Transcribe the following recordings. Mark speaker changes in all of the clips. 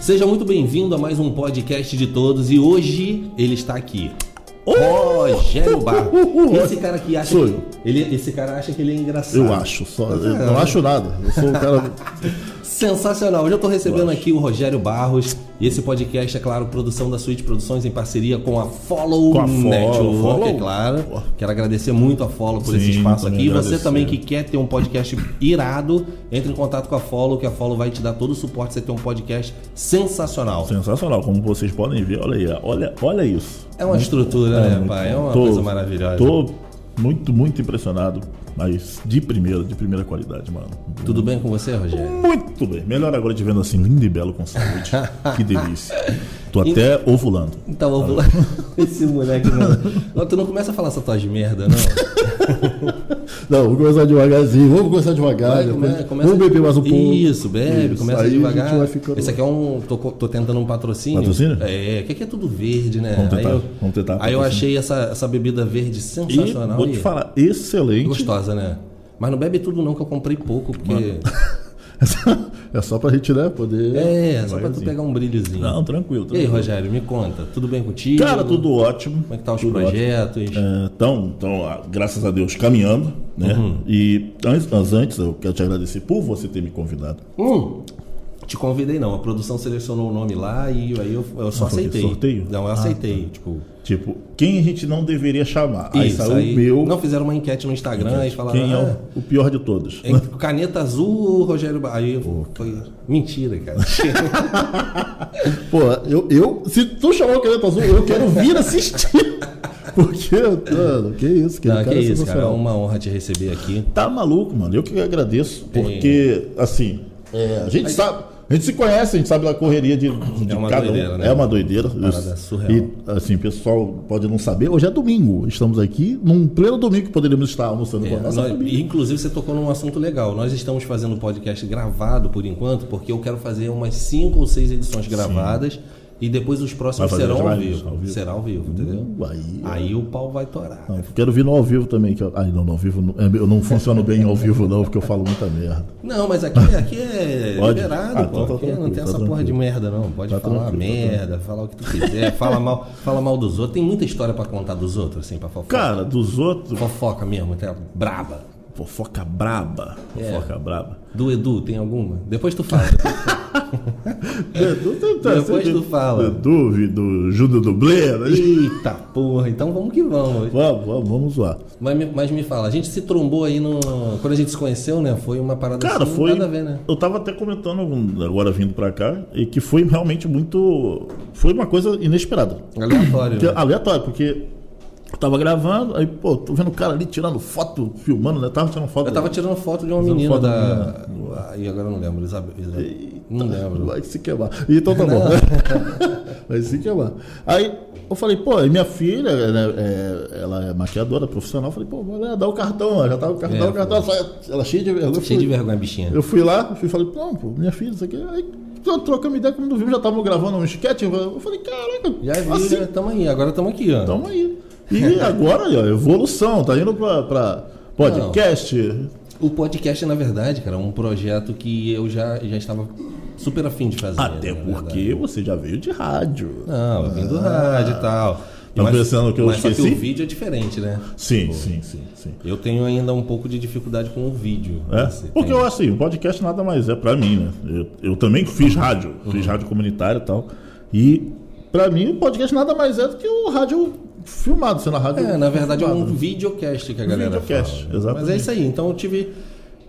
Speaker 1: Seja muito bem-vindo a mais um podcast de todos e hoje ele está aqui. Rogério Barro. Esse cara aqui acha
Speaker 2: Sou
Speaker 1: que,
Speaker 2: eu.
Speaker 1: ele, esse cara acha que ele é engraçado.
Speaker 2: Eu acho, só. Eu
Speaker 3: É,
Speaker 2: não acho nada. Eu sou um cara.
Speaker 1: Sensacional. Hoje eu estou recebendo aqui o Rogério Barros e esse podcast é claro produção da Suíte Produções em parceria com a Follow
Speaker 2: Com a Follow,
Speaker 1: Network, é
Speaker 2: Follow.
Speaker 1: claro. Quero agradecer muito a Follow por esse
Speaker 2: Sim,
Speaker 1: espaço
Speaker 2: também
Speaker 1: aqui. E você
Speaker 2: agradecer.
Speaker 1: também que quer ter um podcast irado, entre em contato com a Follow, que a Follow vai te dar todo o suporte. Você ter um podcast sensacional.
Speaker 2: Sensacional, como vocês podem ver, olha aí, olha, olha isso.
Speaker 1: É uma estrutura, né,
Speaker 2: muito
Speaker 1: pai?
Speaker 2: bom.
Speaker 1: É uma
Speaker 2: Tô-
Speaker 1: coisa maravilhosa.
Speaker 2: Tô muito, muito impressionado, mas de primeira, de primeira qualidade, mano.
Speaker 1: Tudo bem com você, Rogério?
Speaker 2: Muito bem. Melhor agora te vendo assim, lindo e belo com saúde. que delícia. Tô até ovulando.
Speaker 1: Então vamos lá. Esse moleque, não. Tu não começa a falar essa tua de merda, não.
Speaker 3: Não, vou começar devagarzinho, vamos começar devagar.
Speaker 1: Vai,
Speaker 3: depois-
Speaker 1: come- começa-
Speaker 3: Vamos beber mais um pouco.
Speaker 1: Isso, bebe,
Speaker 3: Isso,
Speaker 1: começa
Speaker 3: aí a gente
Speaker 1: devagar.
Speaker 3: vai ficando-
Speaker 1: Esse aqui é um. Tô, co- tô tentando um patrocínio.
Speaker 2: Patrocínio?
Speaker 1: É, que aqui é tudo verde, né?
Speaker 2: Vamos tentar,
Speaker 1: aí eu,
Speaker 2: vamos tentar
Speaker 1: Aí eu
Speaker 2: patrocínio.
Speaker 1: achei essa, essa bebida verde
Speaker 2: E
Speaker 1: sensacional.
Speaker 2: vou te
Speaker 1: e
Speaker 2: falar, excelente.
Speaker 1: Gostosa, né? Mas não bebe tudo, não, que eu comprei pouco, porque.
Speaker 3: É só pra gente, né, poder...
Speaker 1: É, só pra tu
Speaker 2: Vaizinho.
Speaker 1: pegar um brilhozinho.
Speaker 2: Não, tranquilo.
Speaker 1: E aí,
Speaker 2: tranquilo.
Speaker 1: Rogério, me conta. Tudo bem contigo?
Speaker 2: Cara, tudo ótimo.
Speaker 1: Como é que tá os
Speaker 2: tudo ótimo.
Speaker 1: projetos?
Speaker 2: É, Então, então, ah, graças a Deus, caminhando, né?
Speaker 1: Uhum.
Speaker 2: E antes, mas antes, eu quero te agradecer por você ter me convidado.
Speaker 1: Hum, te convidei não. A produção selecionou o nome lá e aí eu, eu só
Speaker 2: Ah, foi
Speaker 1: aceitei.
Speaker 2: sorteio?
Speaker 1: Não, eu
Speaker 2: Ah,
Speaker 1: aceitei. Tipo,
Speaker 2: Tipo, quem a gente não deveria chamar? aí
Speaker 1: isso,
Speaker 2: saiu
Speaker 1: aí
Speaker 2: o meu.
Speaker 1: Não fizeram uma enquete no Instagram e falaram.
Speaker 2: quem é
Speaker 1: ah,
Speaker 2: o, o pior de todos?
Speaker 1: é entre caneta azul ou Rogério Barros? Aí eu foi. Mentira, cara.
Speaker 3: Pô, eu, eu- se tu chamar o Caneta Azul, eu quero vir assistir. Porque, mano, que isso, que
Speaker 1: não, que
Speaker 3: cara é
Speaker 1: isso, cara. É
Speaker 3: sensacional.
Speaker 1: uma honra te receber aqui.
Speaker 2: Tá maluco, mano. Eu que agradeço, porque, assim, é, a gente sabe. A gente se conhece, a gente sabe da correria de, de
Speaker 1: É uma
Speaker 2: cada
Speaker 1: doideira,
Speaker 2: um.
Speaker 1: né?
Speaker 2: É uma doideira.
Speaker 1: Parada surreal.
Speaker 2: E, assim, o pessoal pode não saber. Hoje é domingo. Estamos aqui num pleno domingo que poderíamos estar almoçando
Speaker 1: É,
Speaker 2: com a nossa
Speaker 1: nós-
Speaker 2: família.
Speaker 1: e, inclusive, você tocou num assunto legal. Nós estamos fazendo um podcast gravado por enquanto, porque eu quero fazer umas cinco ou seis edições gravadas e depois os próximos
Speaker 2: Vai fazer
Speaker 1: serão
Speaker 2: as
Speaker 1: ao
Speaker 2: lives
Speaker 1: vivo.
Speaker 2: ao vivo?
Speaker 1: Será ao vivo, entendeu?
Speaker 2: Aí,
Speaker 1: Aí o pau vai torar.
Speaker 2: Não, eu quero vir no ao vivo também. Que eu... Ai, não, no ao vivo. não- é, Eu não funciono bem ao vivo, não, porque eu falo muita merda.
Speaker 1: Não, mas aqui, aqui é
Speaker 2: Pode?
Speaker 1: liberado,
Speaker 2: Ah,
Speaker 1: pô.
Speaker 2: então tá
Speaker 1: Aqui não
Speaker 2: tranquilo,
Speaker 1: tem
Speaker 2: tá
Speaker 1: essa porra
Speaker 2: tranquilo.
Speaker 1: de merda, não. Pode
Speaker 2: Tá
Speaker 1: falar
Speaker 2: tranquilo, tá
Speaker 1: merda, falar o que tu quiser, fala mal, fala mal dos outros. Tem muita história pra contar dos outros, assim, pra fofoca.
Speaker 2: Cara, dos outros.
Speaker 1: Fofoca mesmo, até braba.
Speaker 2: Fofoca braba.
Speaker 1: É.
Speaker 2: Fofoca braba.
Speaker 1: Do Edu, tem alguma? Depois tu fala.
Speaker 2: Edu, tu tá
Speaker 1: Depois
Speaker 2: sempre-
Speaker 1: tu fala.
Speaker 2: Edu, vi- do Júlio Dublê. Né?
Speaker 1: Eita porra, então vamos que vamos.
Speaker 2: Vamos, vamos, vamos zoar.
Speaker 1: Mas me, mas me fala, a gente se trombou aí no. Quando a gente se conheceu, né? Foi uma parada
Speaker 2: Cara,
Speaker 1: assim,
Speaker 2: foi.
Speaker 1: nada a ver, né?
Speaker 2: Eu tava até comentando agora vindo pra cá, e que foi realmente muito. Foi uma coisa inesperada.
Speaker 1: Aleatório.
Speaker 2: Porque-
Speaker 1: né?
Speaker 2: Aleatório, porque eu tava gravando, aí, pô, tô vendo o cara ali tirando foto, filmando, né? Tava tirando foto.
Speaker 1: Eu tava tirando foto de uma
Speaker 2: Fazendo
Speaker 1: menina
Speaker 2: foto
Speaker 1: da. Aí agora eu não lembro, Isabel. Isabel- Não lembro.
Speaker 2: Vai se queimar. Então tá bom. Vai se queimar. Aí eu falei, pô, e minha filha, né, é, ela é maquiadora profissional. Eu falei, pô, vai lá, dá o cartão. ó, Já tava o cartão,
Speaker 1: É,
Speaker 2: o cartão. Ela, só- ela cheia de vergonha. Eu
Speaker 1: Cheio
Speaker 2: fui-
Speaker 1: de vergonha, bichinha.
Speaker 2: Eu fui lá, fui, falei, não, pô, minha filha, isso aqui. é-" Aí tro- trocamos ideia, quando eu vi, já estavam gravando um esquete. Eu falei, caraca,
Speaker 1: Já vi,
Speaker 2: assim, Então?
Speaker 1: né? Tamo aí, agora tamo aqui, ó.
Speaker 2: tamo aí. E agora, ó, evolução, tá indo pra, pra podcast.
Speaker 1: O podcast, na verdade, cara, é um projeto que eu já, já estava super afim de fazer. né,
Speaker 2: Até
Speaker 1: na É verdade.
Speaker 2: porque você já veio de rádio.
Speaker 1: Não, eu vim do rádio e tal.
Speaker 2: Tá
Speaker 1: Mas-
Speaker 2: pensando que eu
Speaker 1: mas Só que
Speaker 2: esqueci?
Speaker 1: o vídeo é diferente, né?
Speaker 2: Sim, sim, sim, sim.
Speaker 1: Eu tenho ainda um pouco de dificuldade com o vídeo.
Speaker 2: É?
Speaker 1: Assim,
Speaker 2: Porque
Speaker 1: tem-
Speaker 2: eu assim, o podcast nada mais é pra mim, né? Eu, eu também fiz
Speaker 1: Uhum.
Speaker 2: rádio, fiz rádio comunitária e tal. E pra mim o podcast nada mais é do que o rádio filmado, sendo a rádio.
Speaker 1: É, na verdade é um
Speaker 2: filmada.
Speaker 1: videocast que a galera
Speaker 2: Videocast,
Speaker 1: fala. né?
Speaker 2: exatamente.
Speaker 1: Mas é isso aí. Então eu tive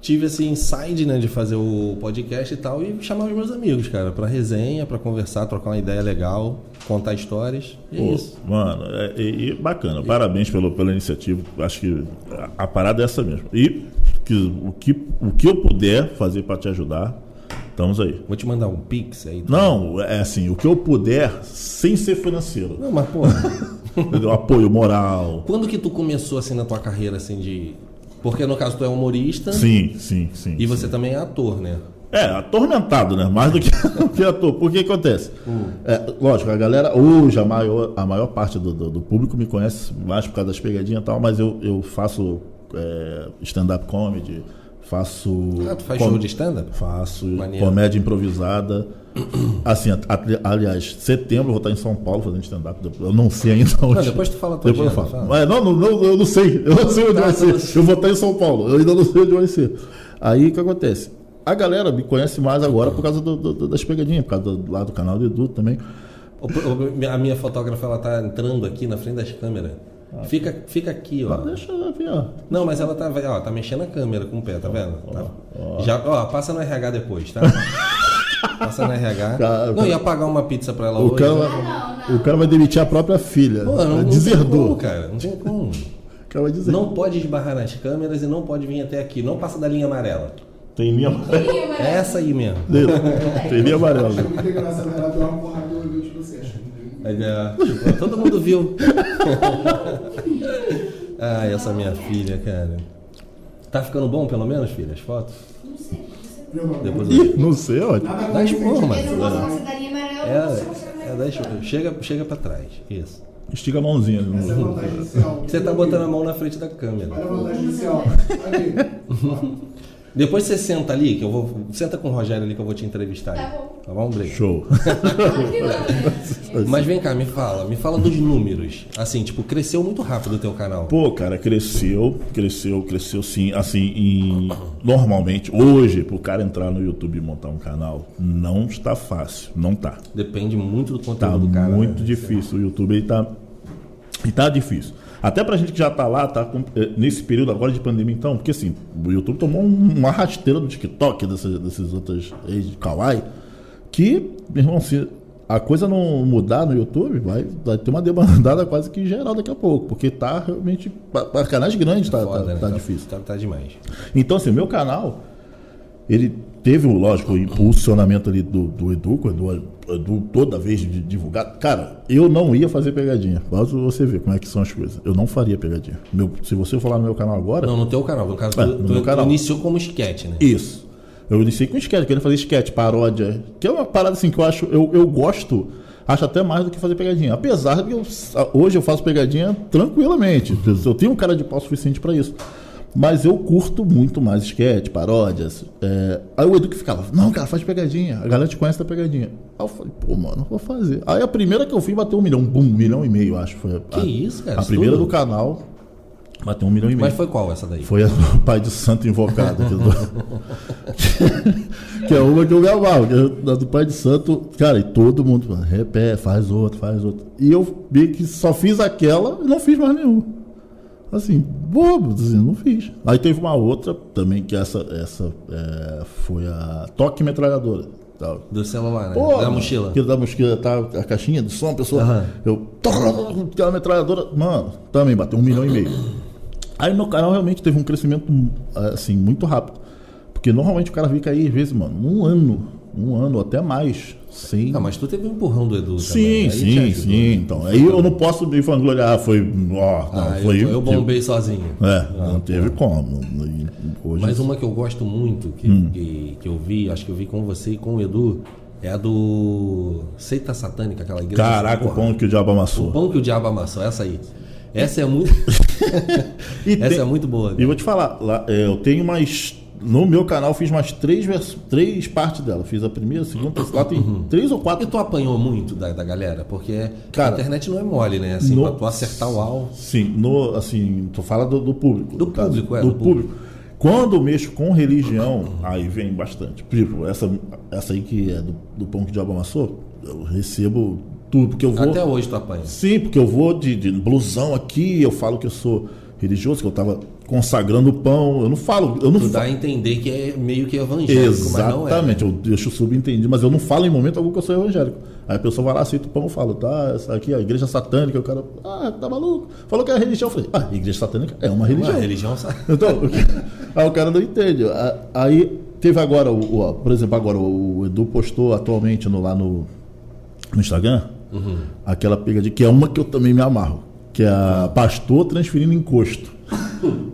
Speaker 1: tive esse insight, né, de fazer o podcast e tal e chamar os meus amigos, cara, pra resenha, pra conversar, trocar uma ideia legal, contar histórias. E é
Speaker 2: Pô,
Speaker 1: isso.
Speaker 2: Mano, é, e, e bacana. Parabéns pelo, pela iniciativa. Acho que a, a parada é essa mesmo. E que, o, que, o que eu puder fazer pra te ajudar, estamos aí.
Speaker 1: Vou te mandar um pix aí.
Speaker 2: Não, é assim, o que eu puder sem ser financeiro.
Speaker 1: Não, mas pô,
Speaker 2: Entendeu? Apoio moral.
Speaker 1: quando que tu começou assim na tua carreira assim de Porque no caso tu é humorista
Speaker 2: Sim, sim, sim.
Speaker 1: e
Speaker 2: sim.
Speaker 1: você também é ator, né?
Speaker 2: É, atormentado, né? Mais do que, do que ator. Porque acontece? É, lógico, a galera, hoje, a maior, a maior parte do, do- do público me conhece mais por causa das pegadinhas e tal, mas eu, eu faço é, stand-up comedy, faço.
Speaker 1: Ah, tu faz
Speaker 2: com-
Speaker 1: show de stand-up?
Speaker 2: Faço
Speaker 1: Maneiro.
Speaker 2: comédia improvisada. Assim, atli- aliás, setembro eu vou estar em São Paulo fazendo stand-up. Eu não sei ainda onde.
Speaker 1: depois tu fala a tua
Speaker 2: Depois eu
Speaker 1: agenda,
Speaker 2: falo.
Speaker 1: fala.
Speaker 2: Mas não, não, não, eu não sei. Eu não sei onde
Speaker 1: Tá,
Speaker 2: vai
Speaker 1: tá,
Speaker 2: ser.
Speaker 1: tá.
Speaker 2: Eu vou estar em São Paulo. Eu ainda não sei onde vai ser. Aí o que acontece? A galera me conhece mais agora por causa do- do- do- das pegadinhas, por causa do, lá do canal do Edu também.
Speaker 1: O- o- a minha fotógrafa, ela tá entrando aqui na frente das câmeras.
Speaker 2: Ah.
Speaker 1: Fica, fica aqui, ó.
Speaker 2: Deixa eu ver, ó.
Speaker 1: Não, mas ela tá, ó, tá mexendo a câmera com o pé, tá vendo? Tá- Já, ó, passa no RH depois, tá? passa no RH.
Speaker 2: Cara,
Speaker 1: não, ia pagar uma pizza pra ela
Speaker 2: Tá, O
Speaker 1: hoje.
Speaker 2: cara,
Speaker 4: Ah,
Speaker 1: né?
Speaker 2: vai- o cara vai demitir a própria filha.
Speaker 1: Pô, não, não tem como,
Speaker 2: Deserdou.
Speaker 1: cara. Não tem como.
Speaker 2: O cara vai dizer.
Speaker 1: Não pode esbarrar nas câmeras e não pode vir até aqui. Não passa da linha amarela.
Speaker 2: Tem linha amarela.
Speaker 1: É essa aí mesmo.
Speaker 2: Tem linha amarela.
Speaker 5: Achei muita graça na ela deu uma porrada no olho de você. achei muito-
Speaker 1: Aí, né, tipo, Todo mundo viu. Ai, essa minha filha, cara. Tá ficando bom, pelo menos, filha, as fotos?
Speaker 5: Viu, mano?
Speaker 1: Depois eu...
Speaker 2: Ih, não sei, ó.
Speaker 5: Nada
Speaker 1: Dá
Speaker 5: contra o
Speaker 1: esporro,
Speaker 5: Felipe.
Speaker 1: mano.
Speaker 6: Eu não gosto dessa darinha amarela, eu não sou apaixonada
Speaker 1: É, é
Speaker 6: por
Speaker 1: deixa,
Speaker 6: ela.
Speaker 1: chega, chega pra trás. Isso.
Speaker 2: Estica a mãozinha.
Speaker 5: Essa é a vantagem inicial.
Speaker 1: Você tá botando a mão na frente da câmera.
Speaker 5: Olha a vantagem inicial. Ali.
Speaker 1: Depois você senta ali, que eu vou. Senta com o Rogério ali que eu vou te entrevistar. aí.
Speaker 6: Tá bom.
Speaker 1: Tá bom, Blake?
Speaker 2: Show.
Speaker 1: é
Speaker 4: é
Speaker 1: Mas vem cá, me fala, me fala dos números. Assim, tipo, cresceu muito rápido o teu canal.
Speaker 2: Pô, cara, cresceu, cresceu, cresceu sim. Assim, em- normalmente, hoje, pro cara entrar no YouTube e montar um canal, não está fácil. Não tá.
Speaker 1: Depende muito do
Speaker 2: Tá
Speaker 1: conteúdo do cara.
Speaker 2: muito
Speaker 1: né?
Speaker 2: difícil. O YouTube ele tá. E tá difícil. Até pra gente que já tá lá, tá com- eh, nesse período agora de pandemia, então, porque assim, o YouTube tomou um- uma rasteira do TikTok, dessas, dessas outras redes de Kawaii, que, meu irmão, se a coisa não mudar no YouTube, vai, vai ter uma demandada quase que geral daqui a pouco, porque tá realmente. pa- Pra canais grandes tá,
Speaker 1: Foda,
Speaker 2: tá-
Speaker 1: né?
Speaker 2: tá difícil.
Speaker 1: Tá, tá demais.
Speaker 2: Então, assim, o meu canal, ele teve, um, lógico, o impulsionamento ali do, do Edu, que o Edu, o Edu toda vez de divulgar. Cara, eu não ia fazer pegadinha. Mas você vê como é que são as coisas. Eu não faria pegadinha. Meu, se você falar no meu canal agora,
Speaker 1: Não, no teu canal, no caso,
Speaker 2: É,
Speaker 1: tu,
Speaker 2: no
Speaker 1: tu-
Speaker 2: meu canal.
Speaker 1: tu iniciou como esquete, né?
Speaker 2: isso. Eu iniciei com sketch, querendo fazer sketch, paródia. Que é uma parada assim que eu acho, eu, eu gosto, acho até mais do que fazer pegadinha. Apesar de eu, hoje eu faço pegadinha tranquilamente.
Speaker 1: Uhum.
Speaker 2: Eu tenho um cara de pau suficiente pra isso. Mas eu curto muito mais sketch, paródias. É, Aí o Edu que ficava, não, cara, faz pegadinha. A galera te conhece da pegadinha. Aí eu falei, pô, mano, vou fazer. Aí a primeira que eu fiz bateu um milhão, bum, um milhão e meio, acho. Foi a,
Speaker 1: Que isso, cara,
Speaker 2: A
Speaker 1: isso
Speaker 2: primeira
Speaker 1: tudo?
Speaker 2: do canal bateu um milhão e meio.
Speaker 1: Mas foi qual essa daí?
Speaker 2: Foi a do Pai do Santo Invocado. Que, do- que é uma que eu gravava. Que é a do Pai do Santo, cara, e todo mundo fala, repete, faz outro, faz outro. E eu meio que só fiz aquela e não fiz mais nenhum. Assim, bobo, assim, não fiz. Aí teve uma outra também, que essa, essa é, foi a Toque Metralhadora. tal.
Speaker 1: Do celular, né?
Speaker 2: Pô,
Speaker 1: da mochila.
Speaker 2: Aquilo da mochila, tá, a caixinha do som, a pessoa.
Speaker 1: Aham.
Speaker 2: Eu. com Aquela metralhadora. Mano, também bateu um milhão e meio. Aí meu canal realmente teve um crescimento, assim, muito rápido. Porque normalmente o cara fica aí, às vezes, mano, um ano, um ano ou até mais, sem.
Speaker 1: Não, mas tu teve um empurrão do Edu também. né?
Speaker 2: Sim,
Speaker 1: aí te
Speaker 2: sim,
Speaker 1: ajudou.
Speaker 2: sim. Então, aí eu não posso me vangloriar, ah, foi. Ó, não,
Speaker 1: Ah,
Speaker 2: foi.
Speaker 1: eu, eu bombei sozinho.
Speaker 2: É, não teve como. E Hoje,
Speaker 1: Mas uma que eu gosto muito, que,
Speaker 2: Hum.
Speaker 1: que, que eu vi, acho que eu vi com você e com o Edu, é a do Seita Satânica, aquela igreja. assim,
Speaker 2: Caraca, o
Speaker 1: Porra,
Speaker 2: pão que o diabo
Speaker 1: o
Speaker 2: amassou.
Speaker 1: pão que o diabo amassou, essa aí. Essa é muito,
Speaker 2: E
Speaker 1: essa
Speaker 2: tem-
Speaker 1: é muito boa.
Speaker 2: E
Speaker 1: cara.
Speaker 2: vou te falar, lá, é, eu tenho mais. No meu canal eu fiz mais três, vers- três partes dela. Fiz a primeira, a segunda, a terceira. Lá tem
Speaker 1: Uhum.
Speaker 2: três ou
Speaker 1: E
Speaker 2: um quatro.
Speaker 1: tu apanhou muito da, da galera, porque
Speaker 2: Cara,
Speaker 1: a internet não é mole, né? Assim,
Speaker 2: no-
Speaker 1: pra tu acertar o alvo.
Speaker 2: Sim, no, assim, tu fala do, do público.
Speaker 1: Do
Speaker 2: no caso.
Speaker 1: público, é,
Speaker 2: Do
Speaker 1: do público.
Speaker 2: público. Quando eu mexo com religião, aí vem bastante. Tipo, essa, essa aí que é do, do pão que o diabo amassou, eu recebo tudo, porque eu vou.
Speaker 1: Até hoje tu apanha.
Speaker 2: Sim, porque eu vou de, de blusão aqui, eu falo que eu sou religioso, que eu tava consagrando o pão. Eu não falo, eu não
Speaker 1: Tu dá
Speaker 2: falo.
Speaker 1: a entender que é meio que evangélico, mas não é.
Speaker 2: Exatamente, eu deixo subentendido, mas eu não falo em momento algum que eu sou evangélico. Aí a pessoa vai lá, aceita o pão, eu falo, tá, essa aqui é a igreja satânica, o cara, ah, tá maluco? Falou que é religião. Eu falei, ah, igreja satânica é uma
Speaker 1: Uma
Speaker 2: religião.
Speaker 1: religião sabe.
Speaker 2: Então, aí o cara não entende. A- Aí teve agora, o, o- por exemplo, agora o Edu postou atualmente no- lá no, no Instagram
Speaker 1: Uhum.
Speaker 2: aquela pegadinha, que é uma que eu também me amarro, que é a pastor transferindo encosto.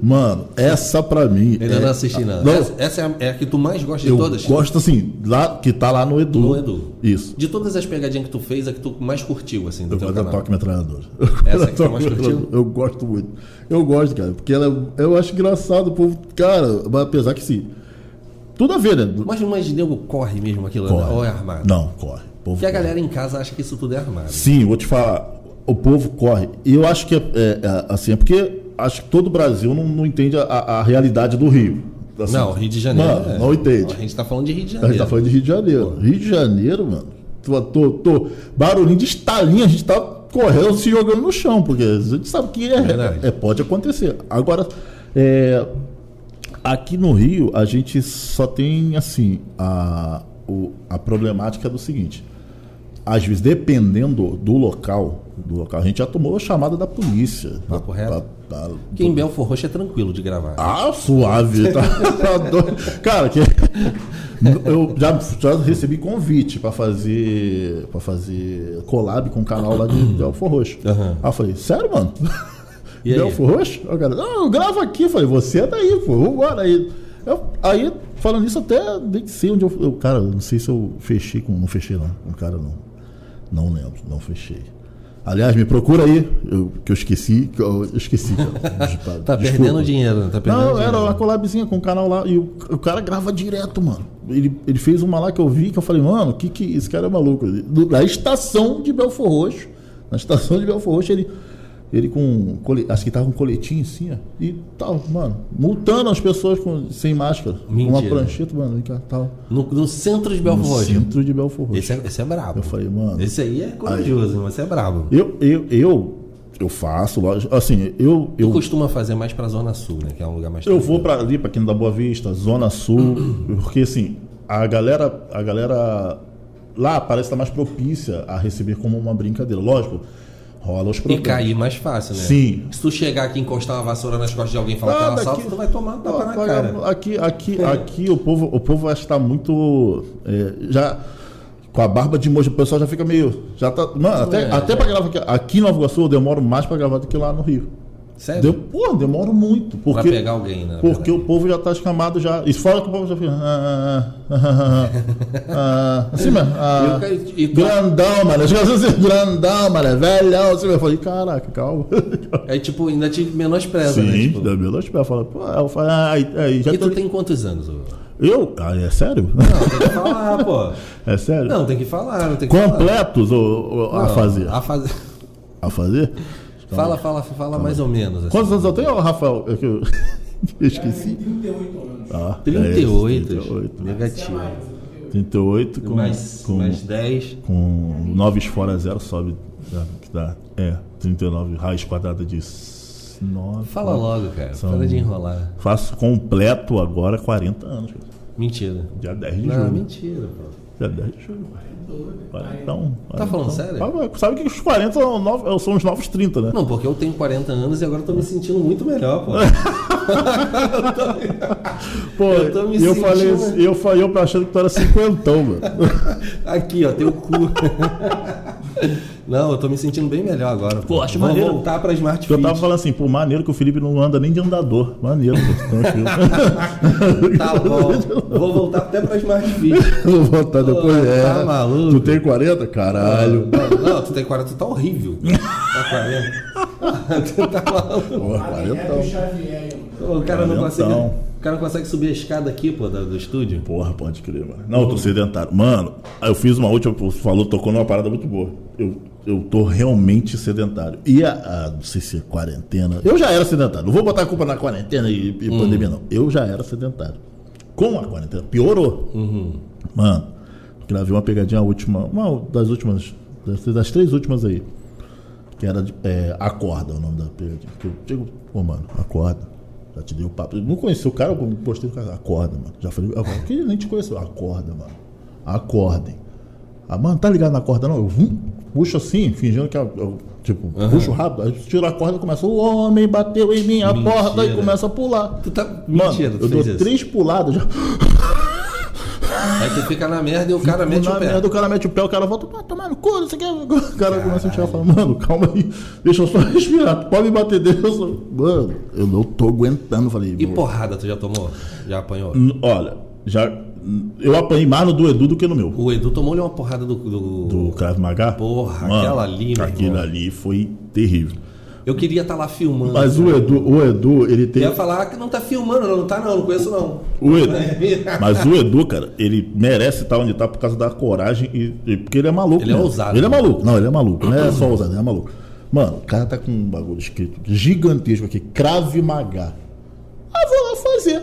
Speaker 2: Mano, essa pra mim.
Speaker 1: Ainda
Speaker 2: é-
Speaker 1: não assisti nada.
Speaker 2: Não,
Speaker 1: Essa, essa é, a, é a que tu mais gosta
Speaker 2: eu
Speaker 1: de todas?
Speaker 2: gosto assim, lá, que tá lá no Edu.
Speaker 1: No Edu.
Speaker 2: Isso.
Speaker 1: De todas as pegadinhas que tu fez, a que tu mais curtiu, assim, do
Speaker 2: Eu
Speaker 1: teu
Speaker 2: gosto da
Speaker 1: canal.
Speaker 2: Toque Metralhadora.
Speaker 1: Essa que você É assim, tá mais curtiu?
Speaker 2: Eu gosto muito. Eu gosto, cara, porque ela, é, eu acho engraçado o povo. Cara, mas apesar que sim. Tudo a ver, né? Do-
Speaker 1: Mas não mais nego corre mesmo aquilo, né? ou é armado?
Speaker 2: Não, corre. O povo
Speaker 1: Porque a
Speaker 2: corre.
Speaker 1: galera em casa acha que isso tudo é armado.
Speaker 2: Sim, vou te falar. O povo corre. E eu acho que é, é, é, assim, é porque acho que todo o Brasil não, não entende a, a- a realidade do Rio. Assim,
Speaker 1: Não, Rio de Janeiro.
Speaker 2: Mano,
Speaker 1: é-
Speaker 2: não entende.
Speaker 1: A gente tá falando de Rio de
Speaker 2: A
Speaker 1: Janeiro.
Speaker 2: gente tá falando de Rio de Janeiro. Rio de Janeiro, mano. Tô, tô, tô- barulhinho de estalinha, a gente tá correndo, se jogando no chão, porque a gente sabe que é,
Speaker 1: Verdade.
Speaker 2: é- pode acontecer. Agora, é, aqui no Rio, a gente só tem, assim, a, o- a problemática é do seguinte. Às vezes, dependendo do local, do local, a gente já tomou a chamada da polícia.
Speaker 1: Papo
Speaker 2: Da-
Speaker 1: reto.
Speaker 2: da- da-
Speaker 1: Porque em Belfor Roxo é tranquilo de gravar.
Speaker 2: ah, suave. Tá, tá doido. Cara, que, eu já, já recebi convite pra fazer para fazer collab com um canal lá de Belfor Roxo.
Speaker 1: Uhum. Aham.
Speaker 2: Aí eu falei, sério, mano?
Speaker 1: E aí?
Speaker 2: Belfor Roxo? Aí o cara, não, eu gravo aqui. Eu falei, você é daí, pô, vambora aí. Eu- aí, falando isso, até nem sei onde eu, eu. Cara, não sei se eu fechei com. Não fechei não, com o cara não. Não lembro, não fechei. Aliás, me procura aí, eu- que eu esqueci. Que eu, eu esqueci. Cara.
Speaker 1: Tá
Speaker 2: Desculpa.
Speaker 1: perdendo dinheiro, né? Tá perdendo
Speaker 2: Não,
Speaker 1: dinheiro.
Speaker 2: era uma collabzinha com um canal lá. E o, o cara grava direto, mano. Ele, ele fez uma lá que eu vi, que eu falei, mano, que que esse cara é maluco? Do- Na estação de Belfor Roxo, na estação de Belfor Roxo, ele, ele com. cole- Acho que tava com um coletinho assim, ó. E tal, mano. Multando as pessoas com, sem máscara. Com uma
Speaker 1: Mentira.
Speaker 2: prancheta, mano. E cara, tal.
Speaker 1: No, no centro de
Speaker 2: No
Speaker 1: Belfor Roxo.
Speaker 2: centro de Belfor Roxo.
Speaker 1: Esse é, esse é brabo.
Speaker 2: Eu falei, mano.
Speaker 1: Esse aí é corajoso, mas esse é brabo.
Speaker 2: Eu, eu, eu, eu faço, lógico. Assim, eu.
Speaker 1: Tu
Speaker 2: eu
Speaker 1: costuma fazer mais pra Zona Sul, né? Que é um lugar mais
Speaker 2: Eu vou pra ali, pra Quino da Boa Vista, Zona Sul, porque assim, a galera, a galera lá parece estar mais propícia a receber como uma brincadeira. Lógico, rola os
Speaker 1: E
Speaker 2: problemas.
Speaker 1: cair mais fácil, né?
Speaker 2: Sim.
Speaker 1: Se tu chegar aqui e encostar uma vassoura nas costas de alguém e falar que
Speaker 2: Ah,
Speaker 1: ela
Speaker 2: daqui-
Speaker 1: assalto, tu vai tomar um tapa na
Speaker 2: Ah,
Speaker 1: cara. É.
Speaker 2: Aqui, aqui, aqui o povo, o povo acho que tá muito. é, já. Com a barba de mojo, o pessoal já fica meio. Já tá. Mano, até,
Speaker 1: É.
Speaker 2: até pra gravar aqui. Aqui em Nova Iguaçu eu demoro mais pra gravar do que lá no Rio.
Speaker 1: Sério?
Speaker 2: Deu, porra, demoro muito. Porque,
Speaker 1: Pra pegar alguém, né?
Speaker 2: Porque
Speaker 1: Verdade.
Speaker 2: o povo já tá escamado já. E fora que o povo já fica. ah, ah, ah, ah, ah, assim mesmo.
Speaker 1: E
Speaker 2: ah,
Speaker 1: o cara- e tu-
Speaker 2: grandão, mano. Os caras assim, grandão, mano. Velhão. Assim mesmo. Eu falei, caraca, calma.
Speaker 1: É tipo, ainda te menospreza, né?
Speaker 2: Sim,
Speaker 1: Tipo,
Speaker 2: da minha loja. Eu falo, pô, eu falo, ai, ai, já
Speaker 1: E tu
Speaker 2: tô-
Speaker 1: tem quantos anos? ô?
Speaker 2: Eu? Ah, é sério?
Speaker 1: Não, tem que falar, pô.
Speaker 2: É sério?
Speaker 1: Não, tem que falar, não tem que falar.
Speaker 2: Completos ou, ou a
Speaker 1: Não, Assim,
Speaker 2: fazer?
Speaker 1: A fazer.
Speaker 2: A fazer?
Speaker 1: Fala, fala, fala mais ou menos. assim.
Speaker 2: Tá Quantos anos eu tenho, Rafael? É que Eu, eu esqueci.
Speaker 5: 38 anos.
Speaker 2: Ah, é esse,
Speaker 1: 38.
Speaker 2: 38.
Speaker 1: Negativo.
Speaker 2: 38 com,
Speaker 1: mais,
Speaker 2: com,
Speaker 1: mais 10.
Speaker 2: com 9 fora 0 sobe. dá- que dá, é, 39 raiz quadrada de 9.
Speaker 1: Fala logo, cara.
Speaker 2: São-
Speaker 1: Para de enrolar.
Speaker 2: Faço completo agora 40 anos. cara.
Speaker 1: Mentira.
Speaker 2: Dia 10 de
Speaker 1: Não,
Speaker 2: julho.
Speaker 1: mentira, pô.
Speaker 2: Dia 10 de julho. Quarentão.
Speaker 1: Tá falando sério?
Speaker 2: Sabe que os 40 são, novos, são os novos 30, né?
Speaker 1: Não, porque eu tenho 40 anos e agora eu tô me sentindo muito melhor, pô.
Speaker 2: Pô,
Speaker 1: eu tô me
Speaker 2: e eu
Speaker 1: sentindo-
Speaker 2: falei, assim- eu falei, eu achando que tu era cinquentão, mano.
Speaker 1: Aqui, ó, tem o cu. Não, eu tô me sentindo bem melhor agora. Pô,
Speaker 2: acho
Speaker 1: Vou
Speaker 2: maneiro.
Speaker 1: voltar pra Smart
Speaker 2: Eu
Speaker 1: Fit.
Speaker 2: tava falando assim, pô, maneiro que o Felipe não anda nem de andador. Maneiro, pô, então tranquilo.
Speaker 1: Tá bom. Vou voltar até pra Smart Fit.
Speaker 2: Vou voltar depois,
Speaker 1: Pô,
Speaker 2: é.
Speaker 1: tá maluco?
Speaker 2: Tu tem 40? Caralho.
Speaker 1: Não, não, tu tem 40, tu tá horrível. Tá 40. tu tá maluco.
Speaker 2: Pô,
Speaker 5: Neto
Speaker 2: 40.
Speaker 5: Xavier, mano.
Speaker 1: O cara não consegue.
Speaker 2: Quarentão.
Speaker 1: O cara não consegue subir a escada aqui, pô, da- do estúdio.
Speaker 2: Porra, pode crer, mano. Não, eu tô sedentário. Mano, eu fiz uma última, você falou, tocou numa parada muito boa. Eu, eu tô realmente sedentário. E a, a- não sei se é quarentena. Eu já era sedentário. Não vou botar a culpa na quarentena e, e pandemia, não. Eu já era sedentário. Com a quarentena, piorou. Mano, gravei uma pegadinha a última, uma das últimas, das, das três últimas aí. Que era de, é, Acorda o nome da pegadinha. Que eu digo, pô, mano, acorda. Já te dei o papo. Eu não conheci o cara, eu postei o cara. Acorda, mano. Já falei, eu falei, que ele nem te conheceu. Acorda, mano. Acordem. Ah, mano, tá ligado na corda não? Eu vum, puxo assim, fingindo que eu, eu, tipo, puxo rápido. Aí tiro a corda e começa, o homem bateu em minha
Speaker 1: Mentira.
Speaker 2: porta e começa a pular.
Speaker 1: Tu tá.
Speaker 2: Mano,
Speaker 1: Mentira, tu
Speaker 2: eu dou
Speaker 1: fez isso.
Speaker 2: três puladas já.
Speaker 1: Aí tu fica na merda e o cara mete
Speaker 2: na
Speaker 1: o pé.
Speaker 2: merda, o cara mete o pé, o cara volta, pá, tomar no cu, não sei o que. O cara começa a tirar e fala, mano, calma aí, deixa eu só respirar, tu pode me bater dele. Eu só, mano, eu não tô aguentando. Eu Falei,
Speaker 1: E
Speaker 2: "Mano,
Speaker 1: porrada tu já tomou? Já apanhou?
Speaker 2: n- olha, já, n- eu apanhei mais no do Edu do que no meu.
Speaker 1: O Edu tomou-lhe uma porrada do. do-
Speaker 2: Do Krav Maga.
Speaker 1: Porra, aquela ali, meu
Speaker 2: Aquilo
Speaker 1: irmão.
Speaker 2: ali foi terrível.
Speaker 1: Eu queria estar lá filmando.
Speaker 2: Mas o Edu, o Edu, ele tem.
Speaker 1: é. Ia falar que não tá filmando, não, não tá não, não conheço não.
Speaker 2: O Edu,
Speaker 1: Né?
Speaker 2: mas o Edu, cara, ele merece estar onde tá por causa da coragem e, e- porque ele é maluco.
Speaker 1: Ele é
Speaker 2: mesmo.
Speaker 1: ousado.
Speaker 2: Ele é maluco. Não, ele é maluco. Não é só ousado, ele é maluco. Mano, o cara tá com um bagulho escrito gigantesco aqui, Crave Magá. Ah, vou lá fazer.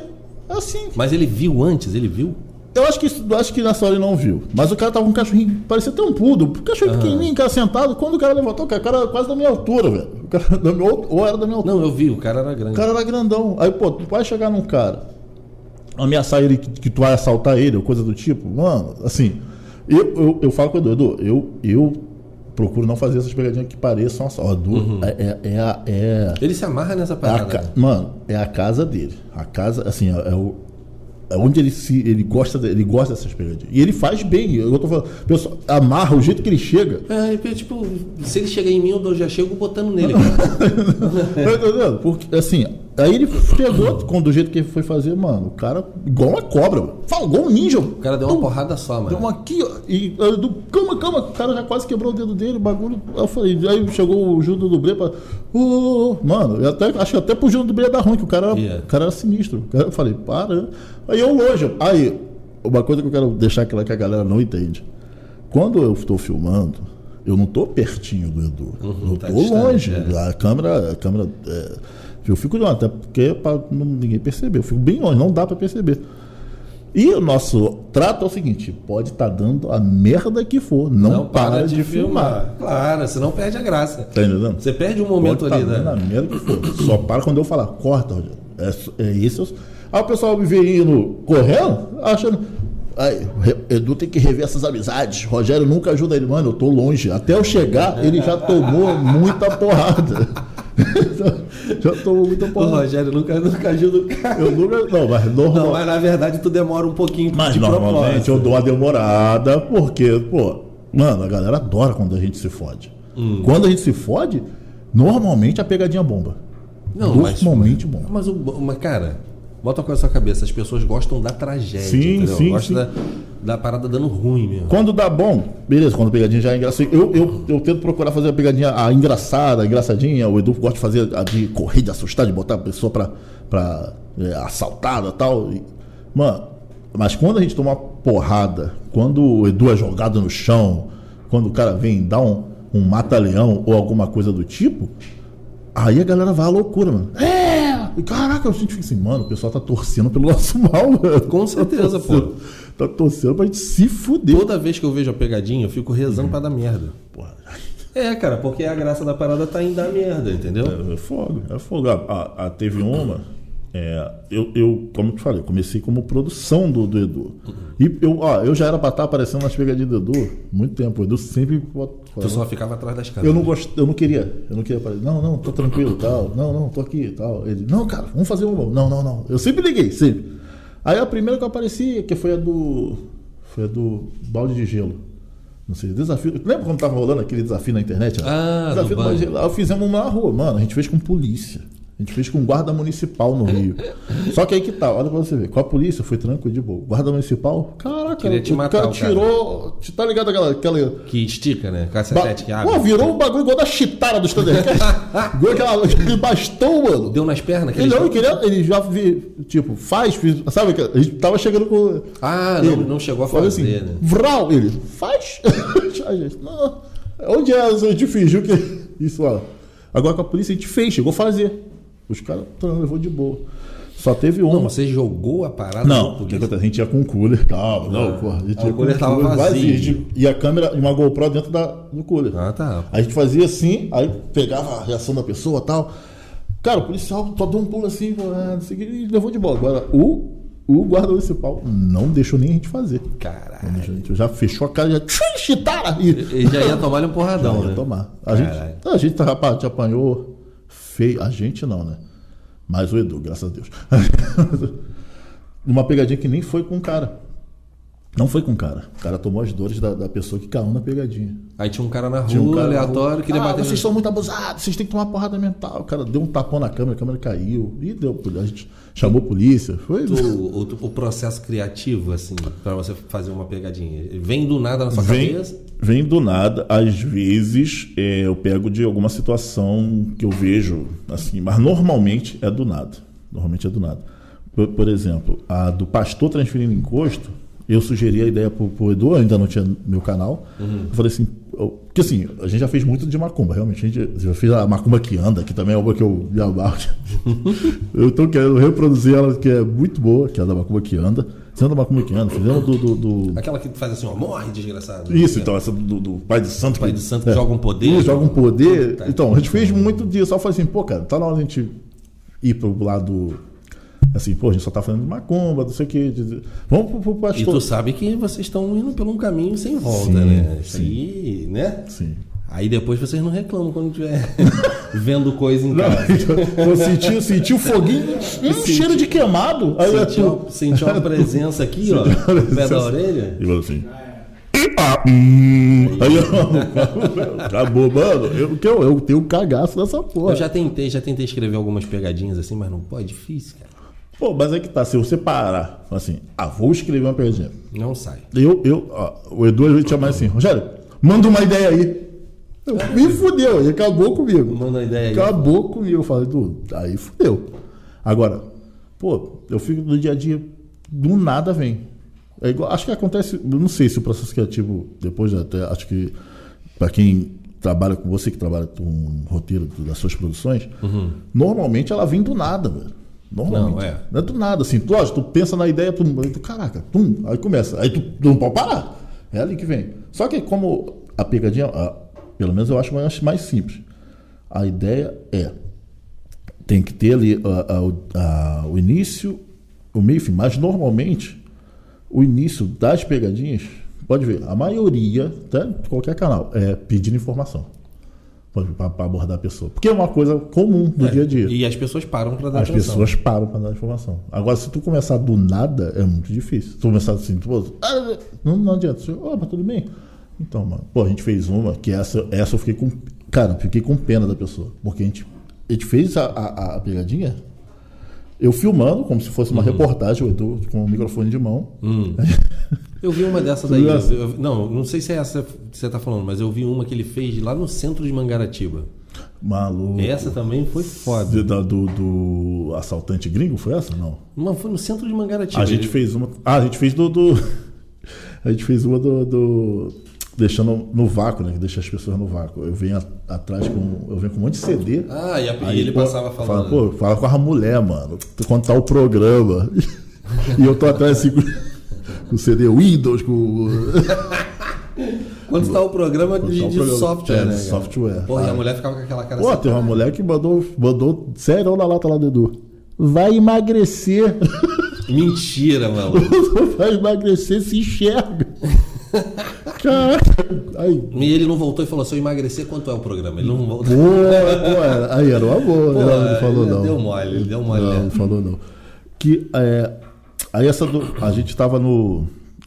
Speaker 2: É assim.
Speaker 1: Mas ele viu antes, ele viu?
Speaker 2: Eu acho que isso- eu acho que nessa hora ele não viu. Mas o cara tava com um cachorrinho, parecia até um poodle, um cachorrinho pequenininho, cara sentado. Quando o cara levantou, cara, o cara era quase da minha altura, velho. O cara era da minha- ou- ou era da minha altura.
Speaker 1: Não, eu vi, o cara era
Speaker 2: O
Speaker 1: grande.
Speaker 2: cara era grandão. Aí, pô, tu vai chegar num cara, ameaçar ele que, que tu vai assaltar ele, ou coisa do tipo, mano, assim. Eu, eu, eu falo com o Edu, Edu, eu, eu procuro não fazer essas pegadinhas que pareçam assalto. Edu, é, é, é, a- é,
Speaker 1: Ele se amarra nessa
Speaker 2: é a
Speaker 1: parada.
Speaker 2: ca-
Speaker 1: né?
Speaker 2: Mano, é a casa dele. A casa, assim, é, é o. É onde ele se. Ele gosta, de- ele gosta dessas pegadinhas. E ele faz bem. Eu tô falando, pessoal, amarra o jeito que ele chega.
Speaker 1: É, e, tipo, se ele chegar em mim, eu já chego botando nele. cara.
Speaker 2: Tá entendendo? Porque, assim, aí ele pegou quando, do jeito que ele foi fazer, mano, o cara, igual uma cobra, mano. Fala, igual um ninja.
Speaker 1: O cara deu uma porrada só, mano.
Speaker 2: Deu uma Então, aqui, ó, e eu, do, calma, calma, o cara já quase quebrou o dedo dele, o bagulho. Eu falei, aí chegou o Judo do Bre pra. Ô, ô, ô, mano, eu até, acho que até pro Judo do Bre ia dar ruim, que o cara, era-
Speaker 1: Yeah.
Speaker 2: o cara era sinistro. O cara- Eu falei, para. Aí eu longe. Aí, uma coisa que eu quero deixar claro que a galera não entende. Quando eu estou filmando, eu não tô pertinho do Edu. eu
Speaker 1: tá
Speaker 2: tô
Speaker 1: distante,
Speaker 2: longe.
Speaker 1: é.
Speaker 2: A câmera. A câmera é, eu fico longe, até porque é pra não- ninguém perceber. Eu fico bem longe, não dá pra perceber. E o nosso trato é o seguinte: pode estar dando a merda que for, não, para, de, filmar.
Speaker 1: Claro, senão perde a graça.
Speaker 2: Tá entendendo?
Speaker 1: Você perde um momento
Speaker 2: pode
Speaker 1: ali,
Speaker 2: tá dando a
Speaker 1: né?
Speaker 2: merda que for. Só para quando eu falar, corta, Rogério. É, isso- é isso. Aí o pessoal me vê indo correndo, achando. Aí, Re- Edu tem que rever essas amizades. Rogério nunca ajuda ele, mano. Eu tô longe. Até eu chegar, ele já tomou muita porrada. já tomou muita
Speaker 1: O
Speaker 2: porrada.
Speaker 1: Rogério nunca, nunca ajuda o cara.
Speaker 2: Eu nunca. Não, mas normal.
Speaker 1: Não, mas na verdade tu demora um pouquinho
Speaker 2: Mas
Speaker 1: de
Speaker 2: normalmente
Speaker 1: propósito.
Speaker 2: eu dou uma demorada, porque, pô, mano, a galera adora quando a gente se fode.
Speaker 1: Hum.
Speaker 2: Quando a gente se fode, normalmente a pegadinha bomba.
Speaker 1: Não, mas,
Speaker 2: normalmente bomba.
Speaker 1: mas, o, mas, cara, bota uma coisa na sua cabeça. As pessoas gostam da tragédia,
Speaker 2: Sim,
Speaker 1: entendeu?
Speaker 2: sim,
Speaker 1: Gostam
Speaker 2: sim.
Speaker 1: Da, da parada dando ruim mesmo.
Speaker 2: Quando dá bom, beleza, quando a pegadinha já é engraçada. Eu, eu, eu tento procurar fazer a pegadinha a engraçada, a engraçadinha. O Edu gosta de fazer a de correr, de assustar, de botar a pessoa pra, pra é, assaltada e tal. E, mano, mas quando a gente toma uma porrada, quando o Edu é jogado no chão, quando o cara vem e dá um, um mata-leão ou alguma coisa do tipo, aí a galera vai à loucura, mano. É! E, Caraca, eu sinto assim, mano, o pessoal tá torcendo pelo nosso mal, mano.
Speaker 1: Com certeza,
Speaker 2: Tá torcendo-
Speaker 1: pô.
Speaker 2: Tá torcendo pra gente se fuder.
Speaker 1: Toda vez que eu vejo a pegadinha, eu fico rezando pra dar merda.
Speaker 2: Porra,
Speaker 1: É, cara, porque a graça da parada tá em dar merda, entendeu?
Speaker 2: é fogo, é fogo. Ah, ah, teve uma. é, eu, eu, como eu te falei, eu comecei como produção do, do Edu. E eu, ah, eu já era pra estar aparecendo nas pegadinhas do Edu muito tempo. O Edu sempre.
Speaker 1: Tu só ficava atrás das câmeras.
Speaker 2: Eu não gosto, eu não queria. Eu não queria aparecer. Não, não, tô tranquilo, tal. Não, não, tô aqui, tal. Ele, não, cara, vamos fazer uma. Não, não, não. Eu sempre liguei, sempre. Aí a primeira que eu apareci, que foi a do. Foi a do balde de gelo. Não sei, desafio. Lembra quando tava rolando aquele desafio na internet? né?
Speaker 1: Ah, do
Speaker 2: desafio balde de
Speaker 1: banho.
Speaker 2: gelo. Aí fizemos uma na rua, mano. A gente fez com polícia. A gente fez com guarda municipal no Rio. Só que aí que tá, olha pra você ver. Com a polícia foi tranquilo de boa. Guarda municipal, caraca,
Speaker 1: Queria te
Speaker 2: o
Speaker 1: matar,
Speaker 2: cara
Speaker 1: o cara.
Speaker 2: tirou. Tá ligado aquela. aquela
Speaker 1: Que estica, né?
Speaker 2: Ba-
Speaker 1: Cacetete, que
Speaker 2: Pô,
Speaker 1: água.
Speaker 2: virou um bagulho igual da chitara do Thundercats. igual aquela- aquele bastão, mano.
Speaker 1: Deu nas pernas? que
Speaker 2: ele, é um
Speaker 1: eles-
Speaker 2: não, ele, queria- ele já, vi, tipo, faz, fiz- sabe? que A gente tava chegando com...
Speaker 1: Ah, não, não chegou a
Speaker 2: falou
Speaker 1: fazer, né?
Speaker 2: Vral, ele, faz. a gente, não, onde é? A gente fingiu que... Isso, ó. Agora com a polícia a gente fez, chegou a fazer. Os caras, tran, levou de boa. Só teve uma.
Speaker 1: Não, você jogou a parada
Speaker 2: Não,
Speaker 1: na
Speaker 2: o que
Speaker 1: polícia.
Speaker 2: acontece? a gente ia com o cooler, calma, não, porra. A gente ia
Speaker 1: Ah, o
Speaker 2: com um
Speaker 1: cooler tava vazio.
Speaker 2: a gente- E a câmera e uma GoPro dentro da, do cooler.
Speaker 1: Ah, tá.
Speaker 2: A gente fazia assim, aí pegava a reação da pessoa e tal. Cara, o policial só deu um pulo assim, falou, ah, não sei o que, e levou de bola. Agora, o, o guarda municipal não deixou nem a gente fazer.
Speaker 1: Caralho.
Speaker 2: A gente já fechou a cara, já tchum, chitara! E,
Speaker 1: Ele já ia tomar um porradão,
Speaker 2: ia
Speaker 1: né?
Speaker 2: tomar. A
Speaker 1: Caralho.
Speaker 2: gente, a gente, tá, rapaz, te apanhou feio. A gente não, né? Mas o Edu, graças a Deus. Uma pegadinha que nem foi com o cara. Não foi com o cara. O cara tomou as dores da, da pessoa que caiu na pegadinha.
Speaker 1: Aí tinha um cara na
Speaker 2: Tinha
Speaker 1: rua,
Speaker 2: um cara na
Speaker 1: aleatório,
Speaker 2: rua,
Speaker 1: que queria
Speaker 2: ah,
Speaker 1: bater.
Speaker 2: Vocês
Speaker 1: no-
Speaker 2: são muito abusados, vocês têm que tomar porrada mental. O cara deu um tapão na câmera, a câmera caiu. E deu. A gente chamou a polícia. Foi.
Speaker 1: o, o- o processo criativo, assim, pra você fazer uma pegadinha. Vem do nada na sua
Speaker 2: Vem,
Speaker 1: cabeça.
Speaker 2: vem do nada, às vezes é, eu pego de alguma situação que eu vejo, assim, mas normalmente é do nada. Normalmente é do nada. Por, por exemplo, a do pastor transferindo encosto, eu sugeri a ideia pro, pro Edu, ainda não tinha meu canal.
Speaker 1: Uhum.
Speaker 2: Eu falei assim, eu- porque assim, a gente já fez muito de macumba, realmente. A gente já fez a macumba que anda, que também é uma que eu me amarro. eu tô querendo reproduzir ela, que é muito boa, que é a da macumba que anda. Sendo a macumba que anda, fizemos do- do- do
Speaker 1: Aquela que faz assim, ó, morre, desgraçado.
Speaker 2: isso, então, essa do, do Pai do Santo.
Speaker 1: Pai do Santo que joga um poder.
Speaker 2: Isso, joga um poder.
Speaker 1: Tá.
Speaker 2: Então, a gente fez muito disso. Aí eu falei assim, pô, cara, tá na hora de a gente ir pro lado. Assim, pô, a gente só tá falando de macumba, não sei o quê. de- Vamos pro, pro
Speaker 1: E tu
Speaker 2: pastor.
Speaker 1: sabe que vocês estão indo por um caminho sem volta,
Speaker 2: Sim,
Speaker 1: né? Isso
Speaker 2: sim.
Speaker 1: aí, né?
Speaker 2: Sim.
Speaker 1: Aí depois vocês não reclamam quando tiver vendo coisa em
Speaker 2: Não,
Speaker 1: casa.
Speaker 2: eu senti, eu senti o foguinho, um
Speaker 1: Senti.
Speaker 2: cheiro de queimado. Aí é
Speaker 1: Sentiu,
Speaker 2: tu.
Speaker 1: sentiu uma presença aqui, ó,
Speaker 2: Sentiu uma
Speaker 1: no pé da
Speaker 2: presença.
Speaker 1: orelha.
Speaker 2: E falou assim. "E, ah, hum." Aí eu. Acabou, mano. Eu, que eu, eu tenho um cagaço dessa porra.
Speaker 1: Eu já tentei, já tentei escrever algumas pegadinhas assim, mas não pô, é difícil, cara.
Speaker 2: Pô, mas é que tá, se você parar, fala assim, ah, vou escrever uma pegadinha.
Speaker 1: Não sai.
Speaker 2: Eu, eu, ó, o Edu às vezes chama assim, Rogério, manda uma ideia aí. Eu, me fudeu, ele acabou comigo.
Speaker 1: Manda uma ideia aí.
Speaker 2: Acabou comigo. Eu falo, Edu, aí fudeu. Agora, pô, eu fico no dia a dia, do nada vem. É igual, acho que acontece, eu não sei se o processo criativo, depois até, acho que pra quem trabalha com você, que trabalha com um roteiro das suas produções,
Speaker 1: Uhum.
Speaker 2: normalmente ela vem do nada, velho. Normalmente.
Speaker 1: Não, é.
Speaker 2: Não é do nada, assim. Lógico, tu pensa na ideia, tu, aí tu caraca, tum, aí começa. Aí tu, tu não pode parar. É ali que vem. Só que como a pegadinha, a- pelo menos eu acho mais, mais simples. A ideia é, tem que ter ali a- a- o- a- o início, o meio e fim. Mas normalmente, o início das pegadinhas, pode ver, a maioria, tá? qualquer canal, é pedindo informação. Para abordar a pessoa. Porque é uma coisa comum do dia a dia.
Speaker 1: E as pessoas param pra dar
Speaker 2: As
Speaker 1: atenção.
Speaker 2: pessoas param pra dar informação. Agora, se tu começar do nada, é muito difícil. Se tu começar assim, tu, pô, ah, não, não adianta. Você, opa, tudo bem? Então, mano, pô, a gente fez uma que essa, essa eu fiquei com. Cara, eu fiquei com pena da pessoa. Porque a gente, a gente fez a, a- a pegadinha, eu filmando, como se fosse
Speaker 1: Uhum.
Speaker 2: uma reportagem, o Edu com o microfone de mão.
Speaker 1: Eu vi uma dessas aí.
Speaker 2: Não é essa?
Speaker 1: eu- eu- não, não sei se é essa que você tá falando, mas eu vi uma que ele fez lá no centro de Mangaratiba.
Speaker 2: Maluco.
Speaker 1: Essa também foi foda.
Speaker 2: De- da- do, do assaltante gringo, foi essa? Não.
Speaker 1: Não, foi no centro de Mangaratiba.
Speaker 2: A gente fez uma. Ah, a gente fez do. do- a gente fez uma do. do- deixando no vácuo, né? Que deixa as pessoas no vácuo. Eu venho a- atrás com. Eu venho com um monte de CD.
Speaker 1: Ah, e, a- e ele
Speaker 2: pô,
Speaker 1: passava falando.
Speaker 2: Fala, pô, fala com a mulher, mano. Quando tá o programa. e eu tô atrás assim com, com CD Windows, com.
Speaker 1: Quando está o programa de,
Speaker 2: tá o
Speaker 1: de
Speaker 2: programa.
Speaker 1: software,
Speaker 2: É,
Speaker 1: né?
Speaker 2: de
Speaker 1: cara?
Speaker 2: software.
Speaker 1: Porra, é e a
Speaker 2: Ah.
Speaker 1: mulher ficava com aquela cara
Speaker 2: Pô,
Speaker 1: assim.
Speaker 2: tem uma mulher que mandou, mandou sério na lata lá do Edu. Vai emagrecer.
Speaker 1: assim, Mentira, mano.
Speaker 2: Vai emagrecer, se enxerga. Caraca. Aí,
Speaker 1: E ele não voltou e falou assim: eu emagrecer, quanto é o programa? Ele não voltou.
Speaker 2: Boa, boa. Aí era uma boa.
Speaker 1: Pô,
Speaker 2: ela não falou
Speaker 1: ele
Speaker 2: não.
Speaker 1: deu mole, ele deu mole,
Speaker 2: Não,
Speaker 1: né?
Speaker 2: não falou não. Que é, aí essa do, a gente tava no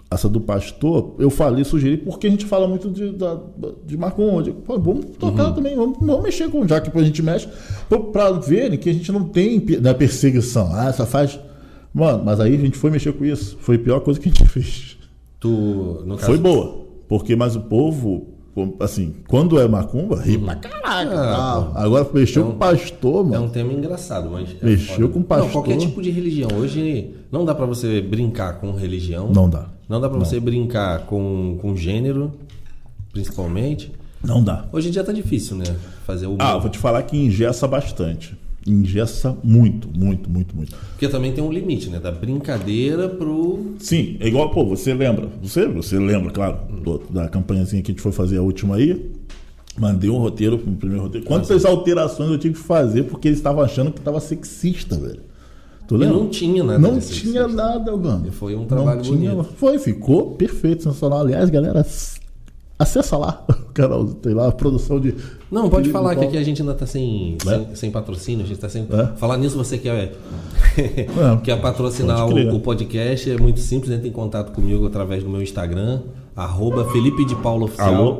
Speaker 2: essa do pastor, eu falei, sugeri porque a gente fala muito de da, de macumba, de, pô, vamos
Speaker 1: Uhum.
Speaker 2: tocar também, vamos, vamos mexer com já que a gente mexe pô, pra verem que a gente não tem pe- da perseguição. Ah, só faz Mano, mas aí a gente foi mexer com isso. Foi a pior coisa que a gente fez.
Speaker 1: Tu, no caso,
Speaker 2: Foi boa. Porque, mas o povo, como- assim, quando é macumba, ri pra caraca.
Speaker 1: Ah,
Speaker 2: tá? Agora mexeu
Speaker 1: É um-
Speaker 2: com o pastor,
Speaker 1: É
Speaker 2: mano.
Speaker 1: um tema engraçado, mas. é
Speaker 2: Mexeu
Speaker 1: foda.
Speaker 2: com pastor.
Speaker 1: Não, qualquer tipo de religião. Hoje não dá pra você brincar com religião.
Speaker 2: Não dá.
Speaker 1: Não dá pra você brincar com, com gênero, principalmente.
Speaker 2: Não dá.
Speaker 1: Hoje em dia tá difícil, né? Fazer o.
Speaker 2: Ah, vou te falar que engessa bastante. Engessa muito, muito, muito, muito.
Speaker 1: Porque também tem um limite, né? Da brincadeira pro.
Speaker 2: Sim, é igual, pô, você lembra. Você, você lembra, claro, do- da campanhazinha que a gente foi fazer a última aí. Mandei um roteiro, um primeiro roteiro. Quantas alterações eu tive que fazer porque eles estavam achando que tava sexista, velho. Tu
Speaker 1: E
Speaker 2: lembra?
Speaker 1: não tinha nada.
Speaker 2: Não
Speaker 1: desse-
Speaker 2: tinha nada, mano.
Speaker 1: né, E foi um
Speaker 2: Não
Speaker 1: trabalho bonito.
Speaker 2: Foi, ficou perfeito, sensacional. Aliás, galera, Acessa lá o canal, tem lá a produção de.
Speaker 1: Não, pode
Speaker 2: de-
Speaker 1: falar
Speaker 2: do-
Speaker 1: que aqui a gente ainda tá sem, sem, sem patrocínio, a gente tá sem.
Speaker 2: então. É?
Speaker 1: Falar nisso, você quer, quer é patrocinar
Speaker 2: pode crer.
Speaker 1: o, o podcast, é muito simples, entra em contato comigo através do meu Instagram, arroba Felipe de Paulo Oficial.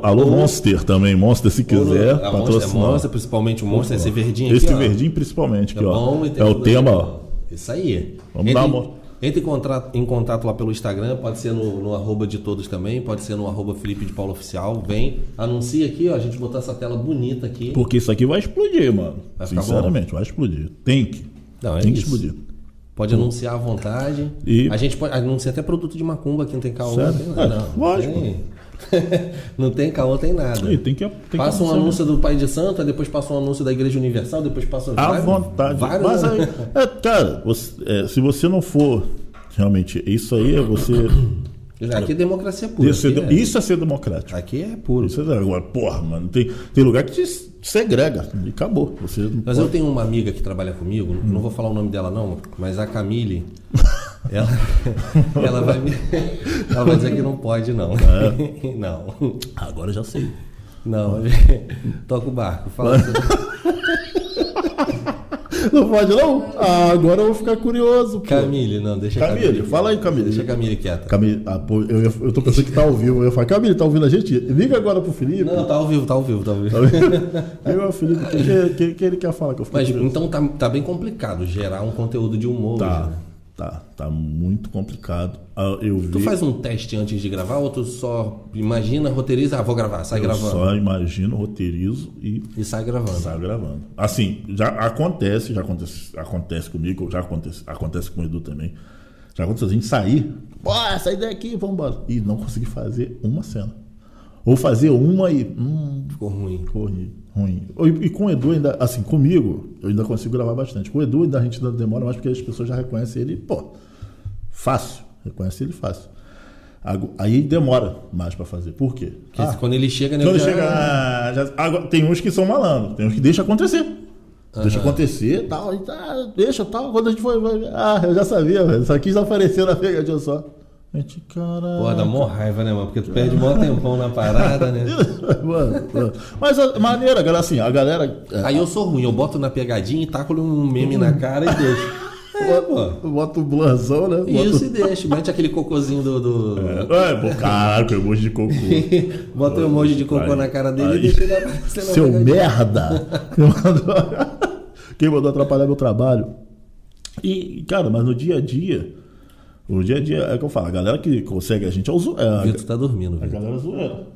Speaker 2: Alô, alô
Speaker 1: Ou-
Speaker 2: Monster também, Monster se
Speaker 1: ou no-
Speaker 2: quiser,
Speaker 1: a é Monster, é
Speaker 2: patrocinar.
Speaker 1: Monster, principalmente o Monster, esse verdinho
Speaker 2: Esse
Speaker 1: aqui. ó.
Speaker 2: verdinho principalmente,
Speaker 1: Tá
Speaker 2: que, ó,
Speaker 1: bom? E tem
Speaker 2: é o
Speaker 1: tudo
Speaker 2: tema,
Speaker 1: aí.
Speaker 2: ó.
Speaker 1: Isso aí.
Speaker 2: Vamos
Speaker 1: entre,
Speaker 2: dar uma-
Speaker 1: Entre em contato, em contato lá pelo Instagram, pode ser no, no arroba de todos também, pode ser no arroba Felipe de Paulo Oficial. Vem, anuncia aqui, ó. A gente botar essa tela bonita aqui.
Speaker 2: Porque isso aqui vai explodir, mano.
Speaker 1: Vai ficar
Speaker 2: Sinceramente, vai explodir. Tem que.
Speaker 1: Não, é
Speaker 2: Tem que
Speaker 1: isso.
Speaker 2: explodir.
Speaker 1: Pode anunciar à vontade.
Speaker 2: Hum. E-
Speaker 1: A gente pode anunciar até produto de macumba, que não tem caô,
Speaker 2: Sério?
Speaker 1: não tem nada.
Speaker 2: É,
Speaker 1: não,
Speaker 2: lógico.
Speaker 1: Tem... não tem caô, tem nada.
Speaker 2: Aí, tem que, tem né? que
Speaker 1: passa um
Speaker 2: acontecer
Speaker 1: anúncio do Pai de Santo, aí depois passa um anúncio da Igreja Universal, depois passa
Speaker 2: à
Speaker 1: vários-
Speaker 2: vontade.
Speaker 1: vários-
Speaker 2: Mas aí, é, cara, você- é, se você não for realmente isso aí, é você
Speaker 1: Aqui é democracia pura.
Speaker 2: isso,
Speaker 1: aqui
Speaker 2: é,
Speaker 1: é-
Speaker 2: isso é ser democrático.
Speaker 1: Aqui é puro.
Speaker 2: Isso é- agora, porra, mano, tem, tem lugar que te segrega e acabou. Você não
Speaker 1: Mas eu
Speaker 2: pode-
Speaker 1: tenho uma amiga que trabalha comigo,
Speaker 2: Hum.
Speaker 1: não vou falar o nome dela não, mas a Camille, ela, ela, vai, me- ela vai dizer que não pode não.
Speaker 2: É.
Speaker 1: Não,
Speaker 2: Agora eu já sei.
Speaker 1: não, toca o barco. Fala assim.
Speaker 2: Não pode não? Ah, agora eu vou ficar curioso. pô.
Speaker 1: Camille, não, deixa a
Speaker 2: Camille,
Speaker 1: quieta.
Speaker 2: fala aí, Camille.
Speaker 1: Deixa a Camille quieta.
Speaker 2: Camille, ah, pô, eu, ia- eu tô pensando que tá ao vivo. Eu falo, Camille, tá ouvindo a gente? Liga agora pro Felipe.
Speaker 1: Não, tá ao vivo, tá ao vivo, tá ao vivo.
Speaker 2: Eu, o Felipe, o que, que, que, que ele quer falar que eu fiquei
Speaker 1: Mas
Speaker 2: curioso?
Speaker 1: então tá, tá bem complicado gerar um conteúdo de humor. hoje,
Speaker 2: Tá,
Speaker 1: né?
Speaker 2: tá, tá muito complicado. Ah, Eu vi.
Speaker 1: Tu faz um teste antes de gravar ou tu só imagina, roteiriza, ah, vou gravar, sai
Speaker 2: eu
Speaker 1: gravando.
Speaker 2: só Tá. imagino, roteirizo e
Speaker 1: E sai gravando.
Speaker 2: saio gravando. Assim, já acontece, já acontece, acontece comigo, já acontece, acontece com o Edu também. Já aconteceu a gente sair, bora, sair daqui, vambora. E não conseguir fazer uma cena. Ou fazer uma e. Hum,
Speaker 1: Ficou ruim.
Speaker 2: ficou ruim. ruim. E, e com o Edu ainda, assim, comigo, eu ainda consigo gravar bastante. Com o Edu ainda a gente ainda demora mais porque as pessoas já reconhecem ele, pô, fácil. Reconhece ele fácil. Ago- Aí demora mais pra fazer. Por quê?
Speaker 1: Porque
Speaker 2: Ah,
Speaker 1: quando ele chega, né?
Speaker 2: quando
Speaker 1: já-
Speaker 2: chega. ah, já- agora, tem uns que são malandros, tem uns que deixa acontecer. Deixa acontecer tal, e tal, deixa tal. Quando a gente foi. vai- ah, eu já sabia, velho. Isso aqui já apareceu na pegadinha só. Gente, caralho.
Speaker 1: Pô, dá mó raiva, né, mano? Porque tu perde mó tempão na parada, né?
Speaker 2: Mano, mano. Mas a maneira, galera, assim, a galera. é,
Speaker 1: Aí eu sou ruim, eu boto na pegadinha e taco um meme na cara e deixo. É, pô.
Speaker 2: Bota o blanzão, né? Bota
Speaker 1: Isso e deixa, mete aquele cocôzinho do. do-
Speaker 2: o- É, pô, caraca, emoji de cocô.
Speaker 1: Bota o emoji de cocô
Speaker 2: Aí,
Speaker 1: na cara dele
Speaker 2: aí.
Speaker 1: e deixa ele aparecer na
Speaker 2: Seu
Speaker 1: pegadinha.
Speaker 2: merda! Quem mandou... Quem mandou atrapalhar meu trabalho? E, cara, mas no dia a dia. No dia a dia, é o que eu falo, a galera que consegue a gente é o zo- é a-
Speaker 1: Vitor tá dormindo,
Speaker 2: a
Speaker 1: Vitor.
Speaker 2: galera é zoeira.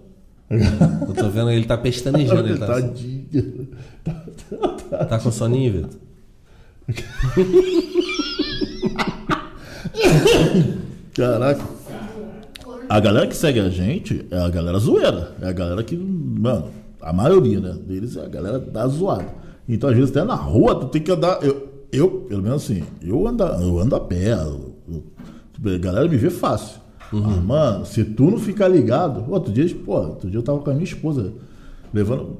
Speaker 1: Eu tô vendo ele tá pestanejando, ele tá, assim.
Speaker 2: Tadinha.
Speaker 1: tá com soninho, Vitor.
Speaker 2: Caraca. A galera que segue a gente é a galera zoeira. É a galera que, mano, a maioria né, deles é a galera da zoada. Então, às vezes, até na rua, tu tem que andar. Eu, eu pelo menos assim, eu ando, eu ando a pé. eu- eu- a galera me vê fácil. Ah, mano, se tu não ficar ligado. Outro dia, pô, outro dia eu tava com a minha esposa levando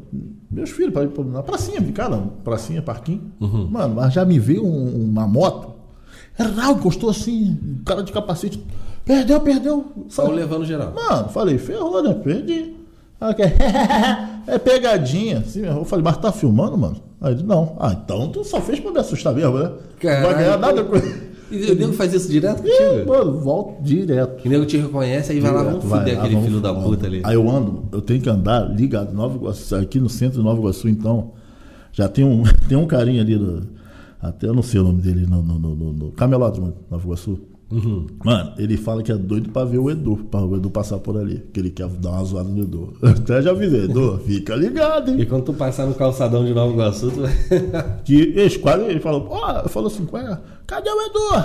Speaker 2: meus filhos pra ir pra- na pracinha, cara, pracinha, parquinho. Mano, mas já me veio um- uma moto. Rau, encostou assim, um cara de capacete. Perdeu, perdeu.
Speaker 1: Saiu
Speaker 2: Falei,
Speaker 1: levando geral.
Speaker 2: Mano, falei, ferrou, né? Perdi. Ela quer. é pegadinha. Assim, mesmo. eu falei, mas tá filmando, mano? Aí ele, não. Ah, então tu só fez pra me assustar mesmo, né? Não
Speaker 1: Caralho.
Speaker 2: vai ganhar nada com ele.
Speaker 1: E o nego faz isso direto
Speaker 2: Ih,
Speaker 1: contigo?
Speaker 2: mano, volto direto.
Speaker 1: E o nego te reconhece, aí vai lá, vamos
Speaker 2: Direto, vai
Speaker 1: fuder
Speaker 2: lá,
Speaker 1: aquele
Speaker 2: vamos-
Speaker 1: filho da
Speaker 2: vamos.
Speaker 1: puta ali.
Speaker 2: Aí eu ando, eu tenho que andar ligado, Nova Iguaçu, aqui no centro de Nova Iguaçu, então. Já tem um, tem um carinha ali, no- até eu não sei o nome dele, no, no, no, no, no Camelódromo, Nova Iguaçu.
Speaker 1: Uhum.
Speaker 2: Mano, ele fala que é doido pra ver o Edu, pra o Edu passar por ali, que ele quer dar uma zoada no Edu. Eu até já avisei, Edu, fica ligado,
Speaker 1: E
Speaker 2: hein?
Speaker 1: quando tu passar no calçadão de Nova Iguaçu, tu vai.
Speaker 2: Que eles quase, ele falou, ó, falou assim, "Qual é? cadê o Edu?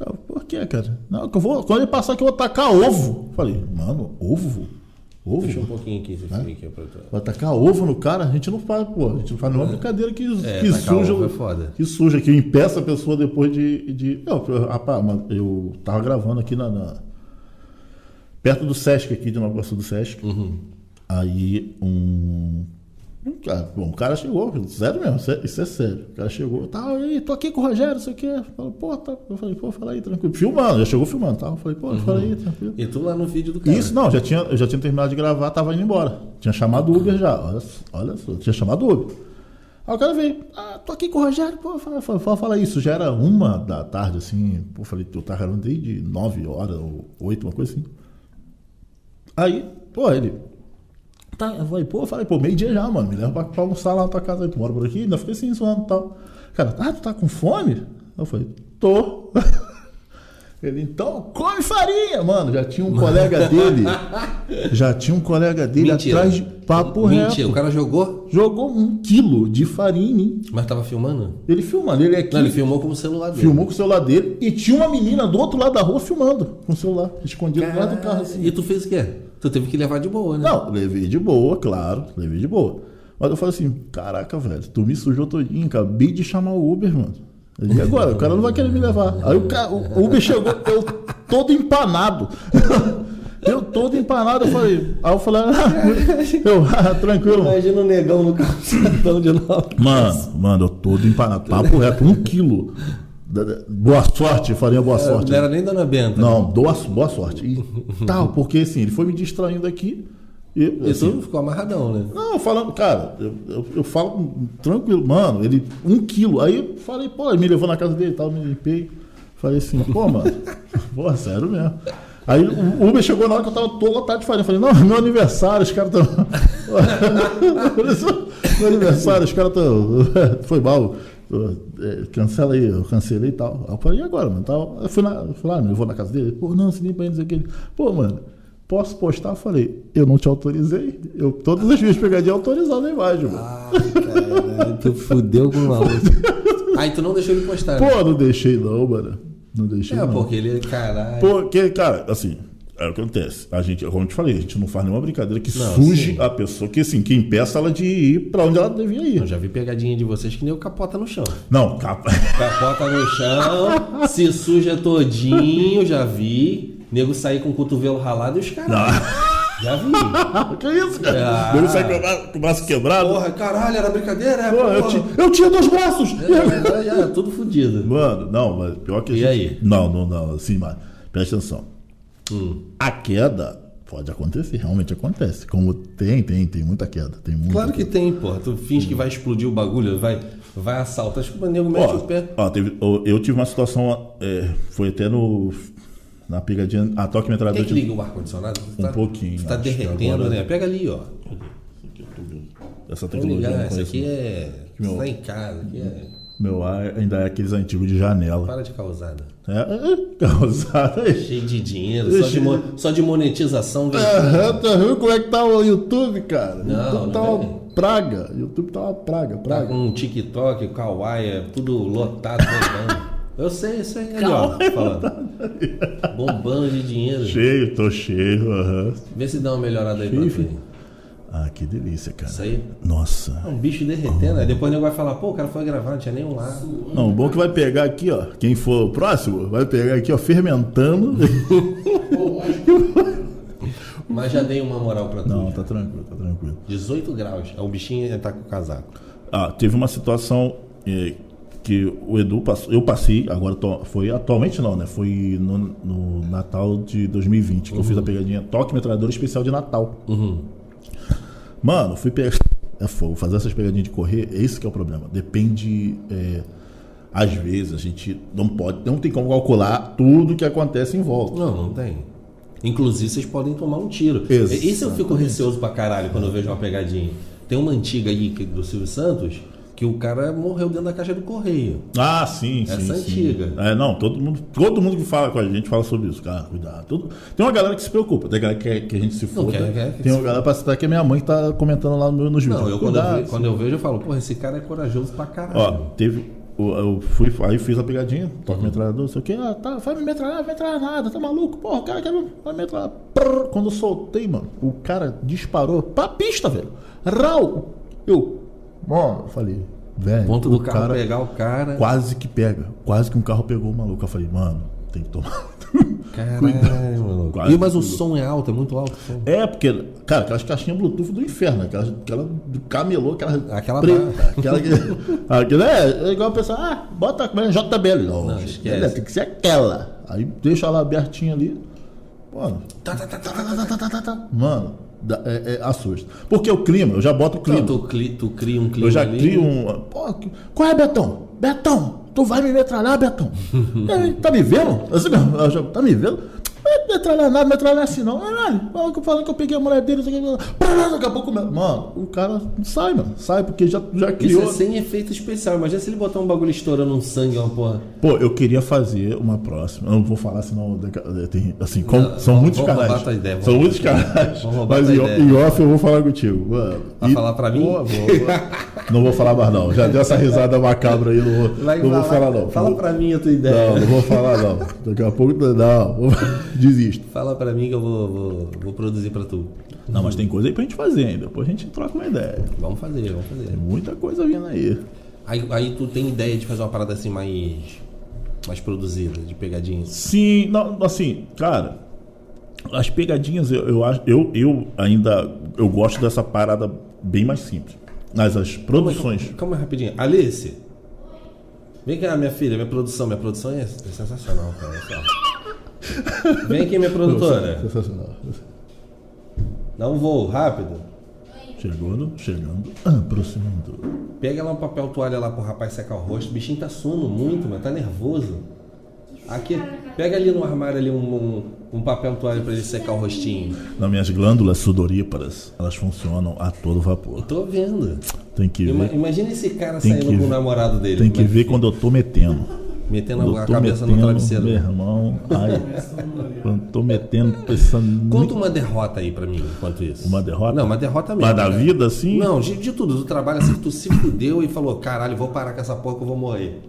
Speaker 2: Eu, Por quê, cara? Não, que eu vou, quando ele passar aqui eu vou tacar ovo. Eu Falei, mano, ovo? Ovo?
Speaker 1: Puxa um pouquinho aqui esse fio aqui pra tu.
Speaker 2: Vai tacar ovo no cara, a gente não faz, pô. A gente não faz nenhuma brincadeira que,
Speaker 1: É,
Speaker 2: que
Speaker 1: tacar
Speaker 2: suja.
Speaker 1: ovo é foda.
Speaker 2: Que suja, que impeça a pessoa depois de. de... Não, eu- rapaz, mas eu tava gravando aqui na. na-
Speaker 1: Uhum.
Speaker 2: Perto do Sesc aqui, de Nova Iguaçu do Sesc. Aí um Um cara- Bom, o cara chegou, sério mesmo, sé- isso é sério. O cara chegou, tal, e aí, tô aqui com o Rogério, não sei o quê. Falou, pô, tá. Eu falei, pô, fala aí, tranquilo. Filmando, já chegou filmando, tal. Eu falei, pô, fala
Speaker 1: Uhum.
Speaker 2: aí, tranquilo.
Speaker 1: E tu lá no vídeo do cara.
Speaker 2: Isso não, já tinha, eu já tinha terminado de gravar, tava indo embora. Tinha chamado o Uber já. Olha, só, olha só, tinha chamado o Uber. Aí o cara veio, ah, tô aqui com o Rogério, pô, fala, fala, fala, fala isso. Já era uma da tarde, assim, pô, falei, eu tava gravando desde nove horas ou oito, uma coisa assim. Aí, pô, ele. Tá, eu falei, pô, eu falei, pô, meio-dia já, mano. Me leva pra, pra almoçar lá na tua casa aí, tu mora por aqui, ainda fiquei assim, zoando e tal. Cara, ah, tu tá com fome? Eu falei, tô. Ele, então, come farinha, mano. Já tinha um colega dele. Já tinha um colega dele
Speaker 1: Mentira.
Speaker 2: atrás de papo
Speaker 1: Mentira, o
Speaker 2: reto.
Speaker 1: cara jogou,
Speaker 2: Jogou um quilo de farinha em mim.
Speaker 1: mas tava filmando?
Speaker 2: Ele filmando, ele é aqui.
Speaker 1: Não, ele filmou com o celular dele.
Speaker 2: Filmou com o celular dele e tinha uma menina do outro lado da rua filmando com o celular, escondido atrás do carro assim.
Speaker 1: E tu fez o quê? Tu teve que levar de boa, né?
Speaker 2: Não, levei de boa, claro, levei de boa. Mas eu falei assim, caraca, velho, tu me sujou todinho, acabei de chamar o Uber, mano. E agora? O cara não vai querer me levar. Aí o, ca- o Uber chegou, eu todo empanado. Eu todo empanado, eu falei. Aí eu falei, ah, eu, ah, tranquilo.
Speaker 1: Imagina o negão no carro sentão de novo.
Speaker 2: Mano, mano, eu todo empanado. Papo reto, um quilo. Da- da- Boa sorte, farinha, boa sorte.
Speaker 1: né? Não era nem Dona Benta.
Speaker 2: Não, boa, boa sorte. E tal, porque assim, ele foi me distraindo aqui. E,
Speaker 1: E
Speaker 2: assim,
Speaker 1: tu ficou amarradão, né?
Speaker 2: não, falando, cara, eu, eu, eu falo tranquilo, mano, ele, um quilo. Aí eu falei, pô, ele me levou na casa dele e tal, me limpei. Falei assim, pô, mano, pô, sério mesmo. Aí o Uber chegou na hora que eu tava todo lotado de farinha. Falei, não, é meu aniversário, os caras estão. meu aniversário, os caras estão. Foi mal. eh, Cancela aí, eu cancelei e tal. Aí eu falei, e agora, mano? Tal. Eu fui, na, eu fui lá, me levou na casa dele. Pô, não, se limpa aí, não sei o que. Ele, Pô, mano, Posso postar? Eu falei, eu não te autorizei. Eu, todas as minhas pegadinhas autorizadas na imagem,
Speaker 1: Ah.
Speaker 2: mano.
Speaker 1: Caralho, tu fudeu com o maluco. Aí tu não deixou ele postar. né?
Speaker 2: Pô, não deixei não, mano. Não deixei
Speaker 1: É,
Speaker 2: não.
Speaker 1: porque ele, caralho.
Speaker 2: Porque, cara, assim, é o que acontece. A gente, como eu te falei, a gente não faz nenhuma brincadeira que
Speaker 1: Não,
Speaker 2: surge
Speaker 1: sim.
Speaker 2: a pessoa, que assim, que impeça ela de ir pra onde ela devia
Speaker 1: Eu
Speaker 2: ir.
Speaker 1: já vi pegadinha de vocês que nem o capota no chão.
Speaker 2: Não, capa.
Speaker 1: Capota no chão, se suja todinho, já vi. Nego sair com o cotovelo ralado e os caras. Já vi.
Speaker 2: que isso, cara?
Speaker 1: Ah.
Speaker 2: Ele sai com o bra- com o braço quebrado.
Speaker 1: Porra, caralho, era brincadeira, é,
Speaker 2: Pô,
Speaker 1: porra.
Speaker 2: eu, ti- eu tinha dois braços!
Speaker 1: É, é, é, é, tudo fudido.
Speaker 2: Mano, não, mas pior que a
Speaker 1: E
Speaker 2: gente...
Speaker 1: aí?
Speaker 2: Não, não, não, assim, mas presta atenção.
Speaker 1: Hum.
Speaker 2: A queda pode acontecer, realmente acontece. Como tem, tem, tem muita queda. Tem muita
Speaker 1: Claro que
Speaker 2: queda.
Speaker 1: tem, porra. Tu finge que vai explodir o bagulho, vai, vai assalta. Acho que o nego mete o pé.
Speaker 2: Hum. Ó, ó, teve- ó, eu tive uma situação, é, foi até no... Na pegadinha, a toque
Speaker 1: Quer
Speaker 2: metralhadora...
Speaker 1: que liga o ar-condicionado? Tu
Speaker 2: Um pouquinho,
Speaker 1: Tu tá
Speaker 2: acho que
Speaker 1: derretendo,
Speaker 2: agora-
Speaker 1: né? Pega ali, ó.
Speaker 2: Essa
Speaker 1: Vou
Speaker 2: tecnologia eu
Speaker 1: ligar,
Speaker 2: não
Speaker 1: essa
Speaker 2: conheço,
Speaker 1: aqui
Speaker 2: não.
Speaker 1: é.
Speaker 2: Que meu- Hum.
Speaker 1: Tá em casa, aqui é.
Speaker 2: Meu ar ainda é aqueles antigos de janela.
Speaker 1: Para de causada.
Speaker 2: É, é, causada aí.
Speaker 1: Cheio de dinheiro, só de, mo- só de monetização. velho.
Speaker 2: Aham, tá vendo como é que tá o YouTube, cara?
Speaker 1: Não,
Speaker 2: YouTube tá
Speaker 1: não é.
Speaker 2: uma praga. YouTube tá uma praga,
Speaker 1: Tá
Speaker 2: praga.
Speaker 1: com o TikTok, o Kawaii, é tudo lotado, bombando. Eu sei, eu sei. Ali, ó, falando. Bombando de dinheiro.
Speaker 2: Cheio, tô cheio, aham.
Speaker 1: Vê se dá uma melhorada aí pra
Speaker 2: Cheio.
Speaker 1: mim.
Speaker 2: Ah, que delícia, cara.
Speaker 1: Isso aí. É
Speaker 2: Nossa.
Speaker 1: um bicho derretendo, aí depois o nego vai falar, pô, o cara foi gravar, não tinha nenhum lá.
Speaker 2: Não, o bom é que vai pegar aqui, ó. Quem for o próximo, vai pegar aqui, ó, fermentando.
Speaker 1: Mas já dei uma moral pra tu.
Speaker 2: Não,
Speaker 1: já.
Speaker 2: tá tranquilo, tá tranquilo.
Speaker 1: 18 graus. É o bichinho tá com o casaco.
Speaker 2: Ah, teve uma situação eh, que o Edu passou. Eu passei, agora tô- foi atualmente não, né? Foi no, no Natal de 2020 que eu fiz a pegadinha Toque Metralhadora Especial de Natal. Mano, fui pegar. É fogo, fazer essas pegadinhas de correr, é isso que é o problema. Depende. eh, às vezes a gente não pode, não tem como calcular tudo que acontece em volta.
Speaker 1: Não, não tem. Inclusive, vocês podem tomar um tiro.
Speaker 2: Exatamente.
Speaker 1: Isso eu fico receoso pra caralho quando eu vejo uma pegadinha. Tem uma antiga aí que- do Silvio Santos que o cara morreu dentro da caixa do correio.
Speaker 2: Ah, sim, sim.
Speaker 1: Essa é
Speaker 2: sim.
Speaker 1: antiga.
Speaker 2: É, não, todo mundo, todo mundo que fala com a gente fala sobre isso, cara, cuidado. Todo- Tem uma galera que se preocupa, tem galera que, quer que a gente se
Speaker 1: Não,
Speaker 2: foda.
Speaker 1: quer- quer que
Speaker 2: tem
Speaker 1: se
Speaker 2: uma galera pra citar que é minha mãe que tá comentando lá no meu- nos vídeos.
Speaker 1: Não, eu quando, eu
Speaker 2: Cuidado.
Speaker 1: ve- quando eu vejo, eu falo, porra, esse cara é corajoso pra caralho.
Speaker 2: Ó, teve. o- Eu fui, aí fiz a pegadinha, toque metralhador, não sei o que, ah, tá, vai me metralhar, não vai metralhar nada, tá maluco, porra, o cara quer me vai me metralhar. Prrr, quando eu soltei, mano, o cara disparou pra pista, velho. Rau! Eu, mano, eu falei, velho.
Speaker 1: Ponto
Speaker 2: o
Speaker 1: do carro pegar o cara.
Speaker 2: Quase que pega. Quase que um carro pegou o maluco. Eu falei, mano, tem que tomar.
Speaker 1: Caralho, maluco.
Speaker 2: Quase
Speaker 1: E, mas o
Speaker 2: tudo.
Speaker 1: som é alto, é muito alto. o som.
Speaker 2: É, porque, cara, aquelas caixinhas Bluetooth do inferno, aquela, aquela do camelô, aquela.
Speaker 1: Aquela
Speaker 2: preta, aquela que. aquela, é, é igual a pessoa, ah, bota como é, JBL. Não,
Speaker 1: Não, esquece.
Speaker 2: JBL, Tem que ser aquela. Aí deixa ela abertinha ali. Mano. Tá, tá, tá, tá, tá, tá, tá, tá, tá, tá. Mano, dá- é, é, assusta. Porque o clima, eu já boto o clima.
Speaker 1: Então, tu, cli- tu cria um clima
Speaker 2: Eu já
Speaker 1: ali.
Speaker 2: crio um. Pô, que- qual é, Betão? Betão, tu vai me metralhar, Betão? Aí, tá me vendo? Assim, eu já- tá me vendo? Não é metralhar nada, metralhar assim não. Caralho, olha que eu falei que eu peguei a mulher dele, não sei o que. Pá, Daqui a pouco. meu- Mano, o cara sai, mano. Sai porque já, já
Speaker 1: Isso
Speaker 2: criou.
Speaker 1: é sem efeito especial. Imagina se ele botar um bagulho estourando um sangue, uma porra.
Speaker 2: Pô, eu queria fazer uma próxima. Eu não vou falar, senão. daqui a- tem- Assim, como-
Speaker 1: Não,
Speaker 2: são
Speaker 1: vamos-
Speaker 2: muitos
Speaker 1: vamos roubar
Speaker 2: canais.
Speaker 1: tua ideia, vamos
Speaker 2: São
Speaker 1: roubar
Speaker 2: muitos
Speaker 1: tua ideia.
Speaker 2: canais.
Speaker 1: Vamos roubar
Speaker 2: Mas
Speaker 1: tua
Speaker 2: em,
Speaker 1: ideia.
Speaker 2: em off eu vou falar contigo. Mano.
Speaker 1: Vai
Speaker 2: E-
Speaker 1: falar pra mim?
Speaker 2: Boa, boa, boa. não vou falar mais, não. Já deu essa risada macabra aí. Não vou, não vou falar, não.
Speaker 1: Fala pra mim a tua ideia.
Speaker 2: Não, não vou falar, não. Daqui a pouco. Não, desisto.
Speaker 1: Fala pra mim que eu vou, vou, vou produzir pra tu.
Speaker 2: Não, mas tem coisa aí pra gente fazer ainda. Depois a gente troca uma ideia.
Speaker 1: Vamos fazer, vamos fazer.
Speaker 2: Tem muita coisa vindo aí.
Speaker 1: Aí, aí tu tem ideia de fazer uma parada assim mais. mais produzida, de pegadinha.
Speaker 2: Sim, não, assim, cara, as pegadinhas eu, eu acho, eu, eu ainda eu gosto dessa parada bem mais simples. Mas as produções.
Speaker 1: Calma aí, é, rapidinho. Alice! Vem cá, minha filha, minha produção. Minha produção é, é sensacional, cara. Olha só. Vem aqui, minha produtora.
Speaker 2: Sensacional.
Speaker 1: Dá um voo, rápido.
Speaker 2: Chegando, chegando, aproximando.
Speaker 1: Pega lá um papel toalha lá pro rapaz secar o rosto. O bichinho tá suando muito, mas tá nervoso. Aqui, pega ali no armário ali um, um- um papel toalha pra ele secar o rostinho.
Speaker 2: Nas minhas glândulas sudoríparas, elas funcionam a todo vapor.
Speaker 1: Tô vendo.
Speaker 2: Tem que
Speaker 1: Ima-
Speaker 2: ver,
Speaker 1: imagina esse cara
Speaker 2: Tem
Speaker 1: saindo
Speaker 2: que
Speaker 1: com o
Speaker 2: ver.
Speaker 1: namorado dele.
Speaker 2: tem que
Speaker 1: né?
Speaker 2: ver quando eu tô metendo.
Speaker 1: Metendo
Speaker 2: Quando
Speaker 1: a
Speaker 2: eu tô
Speaker 1: cabeça no
Speaker 2: metendo,
Speaker 1: travesseiro.
Speaker 2: meu irmão. Ai, quando eu tô metendo, pensando.
Speaker 1: Conta um
Speaker 2: muito-
Speaker 1: uma derrota aí pra mim, enquanto isso.
Speaker 2: Uma derrota?
Speaker 1: Não, uma derrota mesmo.
Speaker 2: Mas da
Speaker 1: né?
Speaker 2: vida, assim.
Speaker 1: Não, de, de tudo. Do trabalho assim, que tu se fudeu e falou, caralho, vou parar com essa porra que eu vou morrer.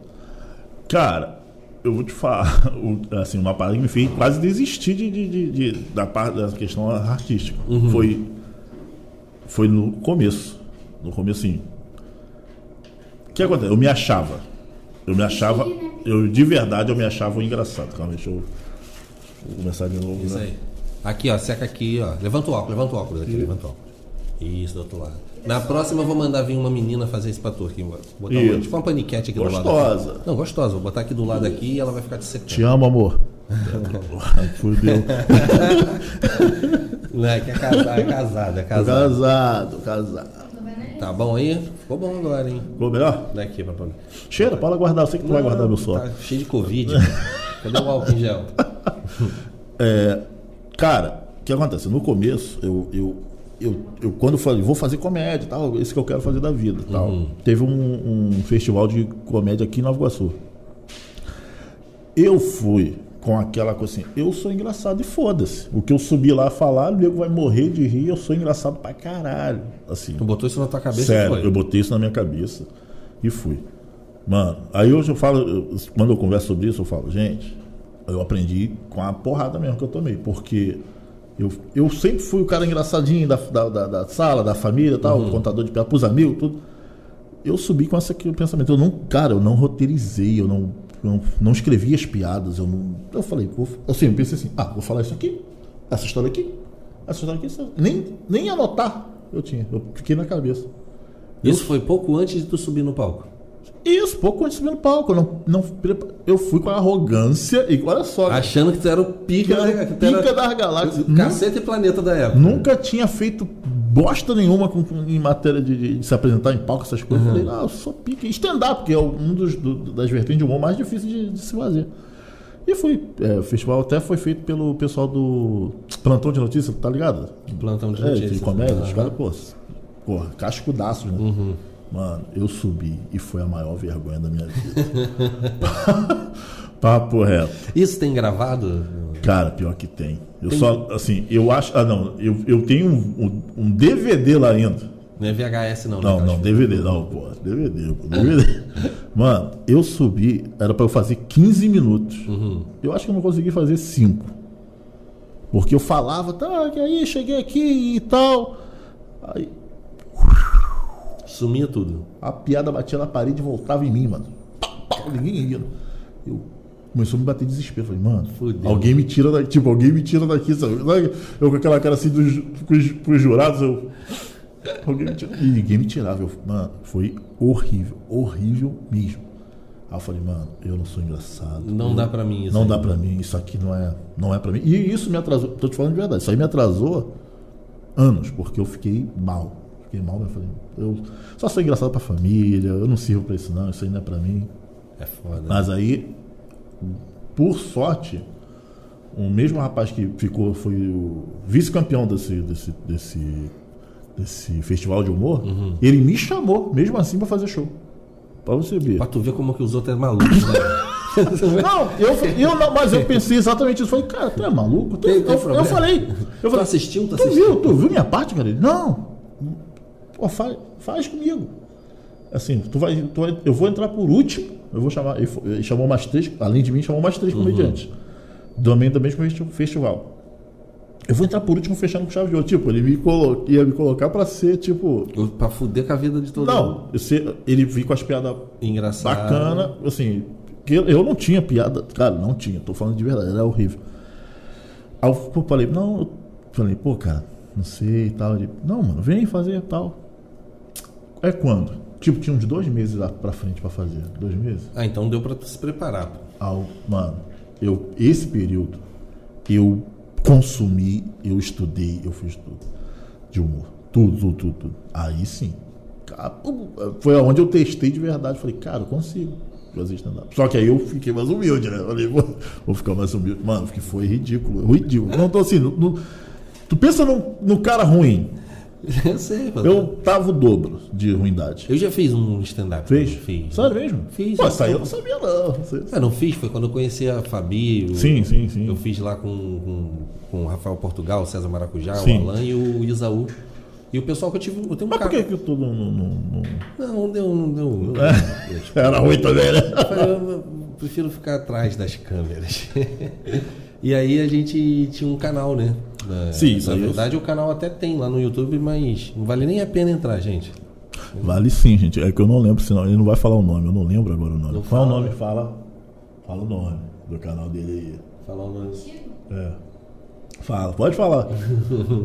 Speaker 2: Cara, eu vou te falar, o- assim, uma parada que me fez quase desistir de, de- de- de- da parte da questão artística.
Speaker 1: Uhum.
Speaker 2: Foi, foi no começo. No comecinho. O que acontece? Eu me achava. Eu me achava. Eu de verdade eu me achava engraçado. Calma, deixa eu. Vou começar de novo.
Speaker 1: Isso
Speaker 2: né?
Speaker 1: aí. Aqui, ó, seca aqui, ó. Levanta o óculos, levanta o óculos aqui, levanta o óculos. Isso, do outro lado. Na próxima eu vou mandar vir uma menina fazer isso pra tu aqui. Vou Botar uma,
Speaker 2: Isso.
Speaker 1: tipo uma paniquete aqui do lado.
Speaker 2: Gostosa.
Speaker 1: aqui. Não, gostosa. Vou botar aqui do lado aqui e ela vai ficar te secando.
Speaker 2: Te amo, amor. Fudeu.
Speaker 1: Não, é que é casado, é casado, é
Speaker 2: Tô
Speaker 1: casado.
Speaker 2: casado, casado.
Speaker 1: Tá bom aí? Ficou bom agora, hein?
Speaker 2: Ficou melhor?
Speaker 1: Daqui pra mim.
Speaker 2: Cheira, pode guardar. Eu sei que tu vai guardar meu sol.
Speaker 1: Tá cheio de Covid. Cadê o álcool em gel?
Speaker 2: Cara, o que acontece? No começo, eu, eu, eu, eu quando falei, vou fazer comédia e tal, isso que eu quero fazer da vida e tal. Teve um, um festival de comédia aqui em Nova Iguaçu. Eu fui com aquela coisa assim, eu sou engraçado e foda-se. O que eu subi lá falar, o nego vai morrer de rir, eu sou engraçado pra caralho. Assim,
Speaker 1: Tu botou isso na tua cabeça e
Speaker 2: Sério,
Speaker 1: foi.
Speaker 2: eu botei isso na minha cabeça e fui. Mano, aí hoje eu falo, eu- quando eu converso sobre isso, eu falo, gente, eu aprendi com a porrada mesmo que eu tomei, porque eu, eu sempre fui o cara engraçadinho da, da, da- da sala, da família e tal,
Speaker 1: Uhum.
Speaker 2: contador de piada pros amigos, tudo. Eu subi com esse aqui, o pensamento, eu não, cara, eu não roteirizei, eu não, eu não, não escrevi as piadas, eu não. Eu falei, vou, assim, eu pensei assim, ah, vou falar isso aqui, essa história aqui, essa história aqui, essa- nem, nem anotar eu tinha, eu fiquei na cabeça.
Speaker 1: Isso foi pouco antes de tu subir no palco.
Speaker 2: Isso, pouco antes de subir no palco. Eu, não, não, prepa- eu fui com a arrogância e olha só. cara,
Speaker 1: Achando que tu era o pica,
Speaker 2: Que era o
Speaker 1: que tu era-
Speaker 2: pica das galáxias.
Speaker 1: Hum? Caceta e planeta da época.
Speaker 2: Nunca tinha feito bosta nenhuma com, com- em matéria de, de- de se apresentar em palco, essas coisas.
Speaker 1: Uhum.
Speaker 2: Eu falei, não, eu sou pica. E Stand-up, que é um dos, do- das vertentes de humor mais difíceis de, de se fazer. E foi. é, o festival até foi feito pelo pessoal do Plantão de Notícias, tá ligado?
Speaker 1: Plantão de
Speaker 2: É,
Speaker 1: notícias. Ah,
Speaker 2: de comédia, os
Speaker 1: Aham.
Speaker 2: caras, pô, s- porra, cascudaços, né? Mano, eu subi e foi a maior vergonha da minha vida. Papo reto.
Speaker 1: Isso tem gravado?
Speaker 2: Cara, pior que tem. Eu só, assim, eu acho. Ah, não, eu, eu tenho um, um- um DVD lá ainda.
Speaker 1: Não é VHS, não. né,
Speaker 2: Não,
Speaker 1: aquelas
Speaker 2: não,
Speaker 1: fitas.
Speaker 2: DVD não, pô. DVD, pô, DVD. Mano, eu subi, era pra eu fazer 15 minutos. Eu acho que eu não consegui fazer 5. Porque eu falava, tá, que aí cheguei aqui e tal. Aí,
Speaker 1: Sumia tudo.
Speaker 2: A piada batia na parede e voltava em mim, mano. Pá, pá, Ninguém rindo. Eu, Começou a me bater desespero. Falei, mano,
Speaker 1: Fudeu.
Speaker 2: alguém me tira daqui. Tipo, alguém me tira daqui, sabe? Sabe? Eu com aquela cara assim dos, com, os, com os jurados, eu. Alguém me tira. E ninguém me tirava. Eu, mano, foi horrível, horrível mesmo. Aí eu falei, mano, eu não sou engraçado.
Speaker 1: Não
Speaker 2: Eu-
Speaker 1: dá pra mim isso.
Speaker 2: Não
Speaker 1: aí.
Speaker 2: dá pra mim, isso aqui não é, não é pra mim. E isso me atrasou, tô te falando de verdade, isso aí me atrasou anos, porque eu fiquei mal. Fiquei mal, eu falei, eu só sou engraçado pra família, eu não sirvo pra isso não, isso aí não é pra mim.
Speaker 1: É foda.
Speaker 2: Mas aí, por sorte, o mesmo rapaz que ficou, foi o vice-campeão desse, desse, desse, desse festival de humor,
Speaker 1: Uhum.
Speaker 2: ele me chamou, mesmo assim, pra fazer show. Pra você ver.
Speaker 1: Pra tu ver como que os outros é maluco, né?
Speaker 2: Não, eu, eu não, mas eu pensei exatamente isso. Falei, cara, tu é maluco? Tu-
Speaker 1: Tem- tem
Speaker 2: eu, eu
Speaker 1: problema?
Speaker 2: falei. Eu
Speaker 1: Tu
Speaker 2: falei,
Speaker 1: assistiu?
Speaker 2: tu
Speaker 1: Tu assistiu?
Speaker 2: viu, tu viu minha parte, cara? Ele, não. Pô, faz, faz comigo. Assim, tu vai, tu vai- Eu vou entrar por último. Eu vou chamar. Ele, fo- ele chamou mais três, além de mim, chamou mais
Speaker 1: Uhum.
Speaker 2: três comediantes. Também do mesmo festi- festival. Eu vou entrar por último fechando com chave de ouro. Tipo, ele me colo- ia me colocar pra ser, tipo.
Speaker 1: Eu- Pra fuder com a vida de todo mundo.
Speaker 2: Não, eu sei- ele vir com as piadas
Speaker 1: Engraçado.
Speaker 2: bacana, assim, que eu- eu não tinha piada, cara, não tinha, tô falando de verdade, era horrível. Aí eu pô, falei, não, eu falei, pô, cara, não sei e tal. Ele, não, mano, vem fazer e tal. É quando? Tipo, tinha uns dois meses lá pra frente pra fazer, dois meses.
Speaker 1: Ah, então deu pra tu se preparar, pô.
Speaker 2: Aí eu, mano, eu, esse período, eu consumi, eu estudei, eu fiz tudo de humor. Tudo, tudo, tudo, tudo. Aí sim. Cara, pum, Foi onde eu testei de verdade. Falei, cara, eu consigo fazer stand-up. Só que aí eu fiquei mais humilde, né? Falei, vou, vou ficar mais humilde. Mano, que foi ridículo. Ridículo. Não tô assim. não- não- tu pensa no, no cara ruim.
Speaker 1: Eu sei, mano. Eu,
Speaker 2: Eu tava o dobro de ruindade.
Speaker 1: já fiz um stand-up.
Speaker 2: Fez?
Speaker 1: mano, Fiz.
Speaker 2: Sério mesmo?
Speaker 1: Fiz.
Speaker 2: Pô, isso aí eu não sabia, não. Isso aí-
Speaker 1: Ah, não fiz? Foi quando eu conheci a Fabi. o-
Speaker 2: Sim, sim, sim.
Speaker 1: Eu fiz lá com, com, com o Rafael Portugal, o César Maracujá,
Speaker 2: Sim.
Speaker 1: o Alan e o Isaú. E o pessoal que eu tive. Eu tenho um
Speaker 2: Mas por que
Speaker 1: cara.
Speaker 2: que tu não... não- não- não-
Speaker 1: Não, não deu, não deu. não deu.
Speaker 2: É.
Speaker 1: Eu, tipo,
Speaker 2: Era ruim também, né?
Speaker 1: eu, eu prefiro ficar atrás das câmeras. e aí a gente tinha um canal, né? Na,
Speaker 2: Sim, isso
Speaker 1: Na
Speaker 2: aí eu-
Speaker 1: verdade, o canal até tem lá no YouTube, mas não vale nem a pena entrar, gente.
Speaker 2: Vale sim, gente. É que eu não lembro, senão ele não vai falar o nome. Eu não lembro agora o nome.
Speaker 1: Não
Speaker 2: Qual é o
Speaker 1: fala.
Speaker 2: nome? Fala. Fala o nome do canal dele
Speaker 1: Falar o nome.
Speaker 4: assim.
Speaker 2: aí. É. Fala, pode falar.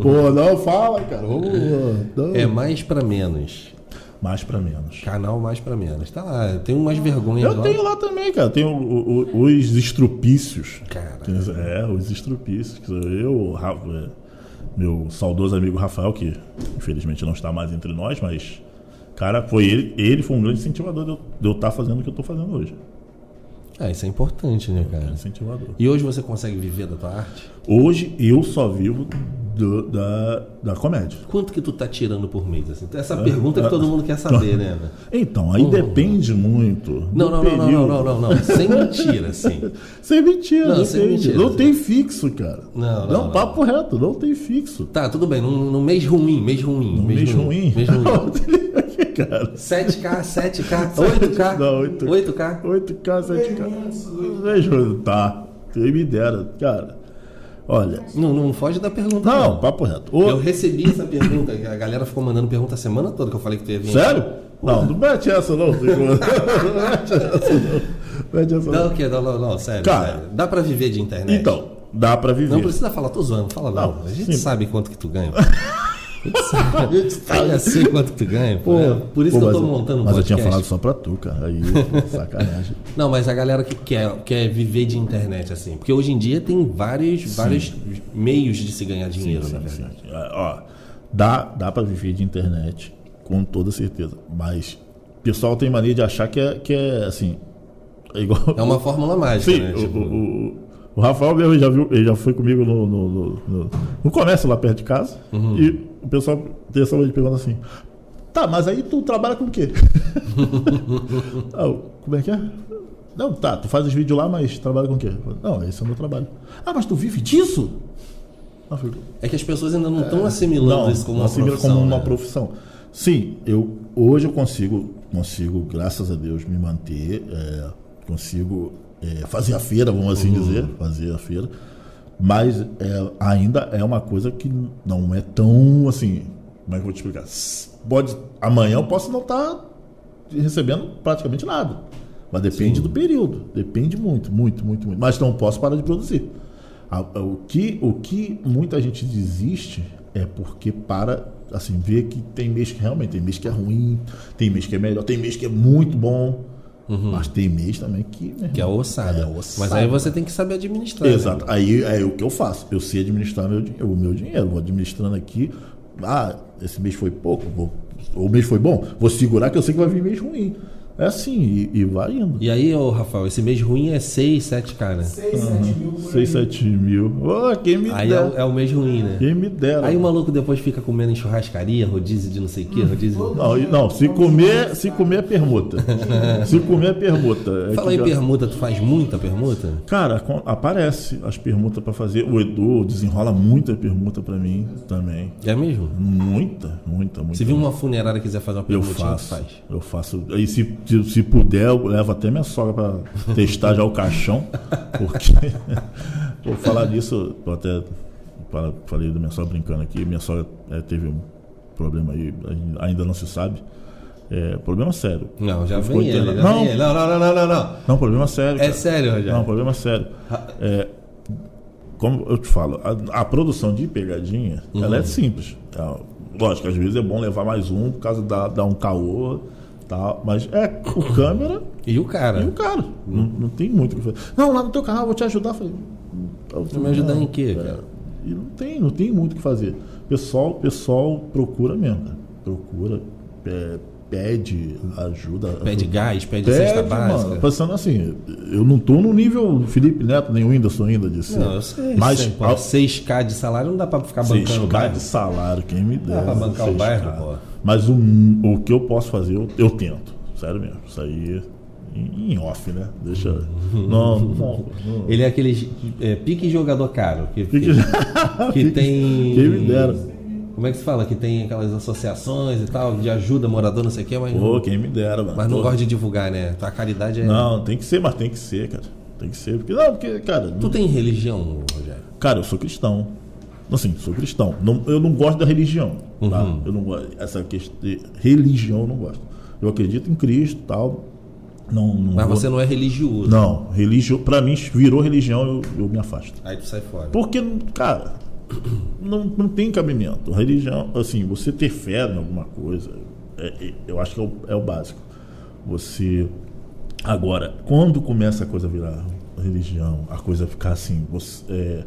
Speaker 2: Pô, não, fala, cara. Vamos. não.
Speaker 1: É mais pra menos.
Speaker 2: Mais pra menos.
Speaker 1: Canal mais pra menos. Tá lá, tem umas vergonhas
Speaker 2: Eu
Speaker 1: lá.
Speaker 2: tenho lá também, cara. Tem o- o- o- os estrupícios.
Speaker 1: Cara.
Speaker 2: É, os estrupícios. que sou Eu, o Rafa, meu saudoso amigo Rafael, que infelizmente não está mais entre nós, mas. Cara, foi ele, ele foi um grande incentivador de eu- de eu estar fazendo o que eu estou fazendo hoje. Um
Speaker 1: Ah, isso é importante, né, cara?
Speaker 2: Incentivador.
Speaker 1: E hoje você consegue viver da tua arte?
Speaker 2: Hoje eu só vivo do- da, da comédia.
Speaker 1: Quanto que tu tá tirando por mês? Assim? Essa
Speaker 2: Ah,
Speaker 1: pergunta que todo mundo quer saber, né? né?
Speaker 2: Então, aí depende muito. do
Speaker 1: Não, não, não, não,
Speaker 2: período.
Speaker 1: não, não, não, não. Sem mentira, assim.
Speaker 2: Sem mentira,
Speaker 1: Não,
Speaker 2: não,
Speaker 1: sem
Speaker 2: tem,
Speaker 1: mentira,
Speaker 2: não
Speaker 1: sem-
Speaker 2: tem fixo, cara.
Speaker 1: Não, não, não.
Speaker 2: papo reto, não tem fixo.
Speaker 1: Tá, tudo bem, num, num mês ruim, mês ruim.
Speaker 2: Um mês ruim.
Speaker 1: Mês ruim.
Speaker 2: cara.
Speaker 1: 7K, 7K, 8K.
Speaker 2: Não, 8K.
Speaker 1: 8K.
Speaker 2: 8K, 7K. Vejo, tá. Quem me dera, cara. Olha.
Speaker 1: Não, não foge da pergunta.
Speaker 2: Não, papo reto. Ô,
Speaker 1: Eu recebi essa pergunta, a galera ficou mandando pergunta a semana toda que eu falei que tu ia vir.
Speaker 2: Sério? Não, não mete essa não. Zico. Não mete essa não. Mete essa
Speaker 1: Não, o quê? Não, não, não, sério,
Speaker 2: Cara.
Speaker 1: sério. Dá pra viver de internet?
Speaker 2: Então, dá pra viver.
Speaker 1: Não precisa falar, tô zoando, fala não.
Speaker 2: Não,
Speaker 1: a gente
Speaker 2: sim.
Speaker 1: sabe quanto que tu ganha. pô. A gente sabe, a gente sabe assim quanto que tu ganha. Pô. É, Por isso
Speaker 2: Né? Pô,
Speaker 1: que
Speaker 2: mas
Speaker 1: eu tô montando um
Speaker 2: Mas eu
Speaker 1: podcast.
Speaker 2: tinha falado só pra tu, cara. Aí, sacanagem.
Speaker 1: Não, mas a galera que quer, quer viver de internet, assim. Porque hoje em dia tem vários, vários meios de se ganhar dinheiro, na
Speaker 2: Sim,
Speaker 1: verdade.
Speaker 2: sim. tá Ó, dá, dá pra viver de internet, com toda certeza. Mas o pessoal tem mania de achar que é, que é assim. É igual.
Speaker 1: É uma fórmula mágica,
Speaker 2: Sim,
Speaker 1: né?
Speaker 2: o,
Speaker 1: Tipo,
Speaker 2: o- o- o Rafael mesmo ele já, viu, ele já foi comigo no, no, no- no- no comércio lá perto de casa. E o pessoal tem essa de pergunta assim: Tá, mas aí tu trabalha com o quê? Ah, eu, como é que é? Não, tá, tu faz os vídeos lá, mas trabalha com o quê? Eu falo, Não, esse é o meu trabalho. Ah, mas tu vive disso? Eu fico,
Speaker 1: É que as pessoas ainda não estão assimilando isso como uma
Speaker 2: assimila
Speaker 1: profissão.
Speaker 2: como uma
Speaker 1: né?
Speaker 2: profissão. Sim, eu hoje eu consigo, consigo, graças a Deus, me manter, é, consigo é, fazer a feira, vamos assim
Speaker 1: Uhum.
Speaker 2: dizer, fazer a feira. Mas é, ainda é uma coisa que não é tão assim. Como é que eu vou te tá explicar? S- Pode, amanhã eu posso não estar recebendo praticamente nada. Mas depende
Speaker 1: Sim.
Speaker 2: do período. Depende muito, muito, muito, muito. Mas não posso parar de produzir. A- a- o, que, o que muita gente desiste é porque para, assim, ver que tem mês que realmente tem mês que é ruim, tem mês que é melhor, tem mês que é muito bom. Mas tem mês também que. meu
Speaker 1: Que é
Speaker 2: irmão,
Speaker 1: ossada.
Speaker 2: É ossada.
Speaker 1: Mas aí você tem que saber administrar. né?
Speaker 2: Exato. Aí é o que eu faço. Eu sei administrar meu, din- o meu dinheiro. Vou administrando aqui. Ah, esse mês foi pouco. Vou, o mês foi bom. Vou segurar que eu sei que vai vir mês ruim. É assim, e, e vai indo.
Speaker 1: E aí, ô Rafael, esse mês ruim é 6, 7, cara.
Speaker 5: 6, 7 mil por aí.
Speaker 2: 6, 7 mil. Ô, quem me
Speaker 1: Aí é, o-
Speaker 2: dera.
Speaker 1: é o mês ruim, né?
Speaker 2: Quem me dera.
Speaker 1: Aí o maluco depois fica comendo em churrascaria, rodízio de não sei o
Speaker 2: Hum.
Speaker 1: que, rodízio.
Speaker 2: Não, e- não, se comer, se comer é permuta. se comer é permuta. É
Speaker 1: Fala
Speaker 2: que
Speaker 1: aí,
Speaker 2: já-
Speaker 1: permuta, tu faz muita permuta?
Speaker 2: Cara, com- aparece as permutas pra fazer. O Edu desenrola muita permuta pra mim também.
Speaker 1: É mesmo?
Speaker 2: Muita, muita, muita.
Speaker 1: Se vir uma funerária e quiser fazer uma
Speaker 2: Eu
Speaker 1: permuta,
Speaker 2: faço.
Speaker 1: faz.
Speaker 2: Eu faço. Aí se, se, se puder, eu levo até minha sogra pra testar já o caixão. Porque. Por falar disso, eu até fala- falei da minha sogra brincando aqui. Minha sogra eh, teve um problema aí, ainda- ainda não se sabe. É, problema sério.
Speaker 1: Não, já
Speaker 2: Ficou
Speaker 1: vem ele.
Speaker 2: internado.
Speaker 1: já
Speaker 2: Não.
Speaker 1: vem ele. não, não, não, não, não, não.
Speaker 2: Não, problema sério.
Speaker 1: É
Speaker 2: cara.
Speaker 1: sério,
Speaker 2: Não,
Speaker 1: Rogério.
Speaker 2: problema sério. É, como eu te falo, a, a produção de pegadinha,
Speaker 1: Uhum.
Speaker 2: ela é simples. É, lógico, às vezes é bom levar mais um por causa da, dar um caô, tal, mas é o câmera
Speaker 1: E o cara?
Speaker 2: e o cara. Não, não tem muito o que fazer. Não, lá no teu canal, eu vou te ajudar. Eu Falei, eu
Speaker 1: Vai me ajudar em quê,
Speaker 2: é,
Speaker 1: cara?
Speaker 2: E não tem, não tem muito o que fazer. Pessoal, pessoal procura mesmo, cara. Procura, é, pede ajuda.
Speaker 1: Pede gás, pede, cesta
Speaker 2: Pede,
Speaker 1: básica.
Speaker 2: mano, pensando assim, eu não tô no nível Felipe Neto nem Whindersson ainda de ser.
Speaker 1: Não, eu sei.
Speaker 2: Mas
Speaker 1: sei, pô,
Speaker 2: ao-
Speaker 1: 6K de salário não dá pra ficar bancando o
Speaker 2: 6K
Speaker 1: bairro.
Speaker 2: de salário, quem me der.
Speaker 1: Dá pra bancar o
Speaker 2: 6K.
Speaker 1: bairro, pô.
Speaker 2: Mas o, o que eu posso fazer, eu, eu tento. Sério mesmo. Isso aí em, em off, né? Deixa. Não, não. não.
Speaker 1: Ele é aquele é, pique jogador caro. Que,
Speaker 2: Fique-
Speaker 1: que tem.
Speaker 2: Quem me dera.
Speaker 1: Como é que se fala? Que tem aquelas associações e tal, de ajuda morador, não sei o quê, mas,
Speaker 2: Pô, quem me dera, mano.
Speaker 1: mas não
Speaker 2: Pô,
Speaker 1: gosta de divulgar, né? A caridade é.
Speaker 2: Não, tem que ser, mas tem que ser, cara. Tem que ser. Porque, não, porque, cara.
Speaker 1: Tu tem religião, Rogério?
Speaker 2: Cara, eu sou cristão. Assim, sou cristão. Não- eu não gosto da religião. tá?
Speaker 1: Uhum.
Speaker 2: Eu não gosto. Essa questão de religião eu não gosto. Eu acredito em Cristo e tal. Não, não
Speaker 1: Mas
Speaker 2: vou-
Speaker 1: você não é religioso.
Speaker 2: Não, religião. Pra mim, virou religião, eu, eu me afasto.
Speaker 1: Aí tu sai fora.
Speaker 2: Porque, cara, não, não tem cabimento. Religião, assim, você ter fé em alguma coisa, é- é- eu acho que é o, é o básico. Você. Agora, quando começa a coisa a virar religião, a coisa ficar assim, você. é,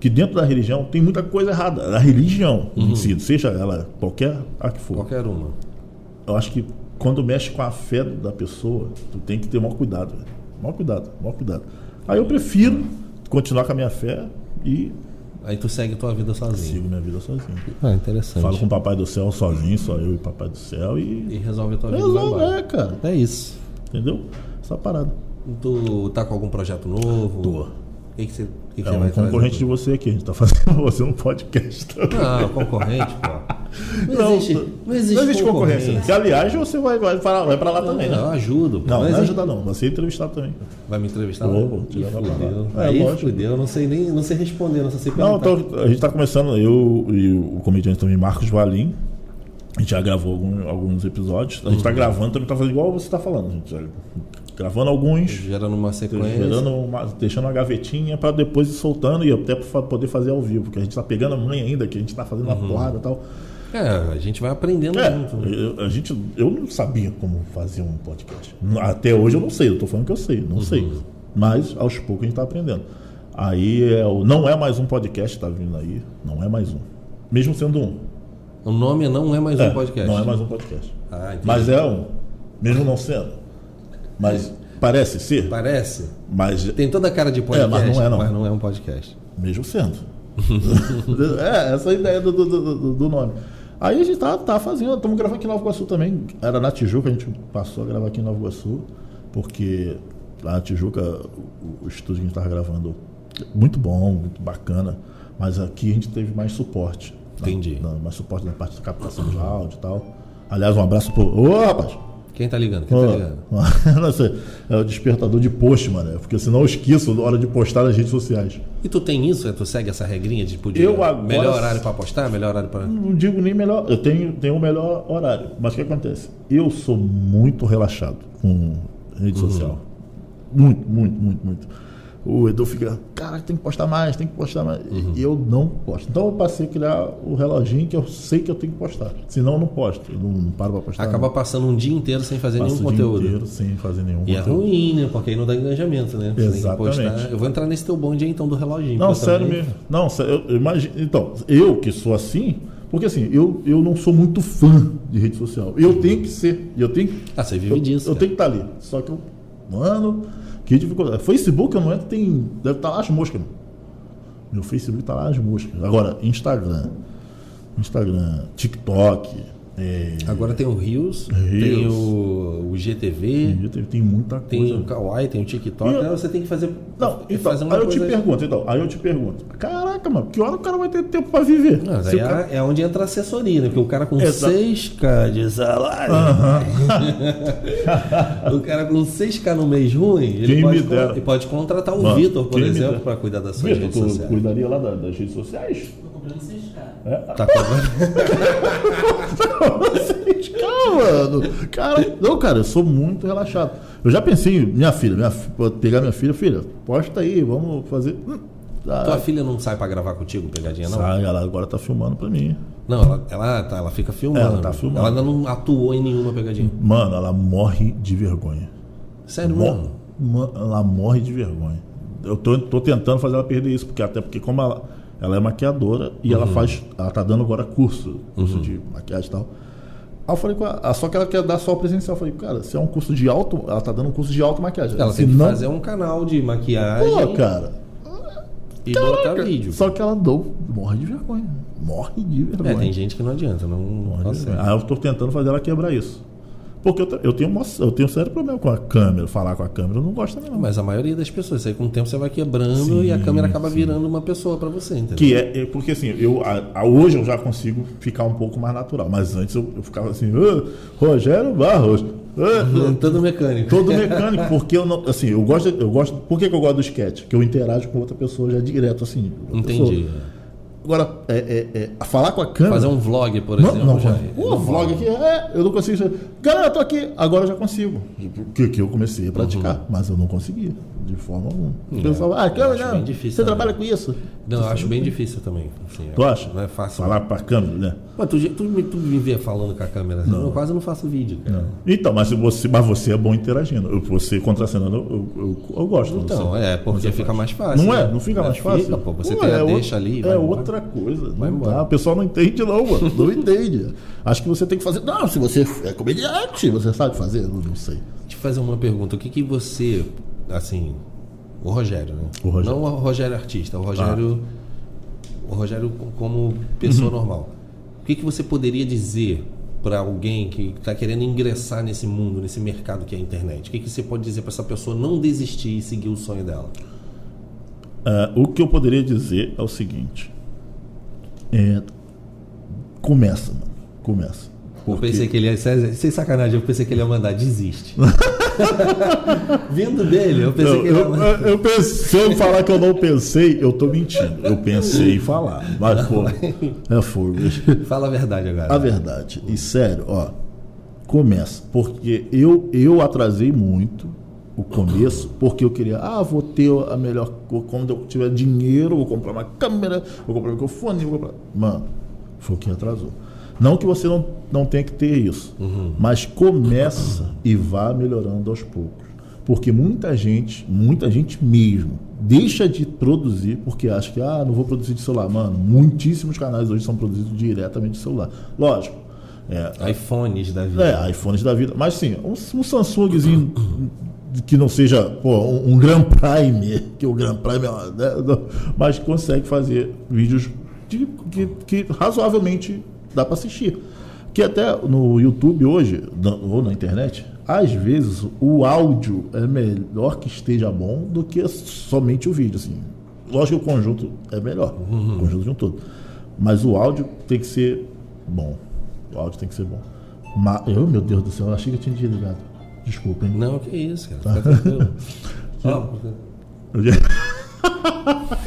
Speaker 2: que dentro da religião tem muita coisa errada. A religião em si, seja ela qualquer a que for.
Speaker 1: Qualquer uma.
Speaker 2: Eu acho que quando mexe com a fé da pessoa, tu tem que ter o maior cuidado, velho. Maior cuidado, maior cuidado. Aí eu prefiro continuar com a minha fé e
Speaker 1: Aí tu segue tua vida sozinho.
Speaker 2: sigo minha vida sozinho.
Speaker 1: Ah, interessante.
Speaker 2: Falo com o Papai do Céu sozinho, só eu e o Papai do Céu e.
Speaker 1: E resolve a tua vida.
Speaker 2: Resolve,
Speaker 1: normal.
Speaker 2: é, cara.
Speaker 1: É isso.
Speaker 2: Entendeu? Essa parada.
Speaker 1: Tu tá com algum projeto novo?
Speaker 2: Tô.
Speaker 1: O que, que você, o que que
Speaker 2: É
Speaker 1: você
Speaker 2: um
Speaker 1: vai trazer?
Speaker 2: concorrente de você aqui, a gente tá fazendo você um podcast também.
Speaker 1: Não, concorrente, pô. Não, existe, não existe,
Speaker 2: concorrência. Que, aliás, você vai, vai, pra, vai pra lá também, né?
Speaker 1: Não, eu ajudo. pô.
Speaker 2: Não, não,
Speaker 1: Mas
Speaker 2: não
Speaker 1: aí-
Speaker 2: ajuda não. Você é entrevistado também.
Speaker 1: Vai me entrevistar?
Speaker 2: Vou,
Speaker 1: né?
Speaker 2: vou te
Speaker 1: Ih,
Speaker 2: levar pra lá.
Speaker 1: fudeu.
Speaker 2: É,
Speaker 1: Aí
Speaker 2: lógico.
Speaker 1: fudeu, eu não sei nem, não sei responder, não sei se
Speaker 2: Não,
Speaker 1: perguntar.
Speaker 2: então, a gente tá começando, eu e o comediante também, Marcos Valim. A gente já gravou algum- alguns episódios. A gente
Speaker 1: Uhum.
Speaker 2: tá gravando, também tá fazendo igual você tá falando. A gente já gravando alguns,
Speaker 1: Gerando uma sequência.
Speaker 2: gerando uma- deixando uma gavetinha pra depois ir soltando e até pra poder fazer ao vivo, porque a gente tá pegando a mãe ainda, que a gente tá fazendo na porrada e tal.
Speaker 1: É, a gente vai aprendendo
Speaker 2: É,
Speaker 1: Uhum. junto. né?
Speaker 2: eu, a gente, eu não sabia como fazer um podcast. Até hoje eu não sei, eu tô falando que eu sei, não sei.
Speaker 1: Uhum.
Speaker 2: Mas aos poucos a gente tá aprendendo. Aí é, o- não é mais um podcast, tá vindo aí, não é mais um. Mesmo sendo um.
Speaker 1: O nome não é mais
Speaker 2: É,
Speaker 1: um podcast.
Speaker 2: Não é mais um podcast.
Speaker 1: Ah, entendi.
Speaker 2: Mas é um. Mesmo não sendo. Mas parece ser,
Speaker 1: Parece.
Speaker 2: mas
Speaker 1: Tem toda a cara de podcast,
Speaker 2: mas não é, não.
Speaker 1: é um podcast.
Speaker 2: Mesmo sendo. é, essa é a ideia do, do, do- do nome. Aí a gente tá, tá fazendo, estamos gravando aqui em Nova Iguaçu também. Era na Tijuca, a gente passou a gravar aqui em Nova Iguaçu, porque lá na Tijuca o, o estúdio que a gente tava gravando muito bom, muito bacana, mas aqui a gente teve mais suporte. Na-
Speaker 1: Entendi.
Speaker 2: na- mais suporte na parte da captação de áudio e tal. Aliás, um abraço pro. Ô, rapaz!
Speaker 1: Quem tá ligando? Quem tá ligando?
Speaker 2: Ô, nossa, é o despertador de post, mano. Porque senão eu esqueço na hora de postar nas redes sociais.
Speaker 1: E tu tem isso? Tu segue essa regrinha de podia
Speaker 2: Eu agora-
Speaker 1: melhor horário pra postar, melhor horário pra.
Speaker 2: não digo nem melhor, eu tenho, tenho o melhor horário. Mas o que acontece? Eu sou muito relaxado com rede
Speaker 1: Uhum.
Speaker 2: social. Muito, muito, muito, muito. O Edu fica, cara, tem que postar mais, tem que postar mais. E
Speaker 1: Uhum.
Speaker 2: eu não posto. Então eu passei a criar o reloginho que eu sei que eu tenho que postar. Senão eu não posto. Eu não, não paro pra postar.
Speaker 1: Acaba
Speaker 2: não.
Speaker 1: passando um dia inteiro sem fazer
Speaker 2: Passo
Speaker 1: nenhum
Speaker 2: o dia
Speaker 1: conteúdo.
Speaker 2: inteiro sem fazer nenhum
Speaker 1: E é
Speaker 2: conteúdo.
Speaker 1: ruim, né? Porque aí não dá engajamento, né? Você tem que
Speaker 2: Exatamente.
Speaker 1: postar. Eu vou entrar nesse teu bonde aí, então, do reloginho.
Speaker 2: Não,
Speaker 1: porque eu
Speaker 2: sério
Speaker 1: também-
Speaker 2: mesmo. Não, sé- eu, eu imagino. Então, eu que sou assim, porque assim, eu, eu não sou muito fã de rede social. Eu tenho que ser. Eu tenho que.
Speaker 1: Ah, você vive
Speaker 2: eu,
Speaker 1: disso,
Speaker 2: Eu
Speaker 1: cara.
Speaker 2: tenho que estar ali. Só que eu. Mano, que dificuldade. Facebook eu não entro, tem. Deve estar lá as moscas. mano. Meu Facebook tá lá as moscas. Agora, Instagram. Instagram, TikTok. É,
Speaker 1: Agora tem o Rios,
Speaker 2: Reels.
Speaker 1: tem o, o GTV,
Speaker 2: tem- tem muita coisa.
Speaker 1: tem o Kawaii, tem o TikTok.
Speaker 2: E eu-
Speaker 1: Aí você tem que fazer.
Speaker 2: Não,
Speaker 1: tem que
Speaker 2: então,
Speaker 1: fazer uma
Speaker 2: aí eu te
Speaker 1: coisa-
Speaker 2: pergunto, então, aí eu te pergunto, caraca, mano, que hora o cara vai ter tempo pra viver?
Speaker 1: Não,
Speaker 2: Se
Speaker 1: daí
Speaker 2: o cara-
Speaker 1: é, é onde entra a assessoria, né? Porque o cara com
Speaker 2: Exato.
Speaker 1: 6K de salário. o cara com 6K no mês ruim, ele
Speaker 2: Quem
Speaker 1: pode,
Speaker 2: me
Speaker 1: con-
Speaker 2: dera.
Speaker 1: ele pode contratar o
Speaker 2: Mano,
Speaker 1: Vitor, por
Speaker 2: quem me
Speaker 1: exemplo,
Speaker 2: dera.
Speaker 1: para cuidar da sua
Speaker 2: Vitor,
Speaker 1: rede
Speaker 2: tu
Speaker 1: social.
Speaker 2: cuidaria lá da- das redes sociais?
Speaker 4: Tô cobrando 6K.
Speaker 2: É?
Speaker 1: Tá cobrando.
Speaker 2: Cara, mano, cara, não, cara, eu sou muito relaxado. Eu já pensei, minha filha, minha, fi- vou pegar minha filha, filha, posta aí, vamos fazer. Hum, tá.
Speaker 1: Tua filha não sai pra gravar contigo, pegadinha, não?
Speaker 2: Sai, ela agora tá filmando pra mim.
Speaker 1: Não, ela, ela, tá, ela fica filmando.
Speaker 2: Ela tá filmando.
Speaker 1: Ela ainda não atuou em nenhuma pegadinha.
Speaker 2: Mano, ela morre de vergonha.
Speaker 1: Sério,
Speaker 2: Mo-
Speaker 1: mano?
Speaker 2: ma- ela morre de vergonha. Eu tô, tô tentando fazer ela perder isso, porque até porque como ela, ela é maquiadora e
Speaker 1: Uhum.
Speaker 2: ela faz. Ela tá dando agora curso, curso de maquiagem e tal. Aí eu falei com ela, ah, só que ela quer dar só o presencial. Eu falei, cara, se é um curso de alto, ela tá dando um curso de alto maquiagem.
Speaker 1: Ela
Speaker 2: se
Speaker 1: tem que
Speaker 2: não,
Speaker 1: fazer um canal de maquiagem
Speaker 2: pô, cara.
Speaker 1: e
Speaker 2: caraca.
Speaker 1: botar vídeo.
Speaker 2: Só que ela dou, morre de vergonha. Morre de vergonha.
Speaker 1: É, tem gente que não adianta, não, não
Speaker 2: Pode ser.
Speaker 1: consegue.
Speaker 2: Aí eu tô tentando fazer ela quebrar isso. Porque eu, te- eu tenho, uma- eu tenho um sério problema com a câmera, falar com a câmera, eu não gosto também não.
Speaker 1: Mas a maioria das pessoas, isso aí com o tempo você vai quebrando e a câmera acaba virando uma pessoa pra você, entendeu?
Speaker 2: Que é, é porque assim, eu, a- a- hoje eu já consigo ficar um pouco mais natural, mas antes eu, eu ficava assim, "Ô, Rogério Barros, ô,
Speaker 1: Todo mecânico.
Speaker 2: todo mecânico, porque eu não, assim, eu gosto, eu gosto, por que, que eu gosto do sketch? Que eu interajo com outra pessoa já direto, assim. outra
Speaker 1: Entendi.
Speaker 2: pessoa. Agora, é, é, é, a falar com a câmera.
Speaker 1: Fazer um vlog, por
Speaker 2: Não,
Speaker 1: exemplo,
Speaker 2: não,
Speaker 1: já.
Speaker 2: o vlog aqui, é, eu não consigo. Galera, eu tô aqui, agora eu já consigo.
Speaker 1: Uhum.
Speaker 2: Que, que eu comecei a praticar, mas eu não conseguia, de forma alguma. O
Speaker 1: É,
Speaker 2: pessoal, ah,
Speaker 1: acho
Speaker 2: câmera, não,
Speaker 1: bem difícil,
Speaker 2: você
Speaker 1: né?
Speaker 2: trabalha com isso?
Speaker 1: Não, eu acho bem difícil também. assim,
Speaker 2: Tu acha?
Speaker 1: Não é fácil.
Speaker 2: Falar pra câmera, né?
Speaker 1: Pô, tu, tu, me- tu me vê falando com a câmera. assim, Eu quase não faço vídeo, cara.
Speaker 2: Então, mas você, mas você é bom interagindo. Eu- Você contracenando, eu, eu, eu gosto. não
Speaker 1: Então,
Speaker 2: sei.
Speaker 1: é, porque
Speaker 2: Você
Speaker 1: fica
Speaker 2: faz.
Speaker 1: mais fácil,
Speaker 2: Não
Speaker 1: né?
Speaker 2: é? Não fica
Speaker 1: É,
Speaker 2: mais
Speaker 1: fica,
Speaker 2: fácil?
Speaker 1: pô, você
Speaker 2: Não
Speaker 1: tem a
Speaker 2: outra-
Speaker 1: deixa ali,
Speaker 2: É
Speaker 1: vai embora.
Speaker 2: outra coisa.
Speaker 1: Vai
Speaker 2: não
Speaker 1: embora.
Speaker 2: dá. O pessoal não entende, não, mano. Não entende. Acho que você tem que fazer. Não, se você é comediante, você sabe fazer? Eu não sei.
Speaker 1: Deixa eu fazer uma pergunta. O que, que você, assim, o Rogério, né?
Speaker 2: O Rogério. Ah.
Speaker 1: Não o Rogério artista, o Rogério, o Rogério co- como
Speaker 2: Uhum.
Speaker 1: pessoa normal. O que, que você poderia dizer para alguém que está querendo ingressar nesse mundo, nesse mercado que é a internet? O que, que você pode dizer para essa pessoa não desistir e seguir o sonho dela? É,
Speaker 2: Ah, o que eu poderia dizer é o seguinte. É, começa, mano. Começa.
Speaker 1: Eu pensei que ele ia, sem sem sacanagem, eu pensei que ele ia mandar desiste. Vindo dele, eu pensei
Speaker 2: Eu,
Speaker 1: que né? ele ia
Speaker 2: eu,
Speaker 1: mandar.
Speaker 2: eu, eu pensei, se eu falar que eu não pensei, eu tô mentindo. Eu pensei em falar. Mas, pô, é fogo.
Speaker 1: Fala a verdade agora.
Speaker 2: A verdade. E sério, ó. Começa. Porque eu, eu atrasei muito o começo, porque eu queria, ah, vou ter a melhor. co- Quando eu tiver dinheiro, vou comprar uma câmera, vou comprar um microfone, vou comprar. Mano, foi o que atrasou. Não que você não, não tenha que ter isso, mas começa e vá melhorando aos poucos. Porque muita gente, muita gente mesmo, deixa de produzir porque acha que, ah, não vou produzir de celular. Mano, muitíssimos canais hoje são produzidos diretamente de celular. Lógico, é,
Speaker 1: iPhones da vida.
Speaker 2: é, iPhones da vida. Mas sim, um, um Samsungzinho que não seja pô, um, um Grand Prime, que o Grand Prime é uma, né, não, mas consegue fazer vídeos de- que, que razoavelmente dá para assistir. Que até no YouTube hoje, na- ou na internet, às vezes o áudio é melhor que esteja bom do que somente o vídeo. Assim. Lógico que o conjunto é melhor, o conjunto de um todo. Mas o áudio tem que ser bom. O áudio tem que ser bom. Ma- eu, meu Deus do céu, eu achei que eu tinha desligado. Desculpa, hein?
Speaker 1: Não, que isso,
Speaker 2: Tá.
Speaker 1: cara. Fica tranquilo. Ó,
Speaker 2: Eu já-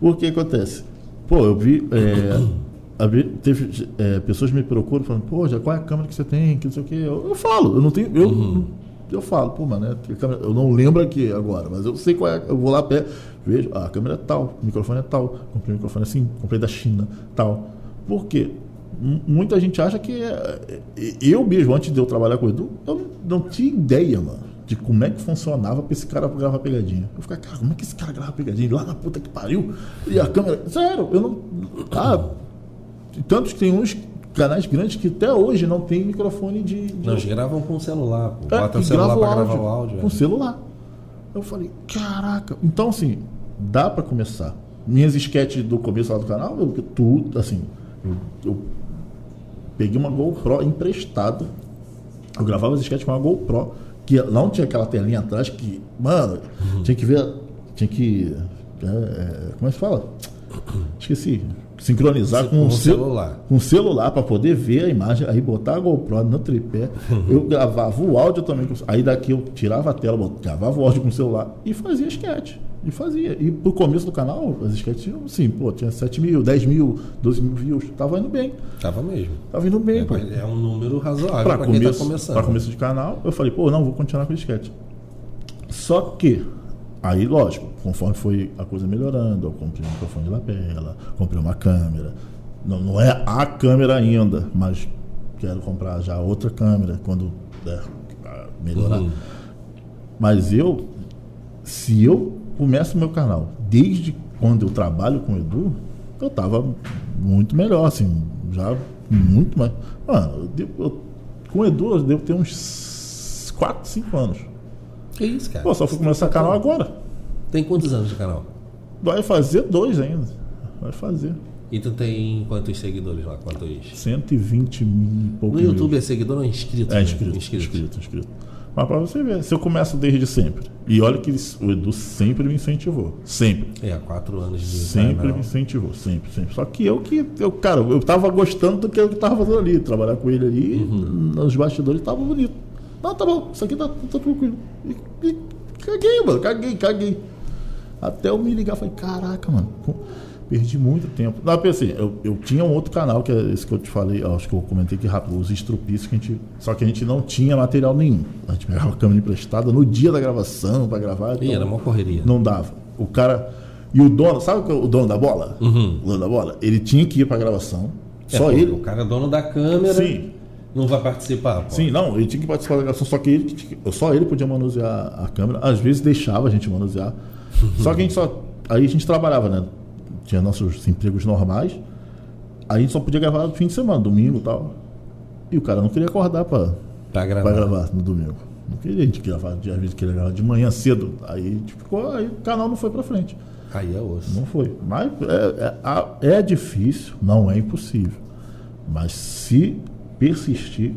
Speaker 2: o que acontece? Pô, eu vi. é, abri- teve, é, pessoas me procuram falando, pô, já qual é a câmera que você tem? Que não sei o quê. Eu, eu falo, eu não tenho. Eu, eu falo, pô, mano, é- a câmera- eu não lembro aqui agora, mas eu sei qual é. Eu vou lá pé, vejo, ah, a câmera é tal, o microfone é tal, comprei o microfone assim, comprei da China, tal. Por quê? M- Muita gente acha que. é- é- eu mesmo, antes de eu trabalhar com o Edu, eu não, não tinha ideia, mano, de como é que funcionava pra esse cara gravar pegadinha. Eu ficava, cara, como é que esse cara grava pegadinha? Lá na puta que pariu. E a câmera. Sério, eu não. Ah, tantos que tem uns canais grandes que até hoje não tem microfone de. de
Speaker 1: Não, eles gravam com o celular, pô.
Speaker 2: é,
Speaker 1: Bota o
Speaker 2: e
Speaker 1: celular
Speaker 2: grava
Speaker 1: pra gravar o áudio.
Speaker 2: Com
Speaker 1: é.
Speaker 2: celular. Eu falei, caraca. Então, assim, dá pra começar. Minhas sketches do começo lá do canal, eu, tudo, assim, eu, eu peguei uma GoPro emprestada. Eu gravava as sketches com uma GoPro, que não tinha aquela telinha atrás que, mano,
Speaker 1: Uhum.
Speaker 2: tinha que ver, tinha que, é, é, como é que fala? Esqueci. Sincronizar
Speaker 1: Com
Speaker 2: com, o
Speaker 1: o
Speaker 2: cel-
Speaker 1: celular.
Speaker 2: com o celular para poder ver a imagem, aí botar a GoPro no tripé. Eu gravava o áudio também, com- aí daqui eu tirava a tela, bot- gravava o áudio com o celular e fazia sketch. E fazia. E pro começo do canal, as sketches tinham, assim, pô, tinha 7 mil, 10 mil, 12 mil views. Tava indo bem.
Speaker 1: Tava mesmo.
Speaker 2: Tava indo bem, pô.
Speaker 1: É, é um número razoável
Speaker 2: Pra
Speaker 1: pra, quem tá
Speaker 2: começo,
Speaker 1: começando.
Speaker 2: pra começo de canal, eu falei, pô, não, vou continuar com o sketch. Só que, aí, lógico, conforme foi a coisa melhorando, eu comprei um microfone de lapela, comprei uma câmera. Não, não é a câmera ainda, mas quero comprar já outra câmera quando der, pra melhorar.
Speaker 1: Uhum.
Speaker 2: Mas eu, se eu começo o meu canal desde quando eu trabalho com o Edu, eu tava muito melhor, assim, já muito mais. Mano, eu devo- eu- com o Edu eu devo ter uns 4, 5 anos.
Speaker 1: Que isso, cara?
Speaker 2: Pô, só fui começar o canal agora.
Speaker 1: Tem quantos anos de canal?
Speaker 2: Vai fazer dois ainda. Vai fazer.
Speaker 1: E tu tem quantos seguidores lá? Quantos?
Speaker 2: 120 mil e pouco.
Speaker 1: No
Speaker 2: mil.
Speaker 1: YouTube é seguidor ou é inscrito?
Speaker 2: Hum. É
Speaker 1: né?
Speaker 2: inscrito, inscrito, inscrito, Mas pra você ver, se eu começo desde sempre. E olha que o Edu sempre me incentivou. Sempre.
Speaker 1: É, há quatro anos de
Speaker 2: Sempre me
Speaker 1: canal.
Speaker 2: incentivou, sempre, sempre. Só que eu que, eu, cara, eu tava gostando do que eu tava fazendo ali. Trabalhar com ele ali, nos bastidores tava bonito. Não, tá bom, isso aqui tá, tá tranquilo. E- e caguei, mano, caguei, caguei. Até eu me ligar, falei, caraca, mano, pô, perdi muito tempo. Não, eu pensei, eu, eu tinha um outro canal, que é esse que eu te falei, eu acho que eu comentei aqui rápido, os estrupícios que a gente. Só que a gente não tinha material nenhum. A gente pegava a câmera emprestada no dia da gravação pra gravar.
Speaker 1: Ih,
Speaker 2: então-
Speaker 1: era uma correria.
Speaker 2: não dava. O cara. E o dono, sabe qual é o dono da bola? O dono da bola? Ele tinha que ir pra gravação.
Speaker 1: Uhum. É,
Speaker 2: Só
Speaker 1: pô, O
Speaker 2: ele.
Speaker 1: cara é dono da câmera.
Speaker 2: Sim.
Speaker 1: Não vai participar, pô.
Speaker 2: Sim, não, ele tinha que participar da gravação, só que ele, que tinha- só ele podia manusear a câmera. Às vezes deixava a gente manusear.
Speaker 1: Uhum.
Speaker 2: Só que a gente só. Aí a gente trabalhava, né? Tinha nossos empregos normais. Aí a gente só podia gravar no fim de semana, domingo e tal. E o cara não queria acordar pra
Speaker 1: Pra gravar.
Speaker 2: Vai gravar no domingo. Não queria, a gente gravar, às vezes queria gravar de manhã cedo. Aí, tipo, ficou- aí o canal não foi pra frente.
Speaker 1: Aí é osso.
Speaker 2: Não foi. Mas é, é- a- é difícil, não é impossível. Mas se persistir,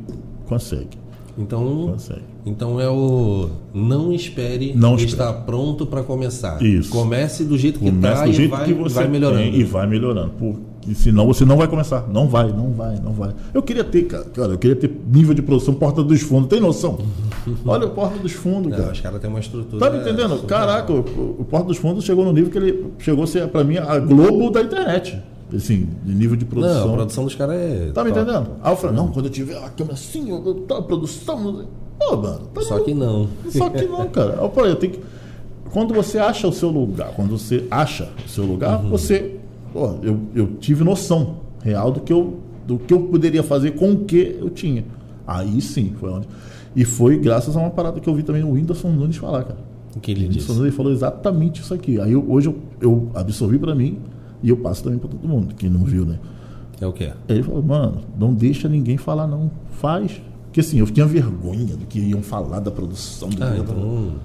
Speaker 2: consegue.
Speaker 1: Então,
Speaker 2: Consegue.
Speaker 1: então é o não espere
Speaker 2: Não espere.
Speaker 1: estar pronto pra começar.
Speaker 2: Isso.
Speaker 1: Comece do jeito que
Speaker 2: Começa
Speaker 1: tá
Speaker 2: do
Speaker 1: e
Speaker 2: jeito
Speaker 1: vai,
Speaker 2: que você
Speaker 1: vai melhorando.
Speaker 2: tem e vai melhorando. Porque senão você não vai começar. Não vai, não vai, não vai. Eu queria ter, cara, cara, eu queria ter nível de produção Porta dos Fundos. Tem noção? Olha o Porta dos Fundos,
Speaker 1: Não,
Speaker 2: cara.
Speaker 1: os caras têm uma estrutura.
Speaker 2: Tá me entendendo?
Speaker 1: surreal.
Speaker 2: Caraca, o, o Porta dos Fundos chegou no nível que ele chegou a ser, pra mim, a Globo da internet. Assim, de nível de produção.
Speaker 1: Não, a produção dos caras é.
Speaker 2: Tá me
Speaker 1: top.
Speaker 2: entendendo? Aí eu falei, não, quando eu tiver a câmera assim, eu, eu, tá, a produção. não sei. Pô, mano, tá
Speaker 1: Só que não.
Speaker 2: Só que não, cara. Aí Eu falei, eu tenho que. Quando você acha o seu lugar, quando você acha o seu lugar, você. Pô, eu, eu tive noção real do que, eu, do que eu poderia fazer com o que eu tinha. Aí sim, foi onde. E foi graças a uma parada que eu vi também o Whindersson Nunes falar, cara.
Speaker 1: O que ele
Speaker 2: Ele
Speaker 1: disse?
Speaker 2: falou- Ele falou exatamente isso aqui. Aí eu- hoje eu, eu absorvi pra mim e eu passo também pra todo mundo que não viu, né?
Speaker 1: É o quê?
Speaker 2: Aí ele falou, mano, não deixa ninguém falar, não. Faz. Porque assim, eu tinha vergonha do que iam falar da produção. Do
Speaker 1: Ah,
Speaker 2: que-
Speaker 1: então.
Speaker 2: Entendeu?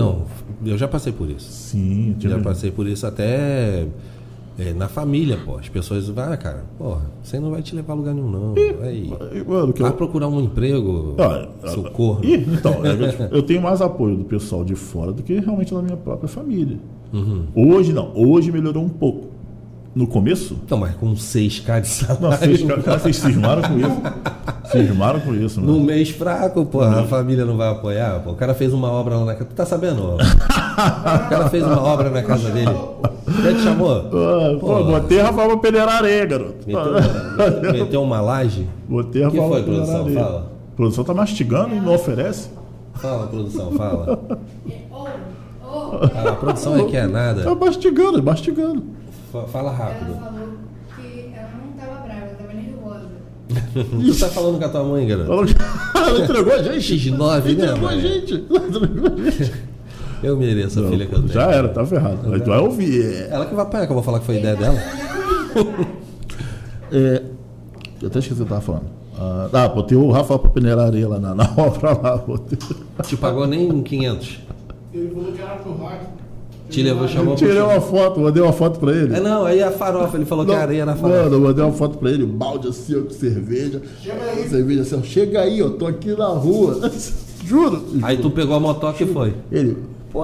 Speaker 1: Não, eu já passei por isso.
Speaker 2: Sim, eu tinha
Speaker 1: Já
Speaker 2: vergonha.
Speaker 1: passei por isso até é, na família, pô. As pessoas vão, ah, cara, porra, você não vai te levar a lugar nenhum, não. Aí,
Speaker 2: Aí, Mano, que
Speaker 1: vai
Speaker 2: eu...
Speaker 1: procurar um emprego,
Speaker 2: Ah,
Speaker 1: seu
Speaker 2: ah,
Speaker 1: corno.
Speaker 2: Ih, então, é que eu- eu tenho mais apoio do pessoal de fora do que realmente da minha própria família.
Speaker 1: Uhum.
Speaker 2: Hoje não, hoje melhorou um pouco. No começo,
Speaker 1: Então, mas com 6k de
Speaker 2: não,
Speaker 1: salário
Speaker 2: vocês, cara, vocês cismaram com isso. Cismaram com isso, mano.
Speaker 1: num mês fraco, porra,
Speaker 2: Uhum.
Speaker 1: a família não vai apoiar. Pô. O cara fez uma obra lá na casa. Tu tá sabendo? ó? o cara fez uma obra na casa dele. Já te chamou?
Speaker 2: Ah, pô,
Speaker 1: Pô.
Speaker 2: botei a Rafael pra peneirar areia, garoto. Ah,
Speaker 1: Meteu, meteu uma laje?
Speaker 2: Botei a
Speaker 1: Então, Que
Speaker 2: Rafael
Speaker 1: foi,
Speaker 2: pra peneirar
Speaker 1: produção?
Speaker 2: areia.
Speaker 1: Fala.
Speaker 2: A produção tá mastigando e não oferece?
Speaker 1: Fala, produção, fala.
Speaker 6: É ouro. Ouro.
Speaker 1: A produção é que é
Speaker 2: Tá
Speaker 1: nada.
Speaker 2: mastigando, mastigando.
Speaker 1: Fa- Fala
Speaker 6: Ela
Speaker 1: rápido.
Speaker 6: falou que ela não tava brava, ela tava nervosa.
Speaker 1: Tu tá falando com a tua mãe, garoto?
Speaker 2: Ela ela entregou a gente.
Speaker 1: X9, né,
Speaker 2: entregou a
Speaker 1: mãe?
Speaker 2: gente. Ela entregou a gente.
Speaker 1: Eu mereço a filha que eu tenho. É
Speaker 2: Já era, tá ferrado. Mas tu vai ouvir.
Speaker 1: Ela que vai apanhar, que eu vou falar que foi ideia dela.
Speaker 2: É, eu até esqueci o que eu tava falando. Ah, ah, botei o Rafael pra peneirar a areia lá na, na obra lá. Botei.
Speaker 1: Te pagou nem 500.
Speaker 5: Ele falou que era pro hack.
Speaker 1: Te levou, chamou pro
Speaker 2: Tirei
Speaker 1: churrasco.
Speaker 2: uma foto, mandei uma foto pra ele.
Speaker 1: É, não, aí a farofa, ele falou que é a areia na farofa.
Speaker 2: Mano, eu mandei uma foto pra ele, balde assim, ó, com cerveja.
Speaker 5: Chega aí.
Speaker 2: Cerveja assim, ó, chega aí, eu tô aqui na rua. Juro.
Speaker 1: Aí tu pegou a motoca e foi.
Speaker 2: Ele, pô,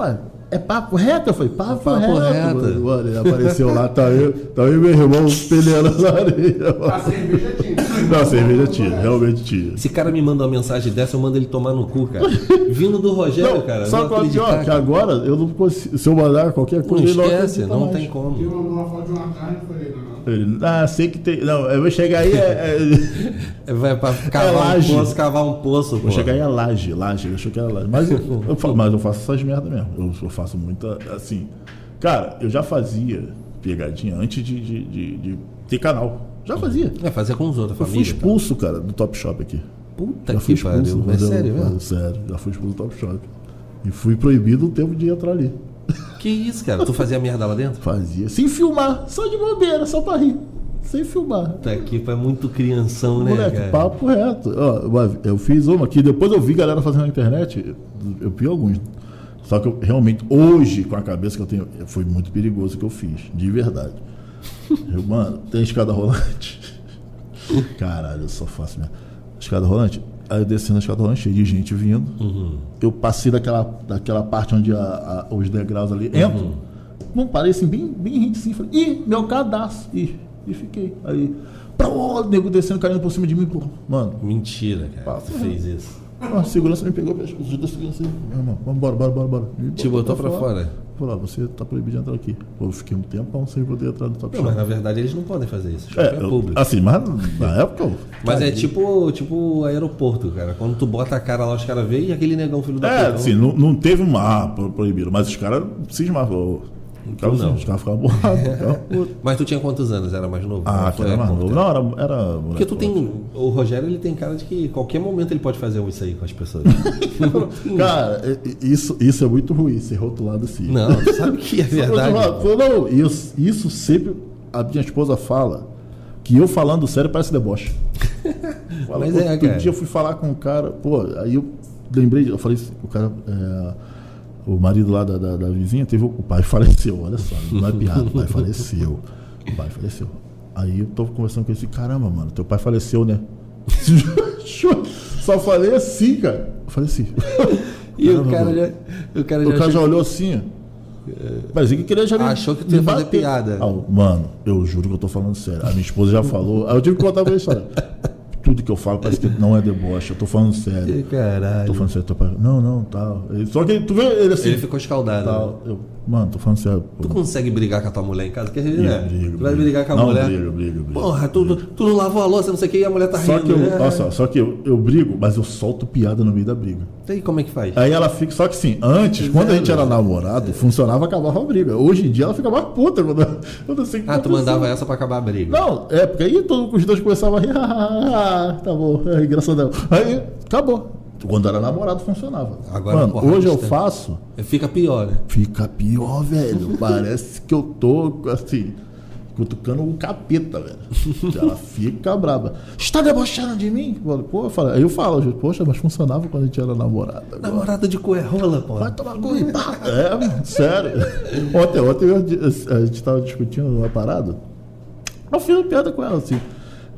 Speaker 2: é papo reto? Eu falei, papo,
Speaker 1: É Papo
Speaker 2: reto.
Speaker 1: reto.
Speaker 2: Mano, Mano, ele apareceu lá, tá eu, tá eu e meu irmão peleando na areia.
Speaker 5: A
Speaker 2: mano.
Speaker 5: cerveja tinha.
Speaker 2: Não, cerveja tinha, realmente tinha.
Speaker 1: Esse cara me manda uma mensagem dessa, eu mando ele tomar no cu, cara. Vindo do Rogério,
Speaker 2: Não,
Speaker 1: cara.
Speaker 2: só
Speaker 1: não
Speaker 2: qual é o
Speaker 1: acreditar,
Speaker 2: pior? Que
Speaker 1: cara.
Speaker 2: agora eu não consigo. Se eu mandar qualquer
Speaker 1: Não
Speaker 2: coisa, ele
Speaker 1: esquece,
Speaker 2: acredita
Speaker 1: não
Speaker 2: mais.
Speaker 1: tem
Speaker 5: Ele
Speaker 1: como.
Speaker 5: mandou uma foto de uma carne e falei, não, não.
Speaker 2: Ele, ah, sei que tem. Não, eu vou chegar aí. É, é-
Speaker 1: Vai pra cavar um
Speaker 2: laje.
Speaker 1: poço, cavar um poço, pô.
Speaker 2: vou chegar aí é laje, laje. Ele achou que era laje. Mas eu, eu falo- mas eu faço essas merdas mesmo. Eu, eu faço muita. Assim. Cara, eu já fazia pegadinha antes de, de, de- de ter canal. Já fazia.
Speaker 1: É, fazer com os outros, a
Speaker 2: Eu fui
Speaker 1: família. cara.
Speaker 2: expulso, cara, do Top Shop aqui.
Speaker 1: Puta
Speaker 2: já fui
Speaker 1: que
Speaker 2: expulso.
Speaker 1: pariu. É
Speaker 2: mas eu-
Speaker 1: sério,
Speaker 2: mas
Speaker 1: velho?
Speaker 2: Sério, já fui expulso do Top Shop. E fui proibido o tempo de entrar ali.
Speaker 1: Que isso, cara? Tu fazia merda lá dentro?
Speaker 2: Fazia. Sem filmar, só de bobeira, só pra rir. Sem filmar.
Speaker 1: Puta que pariu, é muito crianção, né,
Speaker 2: Moleque,
Speaker 1: cara?
Speaker 2: papo reto. Ó, uma- eu fiz uma aqui, depois eu vi galera fazendo na internet, eu vi alguns. Só que eu realmente, hoje, com a cabeça que eu tenho, foi muito perigoso o que eu fiz, de verdade. Eu, mano, tem escada rolante. Caralho, eu só faço merda. Escada rolante. Aí eu descendo a escada rolante, cheio de gente vindo.
Speaker 1: Uhum.
Speaker 2: Eu passei daquela, daquela parte onde a- a- os degraus ali
Speaker 1: Uhum.
Speaker 2: entram. Não parei assim, bem, bem rente assim. Falei, ih, meu cadastro. Ih, e fiquei. Aí, pra o nego descendo, caindo por cima de mim. Pô. Mano,
Speaker 1: Mentira, cara.
Speaker 2: Papo é.
Speaker 1: tu
Speaker 2: reto.
Speaker 1: fez isso.
Speaker 2: a segurança me pegou, pegou, ajuda a segurança aí. assim, Meu irmão, vambora, bora, bora, bora. Me
Speaker 1: Te botou pra fora.
Speaker 2: Falou, "Ó, você tá proibido de entrar aqui. Pô, eu fiquei um tempão sem poder entrar no top
Speaker 1: Não,
Speaker 2: shop.
Speaker 1: mas na verdade eles não podem fazer isso. Shopping
Speaker 2: É,
Speaker 1: é,
Speaker 2: eu-
Speaker 1: público.
Speaker 2: assim, mas na época. eu-
Speaker 1: Mas é
Speaker 2: Tadinho.
Speaker 1: tipo, tipo aeroporto, cara. Quando tu bota a cara lá, os caras veem e aquele negão filho da
Speaker 2: É,
Speaker 1: puta.
Speaker 2: assim, não, não teve uma. Ah, pro- proibiram, mas os caras cismavam. Os caras
Speaker 1: Não.
Speaker 2: os caras ficavam borrados. ficavam putos.
Speaker 1: Mas tu tinha quantos anos? Era mais novo?
Speaker 2: Ah,
Speaker 1: Ou
Speaker 2: que
Speaker 1: foi
Speaker 2: era
Speaker 1: há
Speaker 2: mais
Speaker 1: pouco
Speaker 2: novo.
Speaker 1: tempo?
Speaker 2: Não, era. era
Speaker 1: Porque tu tem. O Rogério ele tem cara de que qualquer momento ele pode fazer um isso aí com as pessoas. um-
Speaker 2: Cara, e- e- isso, isso é muito ruim, ser rotulado assim.
Speaker 1: não, tu sabe que é verdade.
Speaker 2: Eu falo, não, isso, isso sempre a minha esposa fala. Que eu falando sério parece deboche. Fala,
Speaker 1: Mas
Speaker 2: pô,
Speaker 1: é,
Speaker 2: outro
Speaker 1: cara.
Speaker 2: dia eu fui falar com um cara, pô, aí eu lembrei, de- eu falei, assim, o cara, é, o marido lá da, da- da vizinha teve, o pai faleceu, olha só, não é piada, o pai faleceu, o pai faleceu. Aí eu tô conversando com ele, assim, caramba, mano, teu pai faleceu, né? Só falei assim, cara. Eu falei assim.
Speaker 1: E o
Speaker 2: Caramba,
Speaker 1: cara
Speaker 2: mano.
Speaker 1: já. O cara já.
Speaker 2: O cara já
Speaker 1: achou-
Speaker 2: olhou assim. Parecia que queria já me
Speaker 1: É. Achou que tu
Speaker 2: me
Speaker 1: ia fazer
Speaker 2: bater.
Speaker 1: piada.
Speaker 2: Ah, mano, eu juro que eu tô falando sério. A minha esposa já falou. Aí eu tive que contar pra ela a história. Tudo que eu falo parece que não é deboche. Eu tô falando sério. Tô
Speaker 1: Caralho.
Speaker 2: falando sério. Tô falando, não, não, tal. Ele- Só que tu vê ele assim.
Speaker 1: Ele ficou escaldado. né?
Speaker 2: tal. Eu, mano, tô falando sério.
Speaker 1: Tu consegue brigar com a tua mulher em casa? Quer ver,
Speaker 2: Briga,
Speaker 1: né?
Speaker 2: briga,
Speaker 1: Tu vai
Speaker 2: briga.
Speaker 1: brigar com a
Speaker 2: Não,
Speaker 1: mulher.
Speaker 2: briga, briga, briga.
Speaker 1: Porra, tu, tu- tu não lavou a louça, não sei o que, e a mulher tá
Speaker 2: Só
Speaker 1: rindo.
Speaker 2: que, eu,
Speaker 1: né?
Speaker 2: olha só, só que eu, eu brigo, mas eu solto piada no meio da briga.
Speaker 1: E aí, como é que faz?
Speaker 2: Aí ela fica. Só que assim, antes, quando a gente era namorado, funcionava, acabava a briga. Hoje em dia ela fica mais puta quando, quando assim.
Speaker 1: Ah, tu mandava essa pra acabar a briga.
Speaker 2: Não, é, porque aí todo, os dois começavam a rir, ah, tá bom, é engraçadão. Aí, acabou. Quando era namorado, funcionava.
Speaker 1: Agora,
Speaker 2: Mano,
Speaker 1: porra,
Speaker 2: hoje eu
Speaker 1: distante.
Speaker 2: faço,
Speaker 1: Fica pior, né?
Speaker 2: fica pior, velho. Parece que eu tô, assim, cutucando o capeta, velho. Ela fica braba. Está debochando de mim? Eu falo, Pô, eu falo, aí eu falo, poxa, mas funcionava quando a gente era namorado.
Speaker 1: Namorada de é cuerrola, pô.
Speaker 2: Vai tomar cu. É, mano, sério. Ontem, ontem eu- a gente tava discutindo uma parada. Eu fiz uma piada com ela, assim.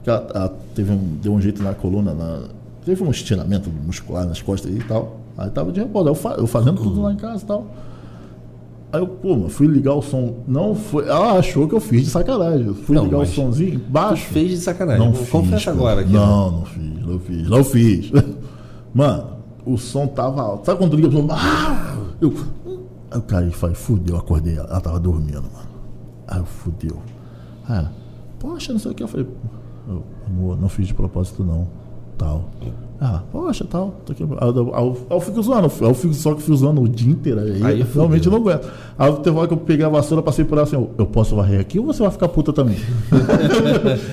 Speaker 2: que Ela, ela teve um, deu um jeito na coluna, na- teve um estiramento muscular nas costas e tal. Aí tava de repouso, eu, fa- eu fazendo tudo lá em casa e tal. Aí eu, pô, mano, fui ligar o som. Não foi. Ela achou que eu fiz de sacanagem. Eu fui
Speaker 1: Não,
Speaker 2: ligar o
Speaker 1: mas
Speaker 2: somzinho baixo.
Speaker 1: Fez de sacanagem.
Speaker 2: Não
Speaker 1: Confessa
Speaker 2: fiz, cara.
Speaker 1: agora aqui. né?
Speaker 2: Não, não fiz, não fiz, não fiz. Mano, o som tava alto. Sabe quando liga o som? Ah! Eu, aí o cara falei, fudeu, acordei. Ela tava dormindo, mano. Aí eu fudeu. É, Aí ela, poxa, não sei o que. Eu falei, eu, amor, não fiz de propósito, não. tal. Ah, poxa, tal. Tô aqui. Aí eu, aí eu- aí eu fico zoando, aí eu fico só que fico zoando o dia inteiro. Aí,
Speaker 1: Aí
Speaker 2: eu
Speaker 1: fudeu.
Speaker 2: realmente eu não aguento. Aí teve uma hora que eu peguei a vassoura, passei por ela assim, eu, eu posso varrer aqui ou você vai ficar puta também?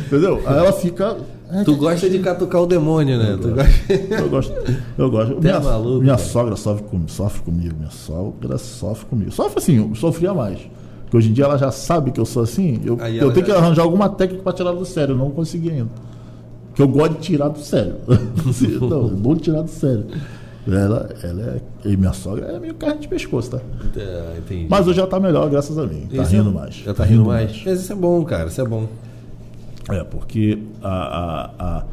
Speaker 2: Entendeu? Aí ela fica. "É,
Speaker 1: Tu gosta de catucar o demônio, né? Tu gosta-
Speaker 2: eu gosto. Eu gosto.
Speaker 1: Até
Speaker 2: minha
Speaker 1: Tá maluco,
Speaker 2: minha
Speaker 1: cara.
Speaker 2: sogra sofre, com- sofre comigo. Minha sogra sofre comigo. Sofre assim, eu sofria mais. Porque hoje em dia ela já sabe que eu sou assim. Eu,
Speaker 1: Aí
Speaker 2: eu
Speaker 1: ela
Speaker 2: tenho
Speaker 1: já-
Speaker 2: que arranjar alguma técnica pra tirar do sério. Eu não consegui ainda. Que eu gosto de tirar do sério. Assim, não, eu vou tirar do sério. Ela, ela é. E minha sogra é meio carne de pescoço, tá?
Speaker 1: Ah, entendi.
Speaker 2: Mas hoje já tá melhor, graças a mim. Tá
Speaker 1: Isso
Speaker 2: rindo
Speaker 1: é-
Speaker 2: mais.
Speaker 1: Já tá rindo mais? Mas isso é bom, cara. Isso é bom.
Speaker 2: É, porque a, a- a-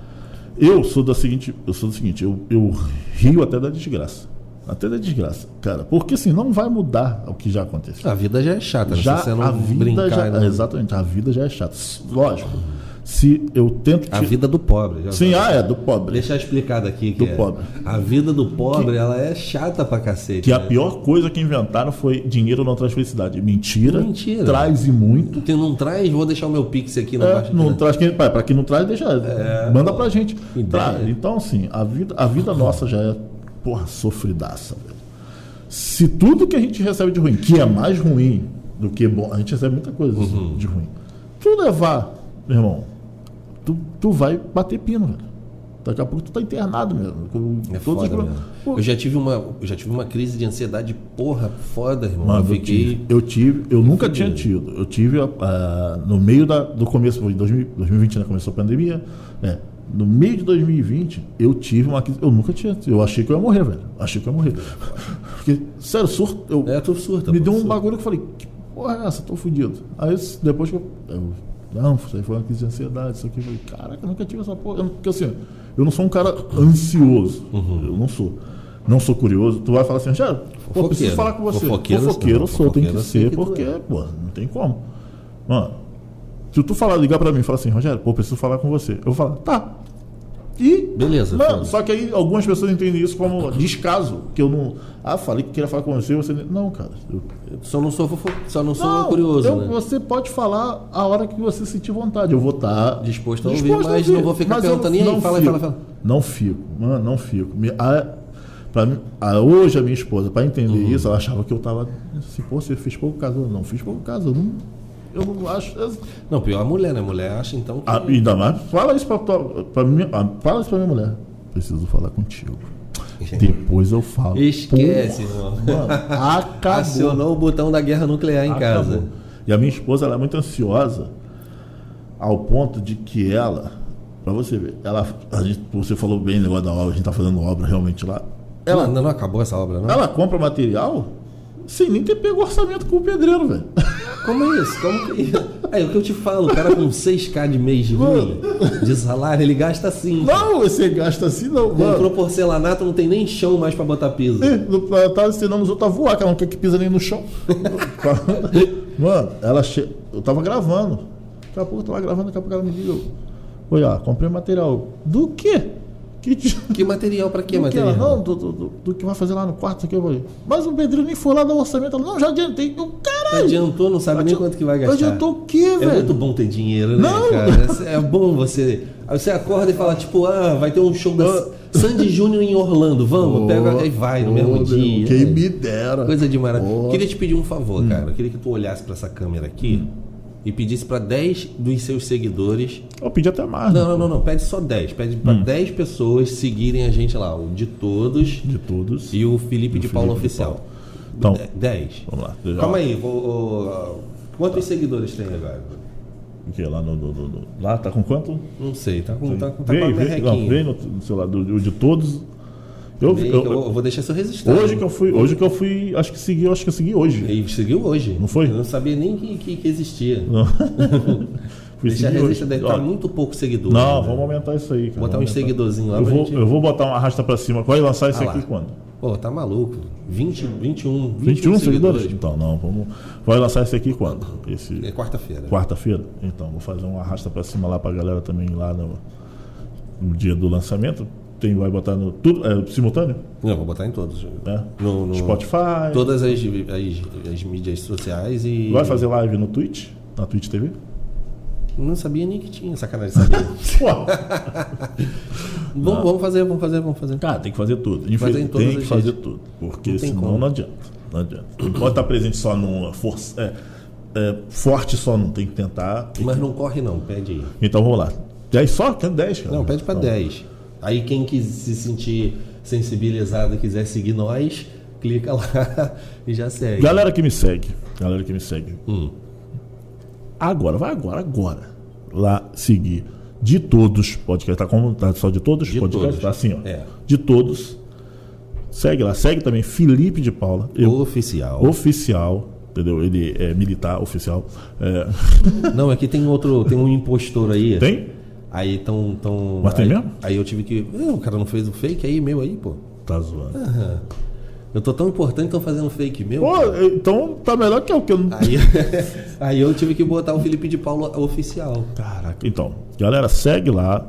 Speaker 2: eu sou da seguinte, eu sou do seguinte, eu, eu rio até da desgraça. Até da desgraça, cara. Porque assim, não vai mudar o que já aconteceu.
Speaker 1: A vida já é chata, né?
Speaker 2: já
Speaker 1: Se você não
Speaker 2: a vida
Speaker 1: brincar,
Speaker 2: já,
Speaker 1: né?
Speaker 2: exatamente, a vida já é chata. S- Lógico. Se eu tento
Speaker 1: A
Speaker 2: te-
Speaker 1: vida do pobre. já tá.
Speaker 2: Sim,
Speaker 1: vai.
Speaker 2: ah, é do pobre.
Speaker 1: Deixa eu explicar aqui que
Speaker 2: Do
Speaker 1: é-
Speaker 2: pobre.
Speaker 1: A vida do pobre, ela é chata pra cacete.
Speaker 2: Que a
Speaker 1: né?
Speaker 2: pior coisa que inventaram foi dinheiro não traz felicidade. Mentira.
Speaker 1: Mentira.
Speaker 2: Traz e muito.
Speaker 1: Tu não traz, vou deixar o meu pix aqui na É,
Speaker 2: É,
Speaker 1: parte.
Speaker 2: não traz quem, para quem não traz, deixa, manda pra gente.
Speaker 1: ideia.
Speaker 2: Traz. Então assim, a vida, a vida nossa já é porra sofridaça, velho. Se tudo que a gente recebe de ruim, que é mais ruim do que bom, a gente recebe muita coisa
Speaker 1: Uhum.
Speaker 2: de ruim. Tu levar, meu irmão, tu, tu vai bater pino, velho. Daqui a pouco tu tá internado mesmo. Com todos
Speaker 1: É
Speaker 2: os
Speaker 1: foda,
Speaker 2: problemas.
Speaker 1: mesmo.
Speaker 2: Pô,
Speaker 1: Eu já tive uma, eu já tive uma crise de ansiedade, porra, foda, irmão.
Speaker 2: Mano,
Speaker 1: eu
Speaker 2: eu
Speaker 1: fiquei
Speaker 2: tive, eu tive- eu nunca tinha tido. Eu tive ah, no meio da, do começo de 2000 2020, né, começou a pandemia. né, no meio de 2020, eu tive uma crise. Eu nunca tinha. tido. Eu achei que eu ia morrer, velho. Achei que eu ia morrer. Porque, sério, surto. Eu,
Speaker 1: É, tu surta,
Speaker 2: Me
Speaker 1: pô,
Speaker 2: deu um
Speaker 1: surta.
Speaker 2: bagulho que eu falei, que porra é essa? Tô fudido. Aí s- depois que eu. eu- não, isso aí foi uma crise de ansiedade, isso aqui. Eu falei, caraca, eu nunca tive essa porra. Eu não- porque assim, eu não sou um cara ansioso.
Speaker 1: Uhum.
Speaker 2: Eu não sou. Não sou curioso. Tu vai falar assim, Rogério, pô, eu preciso
Speaker 1: Fofoqueiro.
Speaker 2: falar com você.
Speaker 1: Fofoqueiro,
Speaker 2: fofoqueiro eu
Speaker 1: não.
Speaker 2: sou, tem que
Speaker 1: Fofoqueiro
Speaker 2: ser,
Speaker 1: tem que é.
Speaker 2: porque,
Speaker 1: doer.
Speaker 2: pô, não tem como. Mano, se tu falar, ligar pra mim e falar assim, Rogério, pô, eu preciso falar com você. Eu vou falar, tá. E.
Speaker 1: Beleza,
Speaker 2: Mano,
Speaker 1: foda-se.
Speaker 2: só que aí algumas pessoas entendem isso como descaso. Que eu não. Ah, falei que queria falar com você, você. Não, cara. Eu,
Speaker 1: Só não sou fofo- só não sou
Speaker 2: não, um
Speaker 1: curioso,
Speaker 2: eu-
Speaker 1: né?
Speaker 2: Você pode falar a hora que você sentir vontade. Eu vou tá estar
Speaker 1: Disposto a ouvir, mas não vou ficar
Speaker 2: eu
Speaker 1: perguntando, "E aí, fala aí,
Speaker 2: fico.
Speaker 1: fala, fala."
Speaker 2: Não fico, mano, não fico. Me- a- pra mim- a- hoje a minha esposa, para entender
Speaker 1: Uhum.
Speaker 2: isso, ela achava que eu tava. Assim, Pô, você fez pouco caso. Eu não fiz pouco caso. Eu não, eu não acho. eu-
Speaker 1: Não, pior a mulher, né? Mulher acha então que
Speaker 2: ah, ainda mais, fala isso pra, tua, pra minha, ah, fala isso pra minha mulher. Preciso falar contigo. Depois eu falo.
Speaker 1: Esquece, irmão.
Speaker 2: Pô, Mano, acabou.
Speaker 1: acionou o botão da guerra nuclear em
Speaker 2: Acabou.
Speaker 1: casa.
Speaker 2: E a minha esposa ela é muito ansiosa ao ponto de que ela, pra você ver, ela, a gente, você falou bem o negócio da obra, a gente tá fazendo obra realmente lá.
Speaker 1: Ela ainda não acabou essa obra, não?
Speaker 2: Ela compra material sem nem ter pego orçamento com o pedreiro, velho.
Speaker 1: Como é isso? Como que... Aí, o que eu te falo, o cara com 6k de mês de ruim, de salário, ele gasta 5.
Speaker 2: Não, você gasta assim não,
Speaker 1: Comprou
Speaker 2: mano.
Speaker 1: porcelanato, não tem nem chão mais pra botar piso.
Speaker 2: Ih, não- Ela tá ensinando os outros a voar, que ela não quer que pisa nem no chão. Mano, ela che... eu tava gravando. Daqui a pouco eu tava gravando, daqui a pouco ela me liga. eu, Oi, ó, comprei material. Do quê? Que tipo ti-
Speaker 1: Que material pra que
Speaker 2: do que ela,
Speaker 1: material?
Speaker 2: não, do, do, do- do que vai fazer lá no quarto, isso aqui eu falei. Mas o pedreiro nem foi lá dar o orçamento. Ela, não, já adiantei. Eu,
Speaker 1: Não
Speaker 2: caralho.
Speaker 1: adiantou, não sabe nem quanto que vai gastar.
Speaker 2: Adiantou o quê,
Speaker 1: É
Speaker 2: velho?
Speaker 1: muito bom ter dinheiro, né,
Speaker 2: Não!
Speaker 1: cara? É bom você. Aí você acorda e fala, tipo, ah, vai ter um show da Sandy Júnior em Orlando, vamos, pega aí vai no
Speaker 2: Ô,
Speaker 1: mesmo
Speaker 2: meu,
Speaker 1: dia.
Speaker 2: Quem
Speaker 1: É.
Speaker 2: me dera.
Speaker 1: Coisa de maravilha.
Speaker 2: Ô.
Speaker 1: Queria te pedir um favor,
Speaker 2: Hum.
Speaker 1: cara. Eu queria que tu olhasse pra essa câmera aqui e pedisse pra 10 dos seus seguidores.
Speaker 2: Eu pedi até mais.
Speaker 1: Não,
Speaker 2: né?
Speaker 1: não, não, não. Pede só 10. Pede
Speaker 2: Hum.
Speaker 1: pra 10 pessoas seguirem a gente lá. O de todos
Speaker 2: De todos.
Speaker 1: e o Felipe de
Speaker 2: Felipe
Speaker 1: Paulo
Speaker 2: de
Speaker 1: Oficial.
Speaker 2: Então,
Speaker 1: 10.
Speaker 2: vamos lá.
Speaker 1: Calma aí, vou, vou- quantos seguidores tem agora?
Speaker 2: O que? Lá no, no- no- no- Lá tá com quanto?
Speaker 1: Não sei, tá com, tá, com- tá
Speaker 2: vem,
Speaker 1: com a
Speaker 2: vem, não, vem
Speaker 1: merrequinha.
Speaker 2: no, no celular do, do- de todos. Eu,
Speaker 1: Vem, que
Speaker 2: eu-
Speaker 1: eu, vou- eu vou deixar isso registrado.
Speaker 2: hoje que eu fui, hoje que eu fui, acho que segui, eu acho que eu segui hoje.
Speaker 1: E seguiu hoje.
Speaker 2: Não foi?
Speaker 1: Eu não sabia nem que, que, que existia.
Speaker 2: Fui
Speaker 1: Deixar
Speaker 2: seguir hoje.
Speaker 1: registrado, deve tá
Speaker 2: Ó,
Speaker 1: muito pouco seguidor.
Speaker 2: Não,
Speaker 1: né?
Speaker 2: vamos aumentar isso aí, cara.
Speaker 1: Botar
Speaker 2: Vamos aumentar.
Speaker 1: uns seguidorzinhos lá
Speaker 2: Eu
Speaker 1: pra
Speaker 2: vou,
Speaker 1: gente-
Speaker 2: eu vou botar uma arrasta pra cima. Vai lançar isso
Speaker 1: Ah lá.
Speaker 2: aqui quando?
Speaker 1: Pô, tá maluco. 20, 21,
Speaker 2: 21
Speaker 1: 21, seguidores.
Speaker 2: seguidores? Então, não, vamos. Vai lançar esse aqui quando? Esse
Speaker 1: É quarta-feira.
Speaker 2: quarta-feira? Então, vou fazer um arrasta pra cima lá pra galera também lá no, no dia do lançamento. Tem, vai botar no. Tudo, é, simultâneo?
Speaker 1: Não, vou botar em todos.
Speaker 2: Né?
Speaker 1: No, no-
Speaker 2: Spotify.
Speaker 1: Todas as, as, as mídias sociais e.
Speaker 2: Vai fazer live no Twitch? Na Twitch TV?
Speaker 1: Não sabia nem que tinha, sacanagem, sabia.
Speaker 2: Pô,
Speaker 1: vamos, vamos fazer, vamos fazer, vamos fazer.
Speaker 2: Cara, tá, tem que fazer tudo.
Speaker 1: Fazer em
Speaker 2: Infelizmente,
Speaker 1: todas
Speaker 2: tem que
Speaker 1: as
Speaker 2: fazer
Speaker 1: redes.
Speaker 2: tudo. Porque
Speaker 1: Não tem
Speaker 2: senão
Speaker 1: como.
Speaker 2: não adianta. Não adianta. Não pode estar presente só numa força. é, é, forte só não. Tem que tentar. Tem
Speaker 1: Mas
Speaker 2: que-
Speaker 1: não corre não, pede aí.
Speaker 2: Então vamos lá. 10 só? Tem 10, cara.
Speaker 1: Não, pede pra
Speaker 2: Então,
Speaker 1: 10. Aí quem quis se sentir sensibilizado e quiser seguir nós, clica lá e já segue.
Speaker 2: Galera que me segue. Galera que me segue.
Speaker 1: Hum.
Speaker 2: Agora, vai agora, agora. Lá seguir. De todos. Podcast tá como? Tá só de todos?
Speaker 1: De
Speaker 2: podcast
Speaker 1: todos.
Speaker 2: tá assim, ó.
Speaker 1: É.
Speaker 2: De todos. Segue lá. Segue também Felipe de Paula. Eu,
Speaker 1: Oficial.
Speaker 2: oficial, entendeu? Ele é militar oficial. É,
Speaker 1: Não, é que tem outro, tem um impostor aí.
Speaker 2: tem?
Speaker 1: Aí tão. tão
Speaker 2: Mas tem
Speaker 1: aí,
Speaker 2: mesmo?
Speaker 1: Aí eu tive que. Não, o cara não fez o fake aí, meu aí, pô.
Speaker 2: Tá zoando.
Speaker 1: Ah, Eu tô tão importante, tão fazendo fake meu.
Speaker 2: Pô, então tá melhor que o que eu não.
Speaker 1: Aí, aí eu tive que botar o Felipe de Paulo oficial.
Speaker 2: Caraca. Então, galera, segue lá.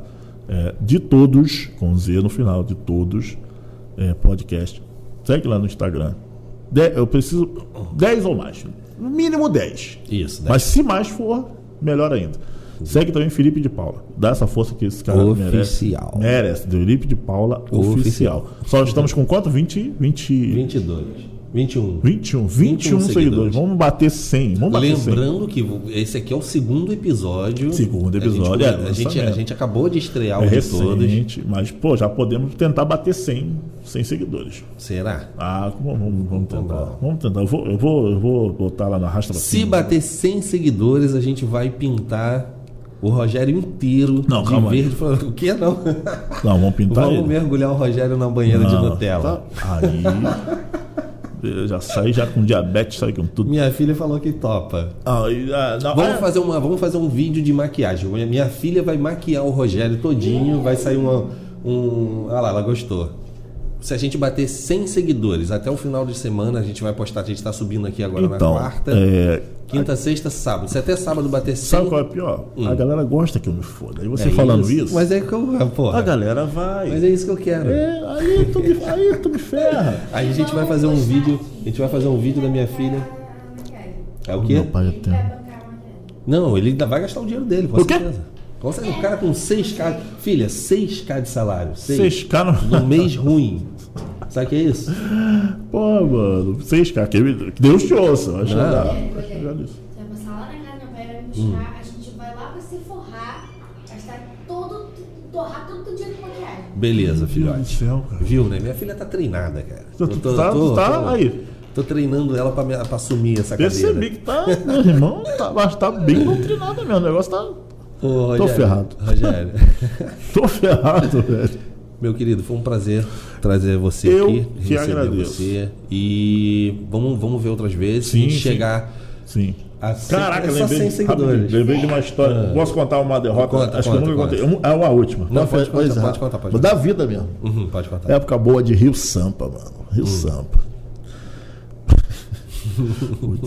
Speaker 2: é, de todos, com Z no final, de todos, é, podcast. Segue lá no Instagram. De- eu preciso 10 ou mais. No mínimo 10.
Speaker 1: Isso, né?
Speaker 2: Mas se mais for, melhor ainda. Segue também Felipe de Paula. Dá essa força que esse cara
Speaker 1: Oficial.
Speaker 2: merece. Merece. Felipe de Paula oficial.
Speaker 1: Oficial.
Speaker 2: Só estamos com quanto? 20, 20,
Speaker 1: 22. 21.
Speaker 2: 21, 21,
Speaker 1: 21
Speaker 2: seguidores.
Speaker 1: seguidores.
Speaker 2: Vamos bater 100. Vamos bater 100.
Speaker 1: Lembrando que esse aqui é o segundo episódio.
Speaker 2: Segundo
Speaker 1: A gente-
Speaker 2: episódio, é,
Speaker 1: A gente, a
Speaker 2: lançamento.
Speaker 1: gente acabou de estrear o
Speaker 2: é
Speaker 1: de todos.
Speaker 2: recente, mas pô, já podemos tentar bater 100, 100 seguidores.
Speaker 1: Será?
Speaker 2: Ah, como- vamos, vamos tentar.
Speaker 1: Vamos lá.
Speaker 2: Vamos tentar. Eu vou, eu vou, eu vou botar lá na rastra. pra
Speaker 1: Se
Speaker 2: cima.
Speaker 1: bater 100 seguidores, a gente vai pintar o Rogério inteiro
Speaker 2: Não,
Speaker 1: de
Speaker 2: calma aí.
Speaker 1: verde. O que não?
Speaker 2: Não, vamos pintar
Speaker 1: Vamos
Speaker 2: ele.
Speaker 1: mergulhar o Rogério na banheira de
Speaker 2: Não,
Speaker 1: Nutella.
Speaker 2: tá- Aí. Eu já saí já com diabetes, saí com tudo.
Speaker 1: Minha filha falou que topa.
Speaker 2: Aí, ah, não,
Speaker 1: Vamos
Speaker 2: ah,
Speaker 1: fazer, uma, vamos fazer um vídeo de maquiagem. Minha- Minha filha vai maquiar o Rogério todinho, vai sair uma, um. Ah lá, ela gostou. Se a gente bater 100 seguidores até o final de semana, a gente vai postar. A gente está subindo aqui agora
Speaker 2: Então,
Speaker 1: na quarta.
Speaker 2: é,
Speaker 1: Quinta, sexta, sábado. Se até sábado bater 100.
Speaker 2: sabe qual é pior? A galera gosta que eu me foda. Aí você
Speaker 1: Hum. É
Speaker 2: falando isso,
Speaker 1: Mas é que eu. ah,
Speaker 2: a
Speaker 1: Porra.
Speaker 2: galera vai.
Speaker 1: Mas é isso que eu quero.
Speaker 2: É, aí, tu me, aí tu me ferra.
Speaker 1: Aí a gente vai fazer um vídeo. A gente vai fazer um vídeo da minha filha. É o quê?
Speaker 2: Meu pai até.
Speaker 1: Não, ele ainda vai gastar o dinheiro dele, com
Speaker 2: O quê?
Speaker 1: certeza. Com certeza. O cara com 6K. Filha, 6K de salário. 6.
Speaker 2: 6K no-
Speaker 1: No mês ruim. Sabe o que é isso?
Speaker 2: Pô, mano, 6K, que que Deus te ouça. eu Acho que
Speaker 1: Não.
Speaker 2: dá. acho que dá nisso.
Speaker 4: Você vai passar lá na casa da minha pai, vai me
Speaker 1: Hum.
Speaker 4: buscar, a gente vai lá pra se forrar, gastar todo, torrar todo o dinheiro com maquiagem.
Speaker 1: Beleza,
Speaker 2: Meu Deus do
Speaker 1: filhote.
Speaker 2: céu, cara.
Speaker 1: Viu, né? Minha filha tá treinada, cara.
Speaker 2: Tu-
Speaker 1: Eu
Speaker 2: tu tá- tu tá aí.
Speaker 1: Tô treinando ela pra, me- pra assumir essa
Speaker 2: Percebi
Speaker 1: cadeira.
Speaker 2: que tá, meu irmão, tá, mas tá bem doutrinado mesmo. O negócio tá.
Speaker 1: Ô, Rogério,
Speaker 2: ferrado.
Speaker 1: Rogério,
Speaker 2: Tô ferrado, velho.
Speaker 1: meu querido, foi um prazer trazer você
Speaker 2: Eu
Speaker 1: aqui.
Speaker 2: que
Speaker 1: receber
Speaker 2: agradeço.
Speaker 1: Você. E vamos, vamos ver outras vezes.
Speaker 2: Sim,
Speaker 1: a gente
Speaker 2: sim.
Speaker 1: chegar
Speaker 2: Sim.
Speaker 1: a cem- é
Speaker 2: Caraca,
Speaker 1: só
Speaker 2: lembrei,
Speaker 1: 100
Speaker 2: de- rapidinho,
Speaker 1: seguidores. Ah.
Speaker 2: lembrei de uma história. Posso contar uma derrota?
Speaker 1: Conta,
Speaker 2: Acho que eu
Speaker 1: conta,
Speaker 2: nunca contei. Um- É uma última.
Speaker 1: Não,
Speaker 2: Uma
Speaker 1: pode
Speaker 2: fe-
Speaker 1: contar,
Speaker 2: coisa
Speaker 1: pode
Speaker 2: rápida.
Speaker 1: contar, pode
Speaker 2: Da vida mesmo.
Speaker 1: Uhum, pode contar.
Speaker 2: Época boa de Rio Sampa, mano. Rio
Speaker 1: Hum.
Speaker 2: Sampa.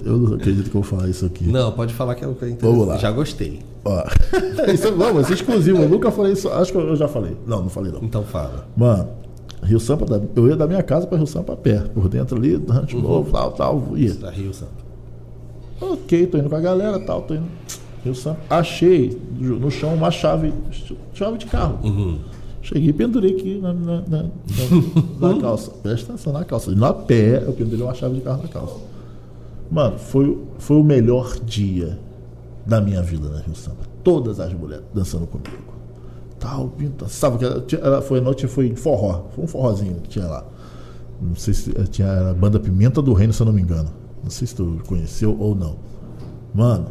Speaker 2: eu não acredito que eu vou falar isso aqui.
Speaker 1: Não, pode falar que é o que é interessante.
Speaker 2: Vamos lá.
Speaker 1: Já gostei.
Speaker 2: Ó. isso, é- não, mas isso é exclusivo. Eu nunca falei isso. Acho que eu já falei. Não, não falei não.
Speaker 1: Então fala.
Speaker 2: Mano, Rio Sampa, da- eu ia da minha casa pra Rio Sampa a pé. Por dentro ali, Rancho Novo, tal, tal. Ia.
Speaker 1: Da Rio Santo.
Speaker 2: Ok, tô indo com a galera tal, tô indo. Rio Sampa. Achei ju- no chão uma chave, chave de carro. Cheguei e pendurei aqui na, na- na- na- na calça. Presta atenção na calça. Na pé, eu pendurei uma chave de carro na calça. Mano, foi, o- foi o melhor dia da minha vida na Rio Sampa. Todas as mulheres dançando comigo. Tal, pinta. Sabe que ela, tinha- ela foi a noite, foi forró. Foi um forrozinho que tinha lá. Não sei se eh, tinha era a banda Pimenta do Reino, se eu não me engano. Não sei se tu conheceu ou não. Mano,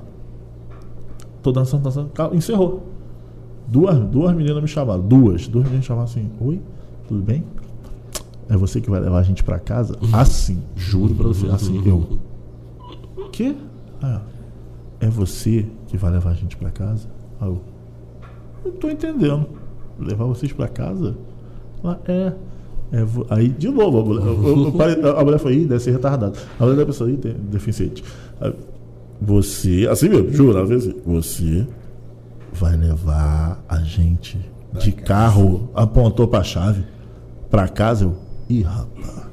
Speaker 2: tô dançando, dançando. Cara, encerrou. Duas, duas meninas me chamaram. Duas. Duas meninas me chamaram assim. Oi, tudo bem? É você que vai levar a gente pra casa? Assim, juro pra você. Assim, eu. Que? Ah, é você que vai levar a gente pra casa? Aí eu. Não tô entendendo. Levar vocês pra casa? Ela, é. é vo- Aí, de novo, a mulher, eu- eu parei- a mulher foi, "Ih, deve ser retardada. A mulher da pessoa, "Ih, tem- deficiente. Aí, Você, assim mesmo, juro, ela fez assim, você vai levar a gente de carro, apontou pra chave, pra casa, eu, ih, rapaz,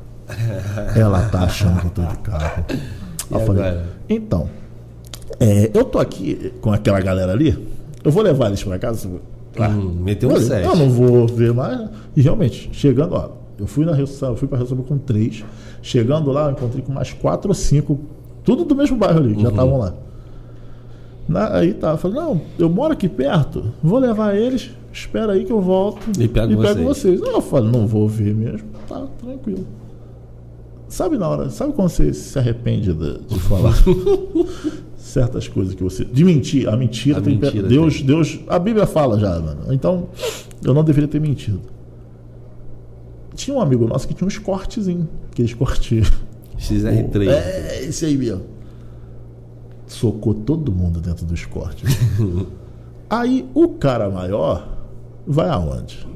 Speaker 2: ela tá achando que eu tô de carro. Aí eu falei,
Speaker 1: agora?
Speaker 2: então, é, eu tô aqui com aquela galera ali, Eu vou levar eles pra casa? Ah,
Speaker 1: Hum, meteu um
Speaker 2: eu,
Speaker 1: 7.
Speaker 2: eu não vou ver mais. né? E realmente, chegando, ó, eu fui na Rio Samba, eu fui pra Rio Samba com três. Chegando lá, eu encontrei com mais quatro ou cinco, tudo do mesmo bairro ali, que
Speaker 1: Uhum.
Speaker 2: já estavam lá. Na- aí tá, eu falei, não, eu moro aqui perto, vou levar eles, espera aí que eu volto
Speaker 1: E pego vocês.
Speaker 2: vocês. Não, eu falei, não vou ver mesmo, tá tranquilo. Sabe na hora, sabe quando você se arrepende de, de falar certas coisas que você. De mentir, a mentira,
Speaker 1: A
Speaker 2: tem pe-
Speaker 1: mentira
Speaker 2: Deus, Deus. A Bíblia fala já, mano. Então, eu não deveria ter mentido. Tinha um amigo nosso que tinha uns cortezinhos. Aqueles cortes.
Speaker 1: XR3.
Speaker 2: É, esse aí mesmo. Socou todo mundo dentro dos cortes. aí o cara maior vai aonde?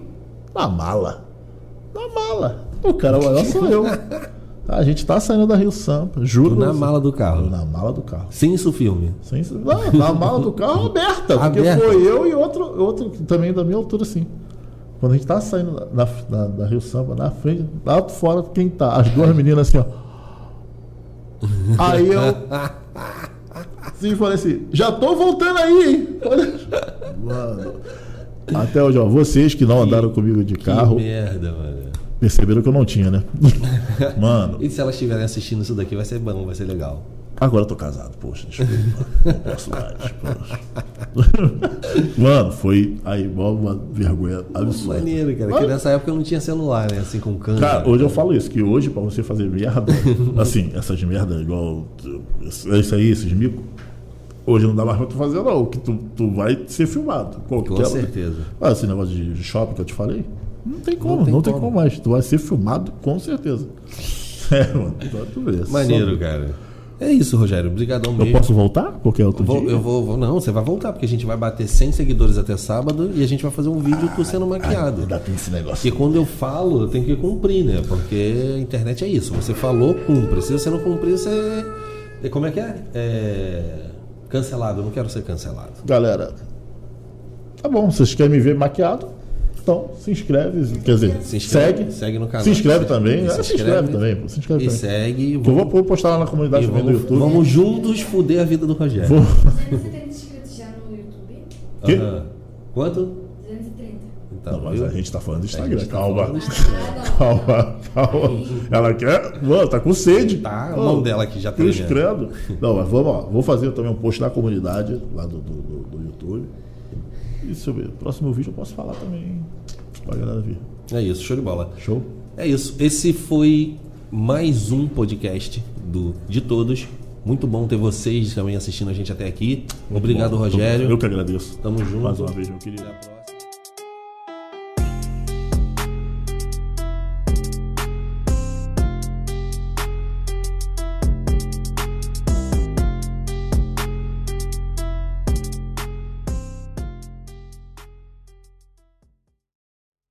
Speaker 2: Na mala. Na mala. O cara maior é, sou eu. A gente tá saindo da Rio Sampa, juro.
Speaker 1: Tô na
Speaker 2: pra você.
Speaker 1: mala do carro.
Speaker 2: Na mala do carro.
Speaker 1: Sem isso o filme.
Speaker 2: Sem, não, na mala do carro aberta. Porque
Speaker 1: Aberta.
Speaker 2: foi eu e outro, outro que também da minha altura, assim. Quando a gente tá saindo da, da- da- da Rio Samba, na frente, lá fora, quem tá? As duas meninas assim, ó. Aí eu. Sim, falei assim, já tô voltando aí, hein? Falei, Mano. Até hoje, ó, vocês que não andaram comigo de carro,
Speaker 1: Que merda, mano.
Speaker 2: perceberam que eu não tinha, né? Mano.
Speaker 1: E se elas estiverem assistindo isso daqui, vai ser bom, vai ser legal.
Speaker 2: Agora eu tô casado, poxa, desculpa. Não posso mais, poxa. Mano, foi aí mó uma vergonha absurda.
Speaker 1: Maneiro, cara. Porque nessa época eu não tinha celular, né? Assim, com câmera.
Speaker 2: Cara, hoje eu falo isso, que hoje pra você fazer merda, assim, essas merdas igual. Isso aí, esses micos. Hoje não dá mais pra tu fazer, não. Que tu, tu vai ser filmado. Qualquer,
Speaker 1: Com certeza.
Speaker 2: Ah, esse negócio de shopping que eu te falei? Não tem como, não tem,
Speaker 1: tem como.
Speaker 2: como. mais. Tu vai ser filmado com certeza. É, mano, tu- tu vê.
Speaker 1: Maneiro, cara. É isso, Rogério. Obrigadão
Speaker 2: Eu
Speaker 1: mesmo.
Speaker 2: posso voltar? Porque eu tô
Speaker 1: Vou- eu vou, vou- Não, você vai voltar, porque a gente vai bater 100 seguidores até sábado e a gente vai fazer um vídeo tu sendo maquiado.
Speaker 2: Ainda tem esse negócio.
Speaker 1: Porque quando eu falo, eu tenho que cumprir, né? Porque a internet é isso. Você falou, cumpre. Se você não cumprir, você. é- Como é que é? É. Cancelado. Eu não quero ser cancelado.
Speaker 2: Galera, tá bom, vocês querem me ver maquiado? Então, se inscreve, quer dizer,
Speaker 1: Se inscreve,
Speaker 2: segue.
Speaker 1: segue no canal.
Speaker 2: Se inscreve
Speaker 1: Se-
Speaker 2: também.
Speaker 1: e
Speaker 2: é,
Speaker 1: se
Speaker 2: Se, inscreve,
Speaker 1: inscreve.
Speaker 2: também, pô, se inscreve
Speaker 1: E
Speaker 2: também.
Speaker 1: segue.
Speaker 2: Que eu vou,
Speaker 1: Vamos,
Speaker 2: vou postar lá na comunidade
Speaker 1: e
Speaker 2: também do
Speaker 1: vamos,
Speaker 2: YouTube.
Speaker 1: vamos juntos fuder a vida do Rogério.
Speaker 4: 230 inscritos já no YouTube?
Speaker 2: Quê?
Speaker 1: Aham. Quanto?
Speaker 4: 230.
Speaker 1: Então,
Speaker 2: Não, mas
Speaker 1: viu?
Speaker 2: a gente tá falando do
Speaker 1: A
Speaker 2: Instagram,
Speaker 1: gente tá
Speaker 2: calma.
Speaker 1: falando do-
Speaker 4: Ah,
Speaker 2: Calma, calma. Ela quer. Mano, tá com sede.
Speaker 1: Tá, a
Speaker 2: Pô,
Speaker 1: mão dela aqui já
Speaker 2: cruz
Speaker 1: tremendo.
Speaker 2: credo. Não, mas vamos, ó. Vou fazer também um post na comunidade, lá do, do, do- do YouTube. E sobre o próximo vídeo eu posso falar também. hein? Pra galera ver.
Speaker 1: É isso, show de bola.
Speaker 2: Show?
Speaker 1: É isso. Esse foi mais um podcast do de todos. Muito bom ter vocês também assistindo a gente até aqui. Obrigado,
Speaker 2: Bom, então,
Speaker 1: Rogério.
Speaker 2: Eu que agradeço.
Speaker 1: Tamo junto.
Speaker 2: Mais uma vez, meu querido.
Speaker 1: Até a próxima.